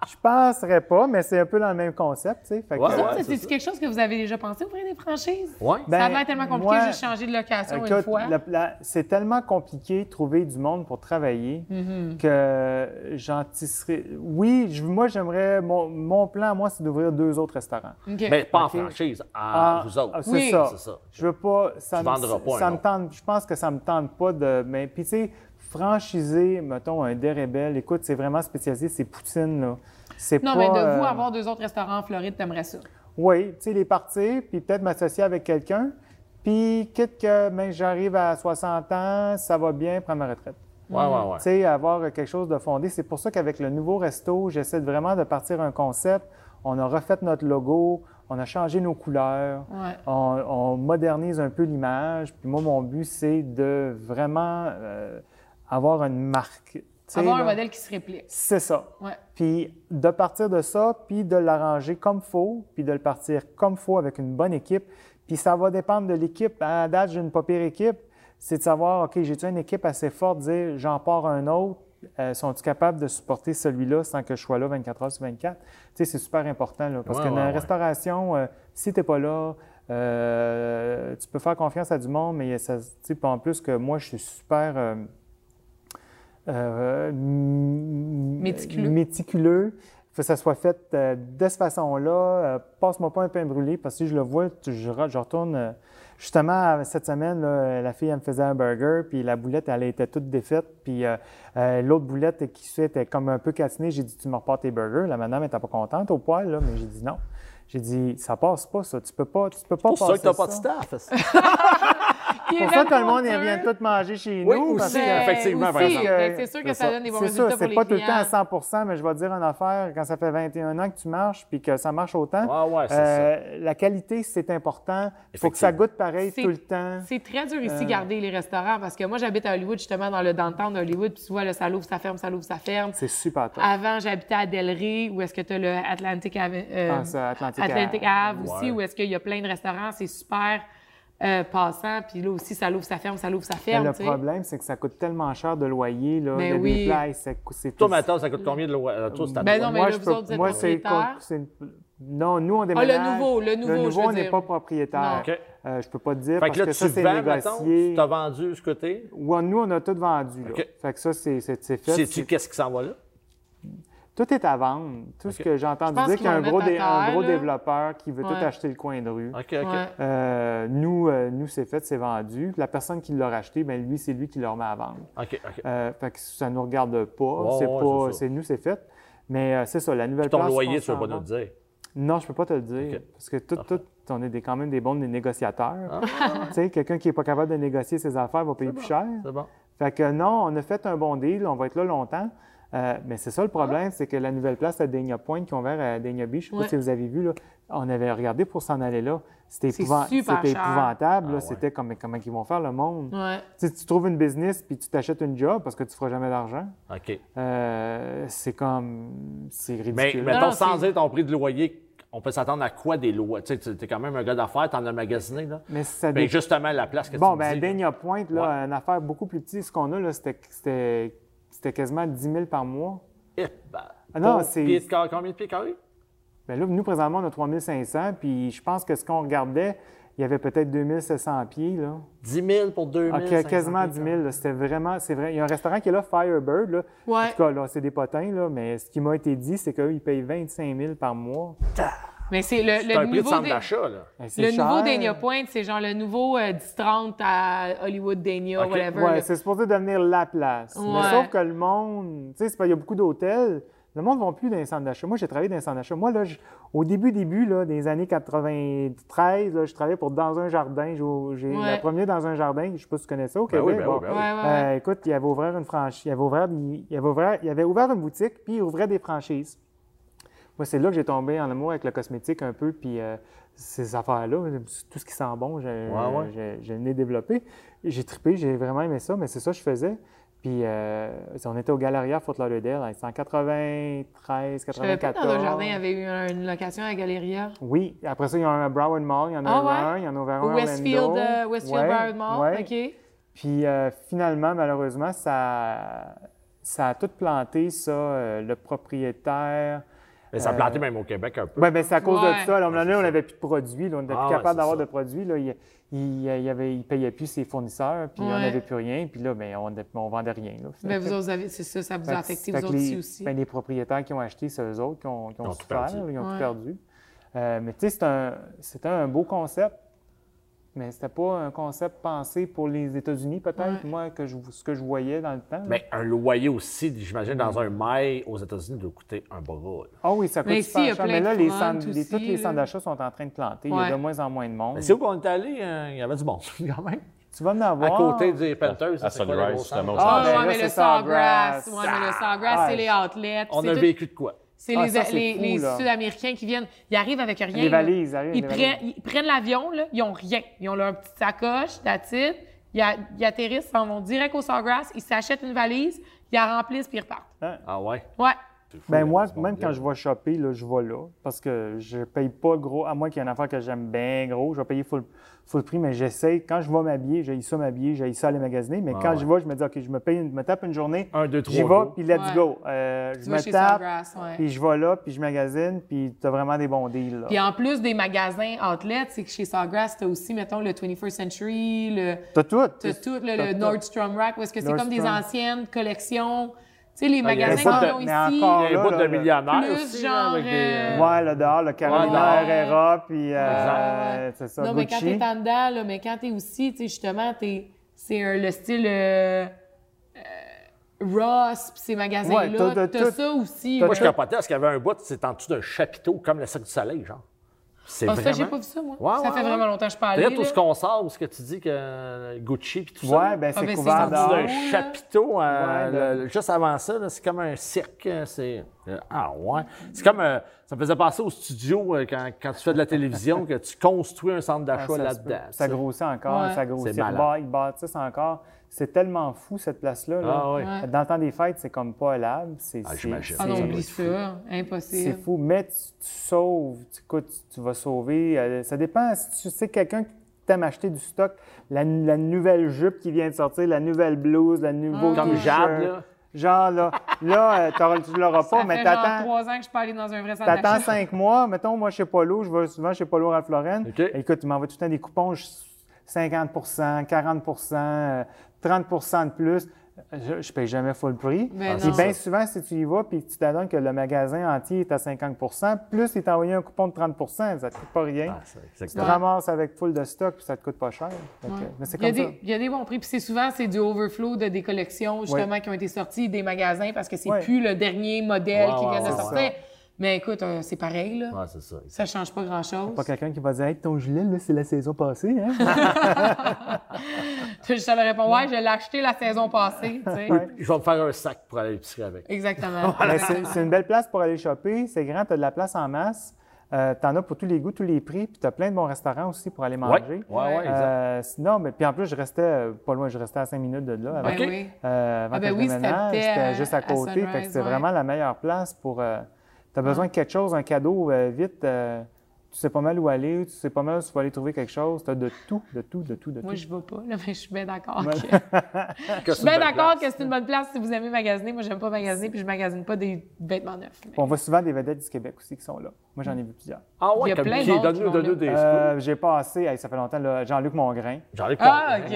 D: Je penserais pas, mais c'est un peu dans le même concept, tu sais. Fait que- euh,
A: Ouais,
C: Ça,
A: ouais.
C: ça,
A: c'est
C: c'est quelque chose que vous avez déjà pensé ouvrir des franchises?
A: ouais.
D: Ben,
C: ça a l'air tellement compliqué,
D: moi,
C: j'ai changé de location une
D: Écoute,
C: fois.
D: la- la- c'est tellement compliqué de trouver du monde pour travailler
C: Mhm.
D: que j'en tisserais. Oui, je- moi, j'aimerais. Mon, mon plan, moi, c'est d'ouvrir deux autres restaurants.
C: OK.
A: Mais pas en
D: OK.
A: franchise, en
D: Ah,
A: vous autres.
D: ah, c'est
C: Oui.
D: ça.
A: C'est ça.
D: Je veux pas. Ça
A: Tu
D: me,
A: vendras pas un
D: ça me
A: autre.
D: tente. Je pense que ça me tente pas de. Mais puis tu sais, franchiser, mettons un dérébel. Écoute, c'est vraiment spécialisé, c'est poutine là. C'est
C: non,
D: pas,
C: mais de vous
D: euh,
C: avoir deux autres restaurants en Floride, t'aimerais ça.
D: Oui, tu sais, les partir, puis peut-être m'associer avec quelqu'un. Puis quitte que ben, j'arrive à 60 ans, ça va bien, prendre ma retraite.
A: Ouais, ouais, ouais.
D: Tu sais, avoir quelque chose de fondé. C'est pour ça qu'avec le nouveau resto, j'essaie de vraiment de partir un concept. On a refait notre logo, on a changé nos couleurs,
C: Ouais.
D: on, on modernise un peu l'image. Puis moi, mon but, c'est de vraiment euh, avoir une marque. Tu sais,
C: Avoir un
D: là,
C: modèle qui se réplique.
D: C'est ça.
C: Ouais.
D: Puis de partir de ça, puis de l'arranger comme faut, puis de le partir comme faut avec une bonne équipe. Puis ça va dépendre de l'équipe. À la date, j'ai une pas pire équipe. C'est de savoir, OK, j'ai-tu une équipe assez forte, dire j'en pars un autre. Euh, Sont-ils capables de supporter celui-là sans que je sois là 24 heures sur 24? Tu sais, c'est super important. Là, parce
A: Ouais,
D: que dans
A: ouais,
D: la
A: ouais.
D: restauration, euh, si tu n'es pas là, euh, tu peux faire confiance à du monde, mais ça, tu sais, puis en plus que moi, je suis super. euh, euh, m-
C: Méticuleux.
D: méticuleux. Faut que ça soit fait euh, de cette façon-là. Euh, Passe-moi pas un pain brûlé parce que si je le vois, tu- je, re- je retourne. euh, justement, euh, cette semaine, là, la fille, elle me faisait un burger, puis la boulette, elle était toute défaite. Puis euh, euh, l'autre boulette qui se fait était comme un peu catinée. J'ai dit, tu me repars tes burgers. La madame n'était pas contente au poil, là, mais j'ai dit non. J'ai dit, ça passe pas, ça. Tu peux pas, tu peux pas
A: Pour ça
D: passer
A: que t'as pas de staff.
C: Il est
D: Pour ça
C: belle
D: que le monde il
C: conteur.
D: vient tout manger chez
A: Oui,
D: nous. parce
A: aussi, hein.
D: que-
C: Ben,
A: effectivement, par
C: aussi,
A: exemple.
C: fait que Ben, C'est sûr que ça, donne des bons
D: c'est
C: résultats
D: ça,
C: pour
D: c'est
C: les
D: pas tout le
C: clients.
D: temps à 100 mais je vais te dire une affaire, quand ça fait 21 ans que tu marches puis que ça marche autant,
A: Ah Ouais, ouais, c'est
D: euh, la qualité, c'est important. Il faut que ça
A: Effectivement.
D: goûte pareil
C: C'est-
D: tout le temps. Euh.
C: C'est très dur ici garder les restaurants parce que moi, j'habite à Hollywood, justement, dans le downtown d'Hollywood. Puis tu vois, là, ça l'ouvre, ça ferme, ça l'ouvre, ça ferme.
D: C'est super top.
C: Avant, j'habitais à Delray, où est-ce que tu as le Atlantic Ave. euh,
D: Ah, ça, Atlantic
C: Atlantic Ave
D: Ave.
C: aussi, où est-ce qu'il y a plein de restaurants. C'est super euh, passant. Puis là aussi, ça l'ouvre, ça ferme, ça l'ouvre, ça
D: Mais
C: ferme.
D: le
C: tu sais.
D: problème, c'est que ça coûte tellement cher de loyer. Là.
C: Ben
D: Il y a
C: oui.
D: des places, ça coûte- c'est
A: Toi, maintenant, ça coûte combien de loyer? Euh, Toi, c'est à
C: Ben
A: toi.
C: non, mais là,
D: je
C: vous
D: peux-
C: autres, vous êtes
D: moi, c'est quoi-
C: propriétaires?
D: c'est une- Non, nous, on déménage.
C: nouveau, le nouveau, je
D: Le nouveau,
C: veux
D: on n'est
C: dire.
D: pas propriétaire.
A: Non. OK.
D: Euh, je peux pas te dire
A: Fait
D: parce
A: que là,
D: que
A: tu
D: ça, c'est
A: vends, mettons,
D: négocié.
A: tu t'as vendu ce côté.
D: Ouais, nous, on a tout vendu. là.
A: OK.
D: Fait que ça, c'est c'est- c'est fait.
A: Sais-tu qu'est-ce qui s'en va là?
D: Tout est à vendre. Tout ce
A: Ok.
D: que j'ai entendu
C: pense
D: dire
C: qu'ils
D: qu'il y a
C: vont
D: un
C: le
D: gros,
C: mettre à
D: dé- un
C: terre,
D: gros
C: là.
D: développeur qui veut
C: Ouais.
D: tout acheter le coin de rue.
A: OK, OK.
C: Ouais.
D: Euh, nous, euh, nous c'est fait, c'est vendu. La personne qui l'a racheté, ben lui, c'est lui qui le remet à vendre.
A: OK, OK.
D: Euh, fait que ça nous regarde pas.
A: Ouais,
D: c'est
A: ouais,
D: pas,
A: c'est ça.
D: c'est nous, c'est fait. Mais euh, c'est ça, la nouvelle
A: Ton
D: place,
A: loyer,
D: pense
A: tu ne
D: en
A: veux pas nous
D: vendre.
A: le dire.
D: Non, je peux pas te le dire.
A: Ok.
D: Parce que tout, tout, on est des, quand même des bons des négociateurs.
A: Ah.
D: tu sais, quelqu'un qui est pas capable de négocier ses affaires va payer plus cher.
A: C'est bon.
D: Fait que non, on a fait un bon deal, on va être là longtemps. Euh, mais c'est ça le problème, c'est que la nouvelle place à Dania Point qui ont ouvert à Dania Beach, je sais
C: Ouais.
D: pas si vous avez vu, là, on avait regardé pour s'en aller là. C'était
C: C'est
D: épouvan-
C: super
D: c'était
C: cher.
D: épouvantable. là.
A: Ah ouais.
D: C'était comme comment ils vont faire le monde.
C: Ouais.
D: Tu sais, tu trouves une business puis tu t'achètes une job parce que tu feras jamais d'argent.
A: OK.
D: Euh, c'est comme. C'est
A: Mais
D: ridicule.
A: mettons,
C: non,
A: sans
C: c'est-
A: dire ton prix de loyer, on peut s'attendre à quoi des lois? Tu sais, tu es quand même un gars d'affaires, t'en as magasiné, là.
D: Mais ça
A: Ben,
D: dépend-
A: justement, la place que
D: Bon,
A: tu me
D: ben,
A: dis,
D: Dania Pointe, là,
A: Ouais.
D: une affaire beaucoup plus petite. Ce qu'on a, là, c'était- c'était c'était quasiment 10 000 par mois.
A: eh, ben,
D: Ah non,
A: pour
D: c'est-
A: pied de carré- combien de pieds carrés?
D: Bien Ben là, nous, présentement, on a 3500, puis je pense que ce qu'on regardait, il y avait peut-être 2700 pieds, là.
A: 10 000 pour 2 000.
D: Ah, que-
A: 500
D: quasiment
A: pieds
D: 10 000, là. C'était vraiment, c'est vrai. Il y a un restaurant qui est là, Firebird, là.
C: Ouais.
D: En tout cas, là, c'est des potins, là, mais ce qui m'a été dit, c'est qu'eux, ils payent 25 000 par mois.
C: Mais c'est le,
A: C'est
C: le
A: un prix de
C: nouveau.
A: centre
C: des-
A: d'achat, là.
D: Ben, c'est
C: Le
D: cher.
C: nouveau Dania Point, c'est genre le nouveau euh, 10-30 à Hollywood Dania,
A: Ok.
C: whatever.
D: Ouais,
C: là.
D: c'est supposé devenir la place. Mais
C: Ouais.
D: sauf que le monde, tu sais, c'est pas- il y a beaucoup d'hôtels. Le monde ne va plus dans les centres d'achat. Moi, j'ai travaillé dans les centres d'achat. Moi, là, je- au début, début là, des années 93, là, je travaillais pour Dans un jardin. J'ai- J'ai
C: Ouais.
D: la première Dans un jardin, je sais pas si tu connais ça au
A: Ben
D: Québec.
A: oui, ben oui,
D: bon.
A: ben oui.
C: Ouais, ouais, ouais.
D: Euh, écoute, il avait ouvert une franchise. Il avait ouvert, il, il avait ouvert, il avait ouvert une boutique, puis il ouvrait des franchises. Moi, c'est là que j'ai tombé en amour avec le cosmétique un peu, puis euh, ces affaires-là, tout ce qui sent bon, j'ai
A: Ouais, ouais.
D: j'ai- j'ai le nez développé. J'ai trippé, j'ai vraiment aimé ça, mais c'est ça que je faisais. Puis euh, on était au Galeria Fort Lauderdale, hein, c'est en 93,
C: Je savais pas que
D: 94.
C: dans le jardin, il y avait eu un- une location à Galeria.
D: Oui, après ça, il y a un à Broward Mall, il y en a
C: Ah
D: un,
C: ouais?
D: à un, il y en a ouvert
C: Au
D: un à
C: Westfield,
D: Orlando.
C: euh, Westfield
D: Ouais,
C: Broward Mall.
D: ouais.
C: OK.
D: Puis euh, finalement, malheureusement, ça, ça a tout planté, ça, euh, le propriétaire.
A: Mais ça plantait même au Québec un peu.
D: Ouais, ben, c'est à cause
C: Ouais.
D: de ça. Là, à un moment donné, on
A: ça.
D: n'avait plus de produits. là, on n'était
A: Ah ouais,
D: plus capable
A: c'est
D: d'avoir
A: ça.
D: de produits. Là, il, il, il avait, il payait plus ses fournisseurs, puis on
C: Ouais.
D: n'avait plus rien. Puis là, ben, on ne vendait rien. Là,
C: Mais vous autres, avez- c'est ça, ça vous a
D: Fait que-
C: affecté,
D: fait
C: vous
D: que
C: autres,
D: les,
C: ici aussi.
D: ben, les propriétaires qui ont acheté, c'est eux autres qui ont, qui ont
A: Ils ont tout
D: souffert,
A: perdu.
D: là, ils ont
C: Ouais.
D: tout perdu. Euh, mais tu sais, c'est un- c'était un, beau concept, mais c'était pas un concept pensé pour les États-Unis, peut-être,
C: Ouais.
D: moi, que je, ce que je voyais dans le temps. là.
A: Mais un loyer aussi, j'imagine, dans un mail aux États-Unis, doit coûter un bras. là.
D: Ah oui, ça coûte
C: Mais ici, il y a
D: super cher.
C: plein
D: Mais là,
C: de
D: les
C: fronts
D: centres, les-
C: aussi,
D: tous les
C: là.
D: centres d'achat sont en train de planter. Il y
C: Ouais.
D: a de moins en moins de monde.
A: Mais c'est où qu'on est allé? hein? Il y avait du monde, quand même.
D: Tu vas en avoir.
A: À côté des Panthers,
B: à
A: c'est quoi le
B: Sunrise,
A: gros
B: justement,
A: centre?
B: au
C: Ah,
D: Ah, ben
C: ouais,
D: là,
C: mais le
D: c'est
C: Sawgrass.
D: Sawgrass. Ah,
C: Ouais, mais le Sawgrass, c'est
D: Ouais.
C: les outlets. puis
A: On
C: c'est
A: a
C: tout-
A: vécu de quoi?
C: C'est
D: Ah,
C: les,
D: ça, c'est
C: les-
D: fou,
C: les
D: là.
C: Sud-Américains qui viennent. Ils arrivent avec rien.
D: Les
C: là.
D: valises, ils arrivent
C: Ils,
D: avec des
C: prennent, ils prennent l'avion, là, ils ont rien. Ils ont leur petite sacoche, d'attitude. Ils, a- ils atterrissent, ils s'en vont direct au Sawgrass, ils s'achètent une valise, ils la remplissent puis ils repartent.
D: hein?
A: Ah ouais?
C: Ouais.
D: Ben moi,
B: ce
D: même quand je vais shopper, là, je vais là. Parce que je paye pas gros. À moins qu'il y ait une affaire que j'aime bien gros, je vais payer full, full prix, mais j'essaie. Quand je vais m'habiller, j'ai ça m'habiller, j'ai ça aller magasiner. Mais quand je vais, je me dis, OK, je me paye, une- je me tape une journée.
A: Ah Un, deux, trois
D: J'y vais,
A: jours.
D: puis let's
C: Ouais.
D: go. Euh,
C: Tu
D: je
C: vas
D: me
C: chez
D: tape,
C: Sawgrass, ouais.
D: puis je vais là, puis je magasine, puis t'as vraiment des bons deals. là.
C: Puis en plus des magasins outlets, c'est que chez Sawgrass, t'as aussi, mettons, le 21st Century, le,
D: T'as tout.
C: t'as tout, le,
D: T'as
C: le
D: tout.
C: Nordstrom Rack, où est-ce que c'est comme des
D: Nordstrom. Ah,
C: anciennes collections. Tu sais, les
A: il y a
C: magasins
A: pas de-
C: qu'ils ont
D: mais
C: ici.
D: encore,
A: Il y a
D: là,
A: un bout
D: là,
A: de
D: là.
A: millionnaire
C: Plus
A: aussi,
C: genre,
A: là, avec des...
C: euh,
D: Ouais, le dehors, le Carolina
A: dehors.
D: Herrera, puis euh,
C: Exact.
D: c'est ça,
C: non, mais quand
D: Gucci.
C: t'es en dedans, là, mais quand t'es aussi, tu sais, justement, t'es, c'est un- le style euh, euh, Ross, pis ces magasins-là,
D: Ouais, t'as-
C: t'as,
D: t'as tout.
C: ça aussi.
A: Moi,
C: là.
A: je capotais parce qu'il y avait un bout, c'est en dessous d'un chapiteau, comme le Cirque du Soleil, genre. C'est
C: Ah,
A: vraiment...
C: ça, j'ai pas vu ça, moi.
A: Ouais,
C: ça
A: ouais,
C: fait
A: ouais.
C: vraiment longtemps que je
A: Là,
C: parlais.
A: tout ce qu'on sort, où ce que tu dis que euh, Gucci puis tout ça.
D: Ouais,
A: là,
D: ben
C: Ah, ben,
D: c'est
C: c'est
D: couvert
A: en dessous
D: d'or.
A: d'un
C: dehors, là.
A: chapiteau, euh,
D: Ouais,
A: le- le- juste avant ça, là, c'est comme un cirque. euh, C'est... euh, Ah ouais. C'est comme. euh, ça me faisait passer au studio euh, quand, quand tu fais de la télévision que tu construis un centre d'achat
D: Ouais, Ah, ça se peut.
A: là-dedans.
D: Ça
A: tu sais.
D: grossit encore,
C: Ouais.
D: ça grossit.
A: C'est malade.
D: Ils bâ- Ils bâtissent encore. C'est tellement fou, cette place-là. là.
A: Ah ouais. Ouais.
D: Dans le temps des fêtes, c'est comme pas allable. C'est
A: Ah,
D: c'est-
A: j'imagine.
C: Ah non,
A: c'est-
C: oublie
D: c'est-
C: ça.
D: c'est
C: Impossible.
D: fou, mais tu, tu sauves. Tu, écoute, tu- tu vas sauver. euh, ça dépend. Si tu sais quelqu'un qui t'aime acheter du stock, la, la nouvelle jupe qui vient de sortir, la nouvelle blouse, la
C: Ah,
D: nouveau
A: Comme
D: t-shirt.
A: Jade, là.
D: Genre, là, là euh, t'auras- tu l'auras pas,
C: Ça
D: mais
C: fait genre
D: t'attends.
C: trois ans que je parlais dans un vrai centre
D: T'attends
C: d'achat.
D: cinq mois. Mettons, moi, chez Polo, je vais souvent chez Polo à Florène.
A: OK.
D: Écoute, tu m'envoies tout le temps des coupons, je- 50 40 euh, 30 de plus. je, je paye jamais full prix.
C: Mais
D: Puis
C: Ben non.
D: bien souvent, si tu y vas puis tu t'attends que le magasin entier est à 50 plus il t'a envoyé un coupon de 30 ça ne te coûte pas rien.
A: Ah, c'est
D: tu te
A: exactement.
D: ramasses avec full de stock puis ça te coûte pas cher. Fait que-
C: Ouais.
D: Mais c'est
C: il, y a
D: comme ça.
C: des, il y a des bons prix. Puis c'est souvent, c'est du overflow de des collections, justement, qui ont été sorties des magasins parce que c'est
D: Ouais.
C: plus le dernier modèle
A: Ouais,
C: qui
A: ouais,
C: vient de
A: ouais,
C: sortir.
D: ouais.
C: Mais écoute, euh, c'est pareil, là.
A: Ouais, c'est ça.
C: Ça change pas grand-chose.
D: Pas quelqu'un qui va dire hey, ton gilet, là, c'est la saison passée. Hein?
C: Je leur réponds, ouais, je l'ai acheté la saison passée, tu sais.
D: Ouais.
A: Je vais me faire un sac pour aller à l'épicerie avec.
C: Exactement.
D: Mais c'est c'est une belle place pour aller choper. C'est grand, tu as de la place en masse. Euh, T'en as pour tous les goûts, tous les prix. Puis tu as plein de bons restaurants aussi pour aller
A: Ouais,
D: manger.
A: ouais, ouais, exact.
D: Euh, sinon, mais puis en plus, je restais euh, pas loin, je restais à 5 minutes de là. avant-
C: Ben oui.
D: euh, avant
C: Ah, ben
D: que je
C: oui, c'était
D: déménage.
C: à-
D: c'était juste
C: à
D: à côté.
C: Sunrise,
D: fait que c'était
C: ouais. Ah.
D: vraiment la meilleure place pour. euh, T'as besoin de quelque chose, un cadeau, euh, vite. euh, tu sais pas mal où aller, tu sais pas mal si tu vas aller trouver quelque chose. T'as de tout, de tout, de tout, de
C: Moi,
D: tout.
C: je vais pas, là, mais je suis bien d'accord.
D: Ouais.
C: que-
A: Je
C: Je suis bien d'accord que c'est une bonne place si vous aimez magasiner. Moi, j'aime pas magasiner, puis je magasine pas des vêtements neufs. mais-
D: On voit souvent des vedettes du Québec aussi qui sont là. Moi, j'en ai vu plusieurs.
A: Ah
C: Il y
A: ouais,
C: a
A: comme
C: plein de
A: qui?
C: monde
A: Donne-nous
C: qui vont
A: donne-nous des
D: Euh,
A: scoops.
D: J'ai passé, hey, ça fait longtemps, là, Jean-Luc Mongrain.
A: J'en ai pas.
C: Ah, OK.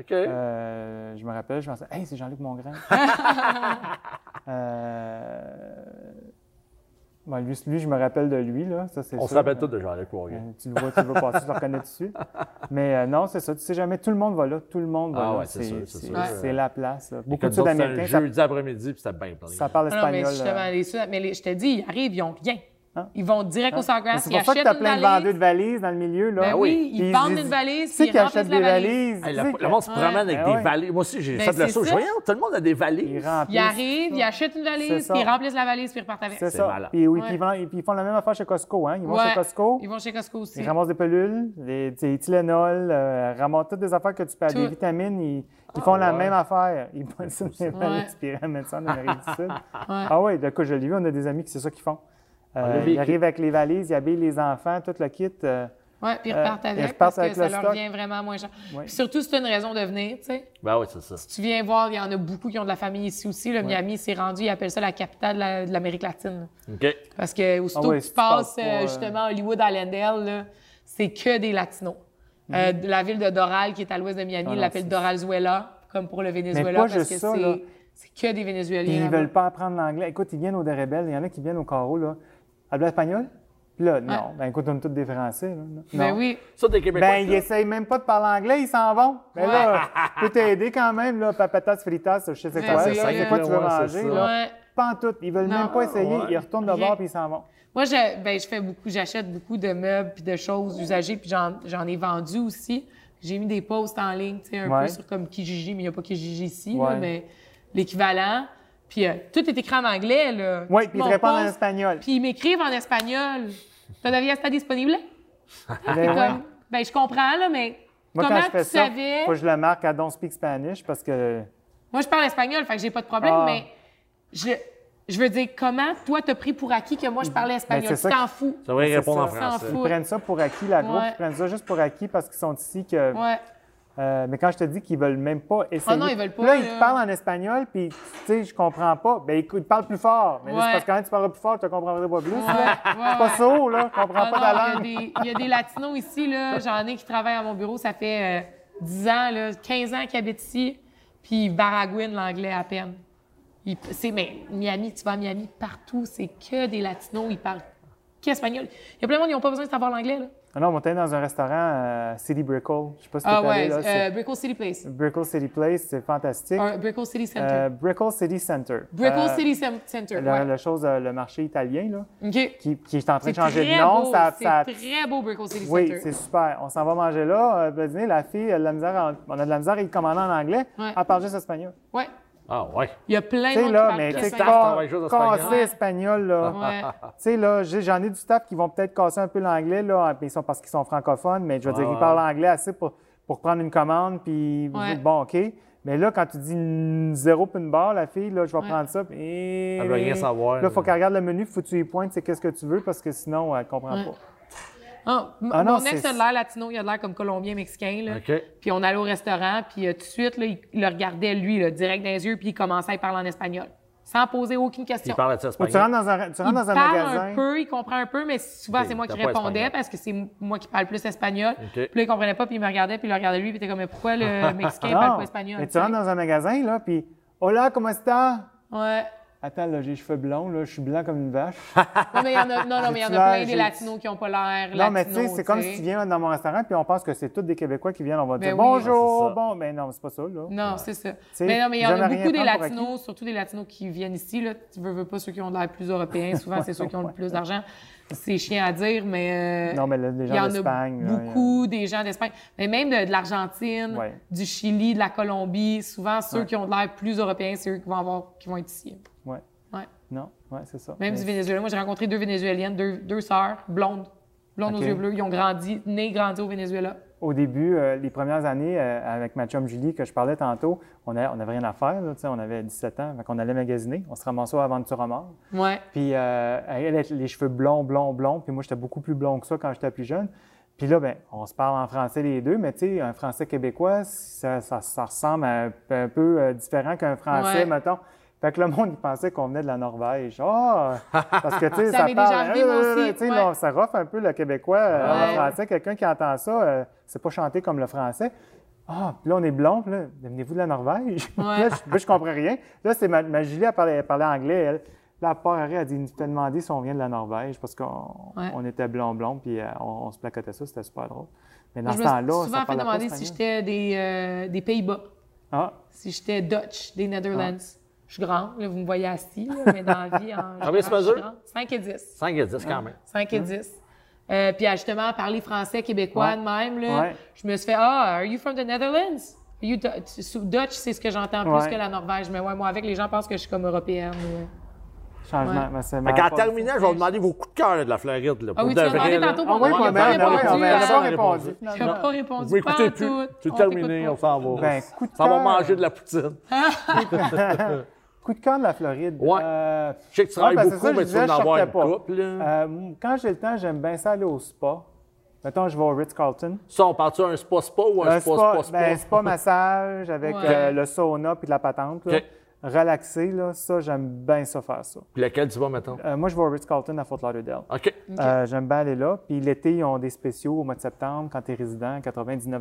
A: OK.
D: Euh, je me rappelle, je pensais, hey, c'est Jean-Luc Mongrain. Euh, bon, lui, lui, je me rappelle de lui, là. Ça, c'est
A: On se
D: sûr.
A: rappelle tous de Jean-Luc Poirier.
D: Euh, tu le vois, tu le vois passer, tu le reconnais tout de suite. Mais euh, non, c'est ça. Tu sais jamais, tout le monde va là. Tout le monde va
A: Ah
D: là.
A: ouais, c'est sûr, c'est
D: c'est-
A: sûr.
D: c'est la place. là. Beaucoup
A: Comme
D: de
A: nous autres, C'était
D: Sud-Américains,
A: un
D: ça,
A: jeudi après-midi, puis c'était bien plein.
D: ça parle
C: Ah Non, non, mais
D: espagnol.
C: justement,
D: euh,
C: les Sud- mais les- je te dis, ils arrivent, ils n'ont rien.
D: Hein?
C: Ils vont direct au
D: Mais
C: Sandgrass,
D: C'est
C: ils
D: pour ça que
C: achètent
D: t'as
C: une
D: plein de
C: valise.
D: vendeurs de valises dans le milieu, là.
C: Ben oui, ils
D: Puis
C: vendent
D: se
C: une
D: disent,
C: valise,
D: Tu
C: puis
D: sais
C: ils
D: qui
C: remplissent
D: achète des
C: la valise.
D: valises.
A: Hey,
D: tu
A: la-
D: sais
A: le,
D: que-
A: monde se
C: Ouais.
A: promène avec
D: Ben
A: des
D: ouais.
A: valises. Moi aussi, j'ai
C: Ben,
A: fait de la
C: c'est
A: sauce.
C: ça.
A: Voyons, tout le monde a des
D: Ils
A: valises.
D: remplissent.
C: Ils arrivent, ils achètent une
D: C'est
C: valise,
D: ça.
C: puis ils remplissent la valise, puis ils repartent avec.
D: C'est
A: C'est
D: ça.
A: malade.
D: Puis, oui,
C: Ouais.
D: puis ils, vendent- puis ils font la même affaire chez Costco. Hein. Ils vont
C: Ouais.
D: chez Costco,
C: Ils vont chez Costco aussi.
D: ils ramassent des pelules, des, des Tylenol, euh, ramassent toutes des affaires que tu peux,
C: Tout. Ah,
D: des vitamines. Ils, ils font la
A: ouais.
D: même affaire. Ils prennent ça dans les valises, puis ils ramènent ça en Amérique du Sud. Ah oui, de quoi je l'ai vu, on a des amis qui c'est ça qu'ils font. Euh,
A: l'a vécu.
D: ils arrivent avec les valises, ils habillent les enfants, tout le kit. euh,
C: Ouais, puis ils
D: Euh,
C: repartent
D: ils
C: avec
D: repartent
C: parce que
D: avec
C: ça
D: le
C: leur
D: stock.
C: vient vraiment moins cher.
D: Ouais.
C: Puis surtout, c'est une raison de venir, tu sais.
A: Ben oui, c'est ça.
C: Tu viens voir, il y en a beaucoup qui ont de la famille ici aussi. Le Miami s'est rendu, ils appellent ça la capitale de la- de l'Amérique latine.
A: OK.
C: Parce que aussitôt
D: Ah ouais,
C: que tu
D: si tu passes
C: passes
D: pas,
C: euh,
D: euh,
C: justement à Hollywood Allendale, là, c'est que des Latinos. Euh, de la ville de Doral, qui est à l'ouest de Miami,
D: Mhm. Ah
C: ils
D: non,
C: l'appellent
D: c'est-
C: Doralzuela, comme pour le Venezuela,
D: pas
C: parce
D: juste
C: que
D: ça, là.
C: c'est, c'est que des Vénézuéliens.
D: Puis ils ne
C: là-bas.
D: veulent pas apprendre l'anglais. Écoute, ils viennent au des rebelles, il y en a qui viennent au carreau, là. Habla espagnol? Puis là, non. Ben écoute, on est tous des Français, là. Non.
C: Ben oui.
A: Ça, des Québécois.
D: Ben,
A: là,
D: ils essayent même pas de parler anglais, ils s'en vont. Mais
C: Ouais.
D: là, je peux t'aider quand même, là, papatas fritas, je sais c'est
C: Ouais,
D: quoi,
C: c'est
D: je
C: ça,
D: sais quoi
A: là.
D: tu veux
A: Ouais, c'est
D: manger,
A: ça.
D: là.
C: Ouais.
D: Pas en tout, ils veulent
C: Non.
D: même pas essayer,
A: Ouais.
D: ils retournent de
C: Rien.
D: bord puis ils s'en vont.
C: Moi, je, ben, je fais beaucoup, j'achète beaucoup de meubles puis de choses usagées, puis j'en, j'en ai vendu aussi. J'ai mis des posts en ligne, tu sais, un
D: Ouais.
C: peu sur comme Kijiji, mais il n'y a pas Kijiji ici, là,
D: Ouais.
C: mais l'équivalent. Puis euh, tout est écrit en anglais, là.
D: Oui,
C: Tout
D: puis ils
C: mon
D: te répondent en
C: post,
D: espagnol.
C: Puis ils m'écrivent en espagnol. Todavía está disponible?
D: Ben ouais.
C: Comme, ben, je comprends, là, mais
D: Moi,
C: comment
D: quand je
C: tu
D: fais ça,
C: savais?
D: faut que je le marque à Don't Speak Spanish parce que.
C: Moi, je parle espagnol, fait que j'ai pas de problème,
D: Ah.
C: mais je, je veux dire, comment toi, t'as pris pour acquis que moi, je parlais espagnol?
D: Ben, c'est
C: tu
D: ça
C: t'en fous.
A: Ça va y répondre en
C: ça. S'en
A: français.
C: fout.
D: Ils prennent Ben, ça pour acquis, la groupe.
C: Ouais.
D: Ils prennent ça juste pour acquis parce qu'ils sont ici que.
C: Ouais. Ah
D: Euh, mais quand je te dis qu'ils veulent même pas essayer.
C: non, ils veulent pas, euh.
D: Là, ils
C: là.
D: te parlent en espagnol, puis tu sais, je comprends pas. Ben écoute, ils parlent plus fort. Mais là,
C: Ouais.
D: c'est parce que quand tu parles plus fort, je te comprendrai pas plus.
C: Ouais, ouais,
D: là. Je suis pas
C: ouais.
D: sourd, là. Je comprends
C: Ah
D: pas ta
C: non,
D: langue.
C: Il y, a des- il y a des Latinos ici, là. J'en ai qui travaillent à mon bureau. Ça fait euh, 10 ans, là, 15 ans qu'ils habitent ici. Puis ils baragouinent l'anglais à peine. Ils- c'est, mais Miami, tu vas à Miami, partout, c'est que des Latinos. Ils parlent qu'espagnol. Il y a plein de monde qui n'ont pas besoin de savoir l'anglais, là.
D: Ah non, on était dans un restaurant euh, City Brickle. Je sais pas si tu
C: Ah
D: allé
C: ouais,
D: là.
C: euh,
D: c'est-
C: Brickell City Place.
D: Brickle City Place, c'est fantastique.
C: Or, Brickell City Center.
D: Euh, Brickle City Center.
C: Brickell
D: Euh,
C: City Cen- Center,
D: Le,
C: ouais.
D: le chose, euh, le marché italien, là,
C: OK.
D: qui, qui est en train
C: C'est
D: de changer
C: très
D: de nom.
C: beau,
D: ça-
C: c'est
D: ça-
C: très beau, Brickell City
D: Oui,
C: Center.
D: c'est super. On s'en va manger là. Euh, le dîner, la fille, elle a de la misère en- on a de la misère à y commander en anglais.
C: Ouais.
D: Elle parle juste espagnol.
C: Ouais.
A: Ah ouais.
C: Il y a plein de
D: Tu sais,
C: monde
D: là,
C: qui
D: mais tu
C: parle
D: sais,
A: Staff
C: qu'espagnol.
A: travaille juste espagnol.
D: casser espagnol, là.
C: Ouais.
D: Tu sais, là, j'ai- j'en ai du staff qui vont peut-être casser un peu l'anglais, là, hein, mais ils sont parce qu'ils sont francophones, mais je veux dire,
A: ouais.
D: ils parlent anglais assez pour, pour prendre une commande, puis
C: Ouais.
D: bon, OK. Mais là, quand tu dis une zéro puis une barre, la fille, là, je vais prendre ça, et...
A: Elle veut rien savoir,
D: Là, il faut
A: là.
D: qu'elle regarde le menu, faut que tu y pointes, c'est qu'est-ce que tu veux, parce que sinon, elle comprend
C: Ouais.
D: pas.
C: Ah, m-
D: Ah
C: mon
D: non,
C: ex
D: c'est-
C: a de l'air latino, il a de l'air comme colombien, mexicain. Là.
A: OK.
C: Puis on allait au restaurant, puis euh, tout de suite, là, il il le regardait, lui, là, direct dans les yeux, puis il commençait à y parler en espagnol, sans poser aucune question.
A: Il parle de ça
D: Ou tu
A: espagnol.
D: rentres dans un, tu rentres
C: Il
D: dans un
C: parle
D: magasin...
C: un peu, il comprend un peu, mais souvent,
A: Ok,
C: c'est moi qui
A: t'as pas
C: répondais
A: espagnol.
C: parce que c'est m- moi qui parle plus espagnol.
A: Ok.
C: Puis là, il comprenait pas, puis il me regardait, puis il le regardait lui, puis il était comme, mais pourquoi le Mexicain
D: Non,
C: parle pas espagnol?
D: Mais
C: tu
D: tu
C: sais?
D: rentres dans un magasin, là, puis Hola, comment está?
C: Ouais.
D: Attends, là, j'ai les cheveux blonds, là, je suis blanc comme une vache.
C: Non, mais il y en a, non, non, mais il y en
D: J'ai-tu
C: a
D: l'air-
C: plein des
D: j'ai-
C: latinos qui n'ont pas l'air latinos.
D: non, mais tu sais, c'est comme si tu viens dans mon restaurant puis on pense que c'est tous des Québécois qui viennent, on va
C: Ben
D: dire
C: oui.
D: bonjour,
A: Ouais, c'est ça.
D: bon, mais non, c'est pas ça, là.
C: Non, c'est ça.
D: sais,
C: mais non, mais il y en
D: j'aime
C: a
D: rien
C: beaucoup des
D: prendre pour acquis.
C: latinos, surtout des latinos qui viennent ici. Là. Tu veux, veux pas ceux qui ont de l'air plus européens. Souvent, c'est ceux qui ont le plus d'argent. C'est chiant à dire, mais. euh,
D: Non, mais là, des
C: il y
D: gens
C: en
D: d'Espagne. euh,
C: a
D: là, il y a-
C: beaucoup des gens d'Espagne, mais même de, de l'Argentine,
D: Ouais.
C: du Chili, de la Colombie. Souvent, ceux
D: Ouais.
C: qui ont de l'air plus européens, c'est eux qui vont, avoir, qui vont être ici.
D: Ouais.
C: Ouais.
D: Non, ouais, c'est ça.
C: Même
D: Mais-
C: du Venezuela. Moi, j'ai rencontré deux Vénézuéliennes, deux, deux sœurs, blondes, blondes
D: Ok.
C: aux yeux bleus. Ils ont grandi, nés, grandi au Venezuela.
D: Au début, euh, les premières années, euh, avec ma chum Julie, que je parlais tantôt, on n'avait on avait rien à faire, là, tu sais, on avait 17 ans, on allait magasiner, on se ramassait à Aventura Mort.
C: Ouais.
D: Puis euh, elle elle a les cheveux blonds, blonds, blonds. Puis moi, j'étais beaucoup plus blond que ça quand j'étais plus jeune. Puis là, ben, on se parle en français les deux, mais tu sais, un français québécois, ça, ça- ça ressemble à un, peu- un peu euh, différent qu'un français,
C: Ouais.
D: mettons. Fait que le monde, il pensait qu'on venait de la Norvège. Ah! Parce que, tu sais,
C: Ça
D: ça,
C: m'est déjà
D: parle...
C: arrivé, moi
D: Euh,
C: aussi,
D: tu sais,
C: ouais.
D: non, ça rough un peu le québécois euh,
C: Ouais.
D: en français. Quelqu'un qui entend ça, euh, c'est pas chanté comme le français. Ah, puis là, on est blond, puis là, venez-vous de la Norvège?
C: Ouais.
D: Là, je, moi, je comprends rien. Là, c'est ma, ma Julie, elle parlait, elle parlait anglais. Elle, là, elle part, elle a dit, nous fait demander si on vient de la Norvège parce qu'on
C: Ouais.
D: on était blond-blond, puis euh, on, on se placotait ça, c'était super drôle. Mais dans
C: Moi, je
D: ce
C: me suis
D: temps-là, ça
C: souvent fait
D: parlait pas
C: demander si
D: espagnol.
C: j'étais des, euh, des Pays-Bas.
D: Ah,
C: si j'étais Dutch des Netherlands. Je suis grande, là, vous me voyez assis, là, mais dans la vie, en
A: Combien ça mesure?
C: 5 et 10.
A: 5 et 10 quand même.
D: Ah,
C: 5 et 10. Euh, puis à justement, parler français, québécois
D: Hein? Ouais.
C: de même, là,
D: Ouais.
C: je me suis fait « Ah, are you from the Netherlands? » Are you Dutch? Sous- Dutch, c'est ce que j'entends plus
D: Ouais.
C: que la Norvège. Mais ouais, moi, avec, les gens pensent que je suis comme européenne. là.
D: changement.
C: Ouais.
D: mais c'est
A: Fait
D: ma
A: qu'en
D: réponse.
A: terminant, je vais vous demander vos coups de cœur de la Floride. Là,
C: Ah
A: pour
C: oui, tu
A: de
C: l'as
A: vrai,
C: demandé
A: là.
C: tantôt
D: Ah
C: pour
D: oui,
C: moi.
D: mais
C: Il n'a
D: ben,
C: pas
D: non,
C: répondu.
D: on n'a
C: à-
D: pas
A: répondu.
D: répondu.
C: Il n'a
D: finalement.
C: pas répondu.
A: Vous m'écoutez
C: pas en
A: plus.
C: tout.
A: C'est
C: On
A: terminé,
C: t'écoute
A: on s'en va.
D: Ben, coup de
A: Ça va
D: cœur.
A: manger de la poutine.
D: Coup de cœur de la Floride.
A: Ouais.
D: Euh,
A: Je sais que tu
D: ouais,
A: travailles
D: ben, c'est
A: beaucoup,
D: ça, je
A: mais tu
D: disais,
A: vas en
D: je
A: avoir
D: sortais
A: une
D: pas.
A: couple. là.
D: Euh, m- quand j'ai le temps, j'aime bien ça aller au spa. Mettons, je vais au Ritz-Carlton.
A: Ça, on part-tu un spa-spa ou un
D: Un spa,
A: spa-spa-spa?
D: ben, spa massage avec
C: Ouais.
D: euh, le sauna puis de la patente. là.
A: OK.
D: Relaxé, là, ça, j'aime bien ça faire ça.
A: Puis lequel tu vas, mettons?
D: Euh, moi, je vais au Ritz-Carlton à Fort Lauderdale.
A: OK.
D: Euh, j'aime bien aller là. Puis l'été, ils ont des spéciaux au mois de septembre quand tu es résident, 99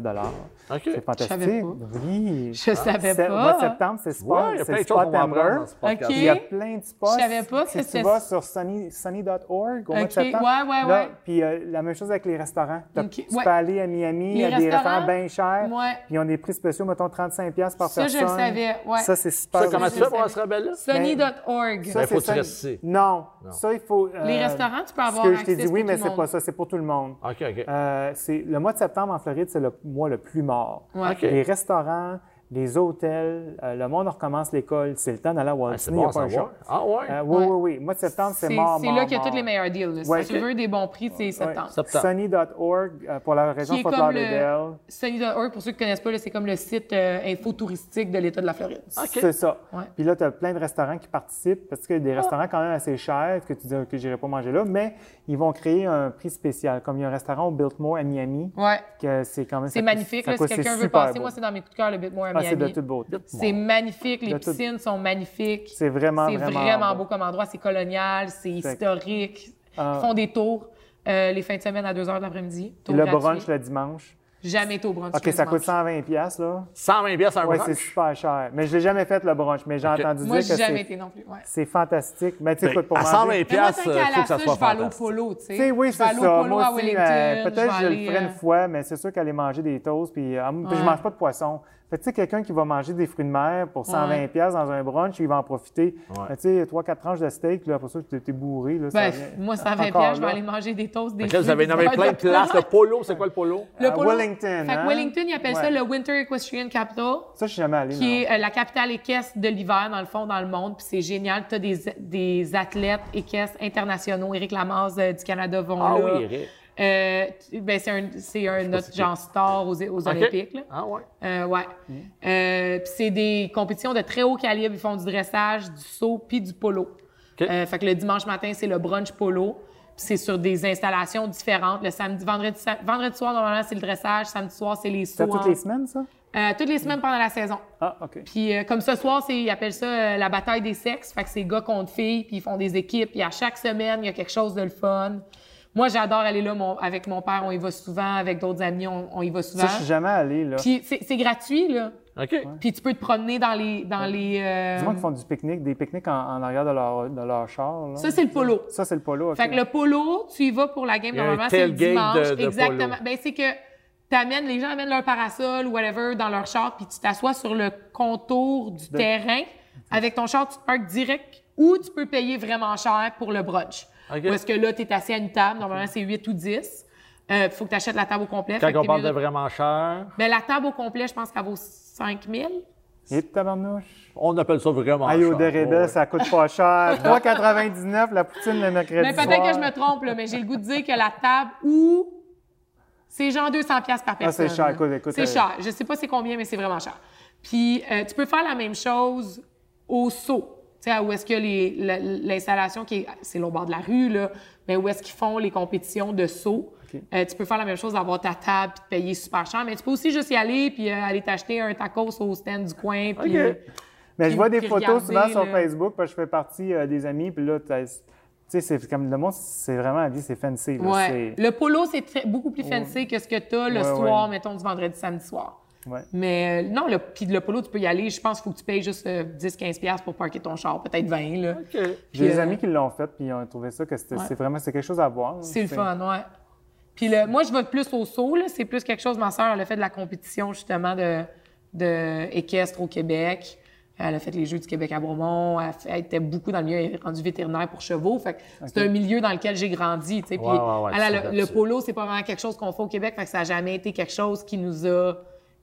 A: OK.
D: C'est fantastique.
C: savais pas.
D: Oui.
C: Je savais
D: C'est- Au mois de
C: pas.
D: septembre, c'est
A: Ouais,
D: sport.
A: il y a
D: c'est
A: plein de choses
D: le
A: qu'on
D: sport
A: va
D: Amber.
A: apprendre dans ce podcast.
C: Ok.
D: Il y a plein de spots.
C: Je savais pas que
D: Si
C: c'était-
D: tu vas sur sunny- sunny.org au mois
C: Ok,
D: de septembre.
C: ouais, ouais,
D: là,
C: ouais.
D: Puis euh, la même chose avec les restaurants. T'as-
C: Ok,
D: Tu
C: ouais.
D: peux aller à Miami, il y a
C: Les
D: des
C: restaurants,
D: restaurants bien chers.
C: ouais.
D: Puis ils ont des prix spéciaux, mettons 35$ piastres par
C: Ça, je le
D: personne.
C: savais, ouais.
D: Ça, c'est super.
A: Ça, comment tu
D: utile.
A: fais pour aller se rebeller?
C: Sunny.org.
D: Ça,
A: Ben,
D: c'est
A: faut que tu
D: Sunny-
A: restes ici.
D: Non, ça, il faut. euh,
C: Les restaurants, tu peux avoir
D: Ce que je t'ai
C: accès,
D: dit,
C: c'est
D: oui,
C: pour
D: mais
C: tout le
D: c'est
C: monde.
D: pas ça, c'est pour tout le monde.
A: OK, OK.
D: Euh, c'est- le mois de septembre en Floride, c'est le mois le plus mort.
C: Ouais.
A: OK.
D: Les restaurants, les hôtels, euh, le monde recommence l'école. C'est le temps d'aller à Walt
A: Ah, c'est
D: Disney, il
A: bon
D: n'y
A: à
D: a pas un
A: savoir.
D: choix.
A: Ah ouais?
D: Euh, oui,
C: Ouais.
D: oui, oui. Mois de septembre, c'est
C: C'est
D: mort,
C: c'est
D: mort,
C: là qu'il y a
D: mort.
C: tous les meilleurs deals. là. Si
D: Ouais.
C: tu veux des bons prix, c'est septembre.
D: Ouais.
A: Septembre.
D: Sunny.org euh, pour la région
C: Qui est
D: de Fort
C: comme le-
D: Lauderdale.
C: Sunny.org, pour ceux qui ne connaissent pas, là, c'est comme le site euh, info touristique de l'État de la Floride.
A: OK.
D: C'est ça.
C: Ouais. Ah.
D: Puis là, tu as plein de restaurants qui participent parce qu'il y a des restaurants quand même assez chers que tu dis que j'irai pas manger là, mais ils vont créer un prix spécial. Comme il y a un restaurant au Biltmore à Miami,
C: Ouais.
D: que c'est quand même ça
C: C'est
D: coûte-
C: magnifique.
D: ça
C: là,
D: coûte-
C: si quelqu'un
D: c'est
C: veut
D: super
C: passer,
D: beau.
C: moi, c'est dans mes coups de cœur, le Bitmore à
D: Ah,
C: Miami.
D: c'est de toute beauté.
C: C'est magnifique. Les
D: De toute-
C: piscines sont magnifiques.
D: C'est vraiment,
C: C'est
D: vraiment beau.
C: beau comme endroit. C'est colonial, c'est historique.
D: Ah.
C: Ils font des tours euh, les fins de semaine à 2 h de l'après-midi.
D: Puis
C: Tours
D: Le
C: gratuits.
D: brunch le dimanche.
C: Jamais été au brunch.
D: OK,
C: le
D: ça coûte
C: dimanche.
D: 120 pièces là.
A: 120 pièces à un
D: Ouais, c'est
A: brunch?
D: super cher. Mais je l'ai jamais fait le brunch, mais j'ai entendu
C: Moi,
D: dire
C: j'ai
D: que
C: jamais
D: c'est
C: été non plus. Ouais.
D: c'est fantastique. Mais tu sais, écoute, pour
A: Ben, À
D: manger
A: 120
C: Mais moi,
A: pièces,
C: tant
A: il
C: qu'à
A: faut
C: la
A: que ça
C: ça, je
A: soit
C: vais aller au
A: fantastique.
C: polo, tu sais.
D: Tu sais, oui,
C: Je vais
D: c'est
C: aller au
D: ça.
C: polo
D: Moi
C: à
D: aussi,
C: Wellington,
D: euh, peut-être
C: vais
D: que je
C: aller,
D: le ferai
C: euh,
D: une fois, mais c'est sûr qu'aller manger des toasts, puis, euh, puis je
C: Ouais.
D: mange pas de poisson. Fait que, tu sais, quelqu'un qui va manger des fruits de mer pour 120
C: Ouais.
D: pièces dans un brunch, il va en profiter. Mais Tu sais, trois, quatre tranches de steak, puis là, après ça, tu t'es bourré. Là, ça
C: Ben,
D: vient-
C: moi, 120
D: Encore
C: pièces, je vais
D: là.
C: aller manger des toasts, des
A: Fait que là, vous avez
C: fruits,
A: nommé
C: des
A: plein de
C: tomates.
A: places. Le polo, c'est quoi le polo?
C: Le
D: À
C: polo.
D: Wellington,
C: Fait que
D: hein?
C: Wellington, ils appellent ça
D: Ouais.
C: le Winter Equestrian Capital,
D: Ça, je suis jamais allé.
C: qui
D: non.
C: est euh, la capitale équestre de l'hiver, dans le fond, dans le monde. Puis c'est génial. Tu as des, des athlètes équestres internationaux. Éric Lamaze euh, du Canada vont
A: Ah
C: là.
A: oui, Eric.
C: Euh, tu- ben, c'est un, c'est un autre genre star aux, aux
A: OK.
C: Olympiques. là.
A: Ah ouais.
C: Euh, ouais.
D: Mm.
C: Euh, puis c'est des compétitions de très haut calibre. Ils font du dressage, du saut, puis du polo.
A: OK.
C: Euh, fait que le dimanche matin, c'est le brunch polo. Puis c'est sur des installations différentes. Le samedi, vendredi, sa- vendredi soir, normalement, c'est le dressage. Samedi soir, c'est les sauts.
D: C'est toutes
C: en-
D: les semaines, ça?
C: Euh, toutes les semaines pendant la saison.
D: Ah, OK.
C: Puis euh, comme ce soir, c'est, ils appellent ça euh, la bataille des sexes. Fait que c'est gars contre filles, puis ils font des équipes. Puis à chaque semaine, il y a quelque chose de le fun. Moi, j'adore aller là mon- avec mon père. On y va souvent. Avec d'autres amis, on, on y va souvent.
D: Ça, je suis jamais allé, là.
C: Puis c'est c'est gratuit, là.
A: OK.
C: Puis tu peux te promener dans les. Dans les euh,
D: Du monde qui font du pique-nique, des pique-niques en, en arrière de leur, de leur char. là.
C: Ça, c'est le polo.
D: Ça, c'est le polo. ok.
C: Fait que le polo, tu y vas pour la game,
A: Il y a un
C: normalement, c'est le
A: tailgate de-
C: dimanche.
A: de
C: Exactement.
A: polo.
C: Ben, c'est que t'amènes, les gens amènent leur parasol ou whatever dans leur char, puis tu t'assois sur le contour du terrain. Avec ton char, tu te parques direct ou tu peux payer vraiment cher pour le brunch.
A: OK.
C: Parce que là, tu es assis à une table, normalement, c'est 8 ou 10. Euh, faut que tu achètes la table au complet.
A: Quand
C: fait que
A: on
C: t'es
A: parle
C: mieux
A: de vraiment cher,
C: Ben, la table au complet, je pense qu'elle vaut 5 000.
D: Et tabarnouche.
A: on appelle ça vraiment
D: Aïe,
A: cher.
D: au dérébel, ça coûte pas cher. 3,99 la poutine le mercredi
C: Mais
D: soir.
C: peut-être que je me trompe, là, mais j'ai le goût de dire que la table ou c'est genre 200 pièces par personne.
D: c'est cher,
C: là.
D: écoute, écoute,
C: C'est
D: euh,
C: cher. Je sais pas c'est combien, mais c'est vraiment cher. Puis euh, tu peux faire la même chose au saut. Tu sais, où est-ce que les- la- l'installation qui est. C'est au bord de la rue, là. Mais où est-ce qu'ils font les compétitions de saut? Euh, tu peux faire la même chose, avoir ta table puis te payer super cher. Mais tu peux aussi juste y aller puis euh, aller t'acheter un tacos au stand du coin. Puis, euh,
D: Mais je vois des
C: Puis
D: photos souvent
C: regarder,
D: sur
C: là.
D: Facebook parce que je fais partie euh, des amis. Puis là, t'as- tu sais, c'est comme le monde, c'est vraiment la vie, c'est fancy. là,
C: Ouais.
D: c'est-
C: Le polo, c'est très- beaucoup plus fancy que ce que tu as le
D: Ouais,
C: soir,
D: ouais.
C: mettons, du vendredi, samedi soir.
D: Ouais.
C: Mais euh, non, le, puis le polo, tu peux y aller. Je pense qu'il faut que tu payes juste euh, 10-15$ pour parquer ton char, peut-être 20$. Là.
D: J'ai
C: Puis,
D: des
C: euh,
D: amis qui l'ont fait, puis ils ont trouvé ça que c'était
C: Ouais.
D: c'est vraiment c'est quelque chose à voir. là,
C: C'est le fun, ouais. Puis le, moi, je vote plus au saut. là. C'est plus quelque chose, ma sœur, elle a fait de la compétition, justement, de, de équestre au Québec. Elle a fait les Jeux du Québec à Bromont. Elle, fait- elle était beaucoup dans le milieu, elle est rendue vétérinaire pour chevaux. Fait que c'est un milieu dans lequel j'ai grandi. tu sais. Puis
A: Ouais, ouais, ouais,
C: elle a
A: c'est
C: le- le,
A: là-dessus.
C: polo, c'est pas vraiment quelque chose qu'on fait au Québec. Fait que ça n'a jamais été quelque chose qui nous a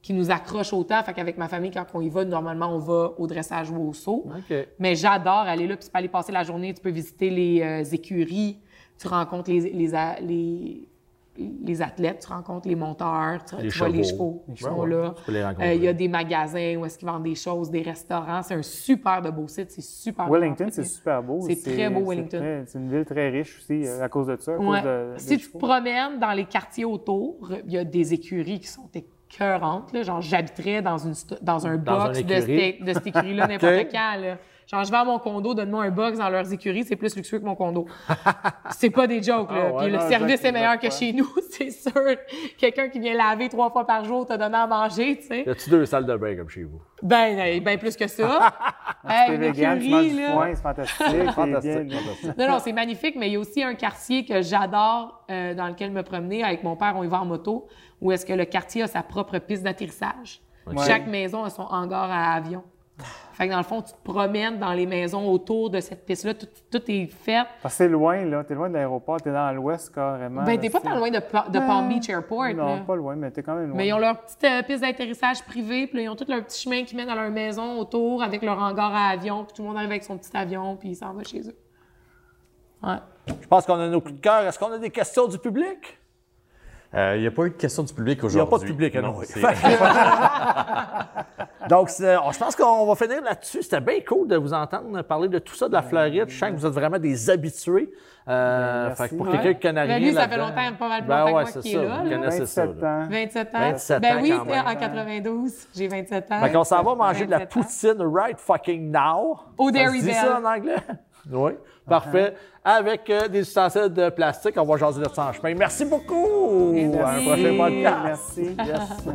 C: qui nous accroche autant. Fait qu'avec ma famille, quand on y va, normalement, on va au dressage ou au saut.
A: OK.
C: Mais j'adore aller là, puis tu peux aller passer la journée, tu peux visiter les euh, écuries, tu rencontres les, les, a- les, les athlètes, tu rencontres les monteurs, tu,
A: Les
C: tu vois les
A: chevaux.
C: chevaux
A: Les
C: qui sont
A: chevaux,
C: là.
A: tu peux les
C: Euh, Il
A: rencontrer.
C: y a des magasins où est-ce qu'ils vendent des choses, des restaurants. C'est un super de beau site, c'est super bien
D: Wellington, c'est
C: entretenu.
D: super beau.
C: C'est très beau, Wellington.
D: très- C'est une ville très riche aussi euh, à cause de ça. à
C: Ouais.
D: cause de- des
C: si tu te
D: chevaux.
C: promènes dans les quartiers autour, il y a des écuries qui sont écœurantes. Là. Genre, j'habiterais dans, une, sto- dans un
A: Dans
C: box
A: une
C: de,
A: écurie.
C: cette- de cette écurie-là n'importe
A: Ok.
C: quand. là. Genre, je vais à mon condo, donne-moi un box dans leurs écuries, c'est plus luxueux que mon condo. c'est pas des jokes. Là.
A: Ah ouais,
C: Puis le
D: non,
C: service
D: Jacques,
C: est meilleur que
D: Jacques,
C: chez nous, c'est sûr. Quelqu'un qui vient laver trois fois par jour, te donner à manger, tu sais.
A: Y a-tu deux salles de bain comme chez vous?
C: Ben, euh, ben plus que ça. Hey,
D: C'est
C: une
D: vegan, tu manges
C: écurie,
D: du
C: là.
D: foin, c'est fantastique.
A: Fantastique,
D: fantastique.
A: fantastique.
C: Non, non, c'est magnifique, mais il y a aussi un quartier que j'adore, euh, dans lequel me promener. Avec mon père, on y va en moto, où est-ce que le quartier a sa propre piste d'atterrissage. Chaque maison a son hangar à avion. Fait que dans le fond, tu te promènes dans les maisons autour de cette piste-là. Tout, tout est fait.
D: C'est loin, là. T'es loin de l'aéroport, t'es dans l'ouest carrément.
C: Ben,
D: là,
C: t'es pas
D: Ah, c'est-
C: tant loin de, Pa- de Palm Beach Airport.
D: Non,
C: là.
D: pas loin, mais t'es quand même loin.
C: Mais ils ont leur petite euh, piste d'atterrissage privée, puis là, ils ont tout leur petit chemin qui mène à leur maison autour avec leur hangar à avion, puis tout le monde arrive avec son petit avion, puis il s'en va chez eux. Ouais.
A: Je pense qu'on a nos coups de cœur. Est-ce qu'on a des questions du public?
B: Il n'y Euh, a pas eu de question du public
A: Il n'y
B: aujourd'hui.
A: a pas de public, hein, non.
B: c'est-
A: Donc, c'est- on- je pense qu'on va finir là-dessus. C'était bien cool de vous entendre parler de tout ça, de la Floride. Je sens que vous êtes vraiment des habitués. Euh,
D: Merci.
A: fait que pour
D: Ouais.
A: quelqu'un de canadien.
C: Ben, lui, ça fait
A: là-dedans-
C: longtemps, pas mal plus
A: Ben
C: longtemps que
A: ouais,
C: moi
A: c'est
C: qui
A: ça.
C: est là,
A: Vous
C: là.
A: connaissez ça.
D: 27
A: là.
D: ans.
C: 27 ans.
A: 27
C: ben
A: ans,
C: oui,
A: quand
C: c'était
A: même.
C: en 92. J'ai 27 ans.
A: Fait qu'on s'en va manger de la
C: 27 ans.
A: poutine right fucking now.
C: Au
A: Ça se
C: Dairy
A: dit
C: Bell.
A: ça en anglais? Oui. Parfait. Avec euh, des ustensiles de plastique. On va jaser de ça en chemin. Merci beaucoup. À un prochain podcast.
D: Merci. Yes.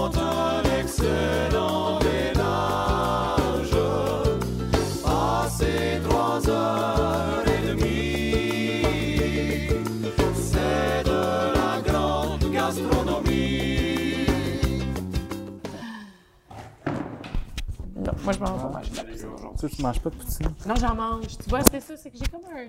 C: Moi, je mange pas manger de la poutine aujourd'hui.
D: tu, tu manges pas de poutine.
A: Ah.
C: Non, j'en mange. Tu vois, c'est ça, c'est que j'ai comme un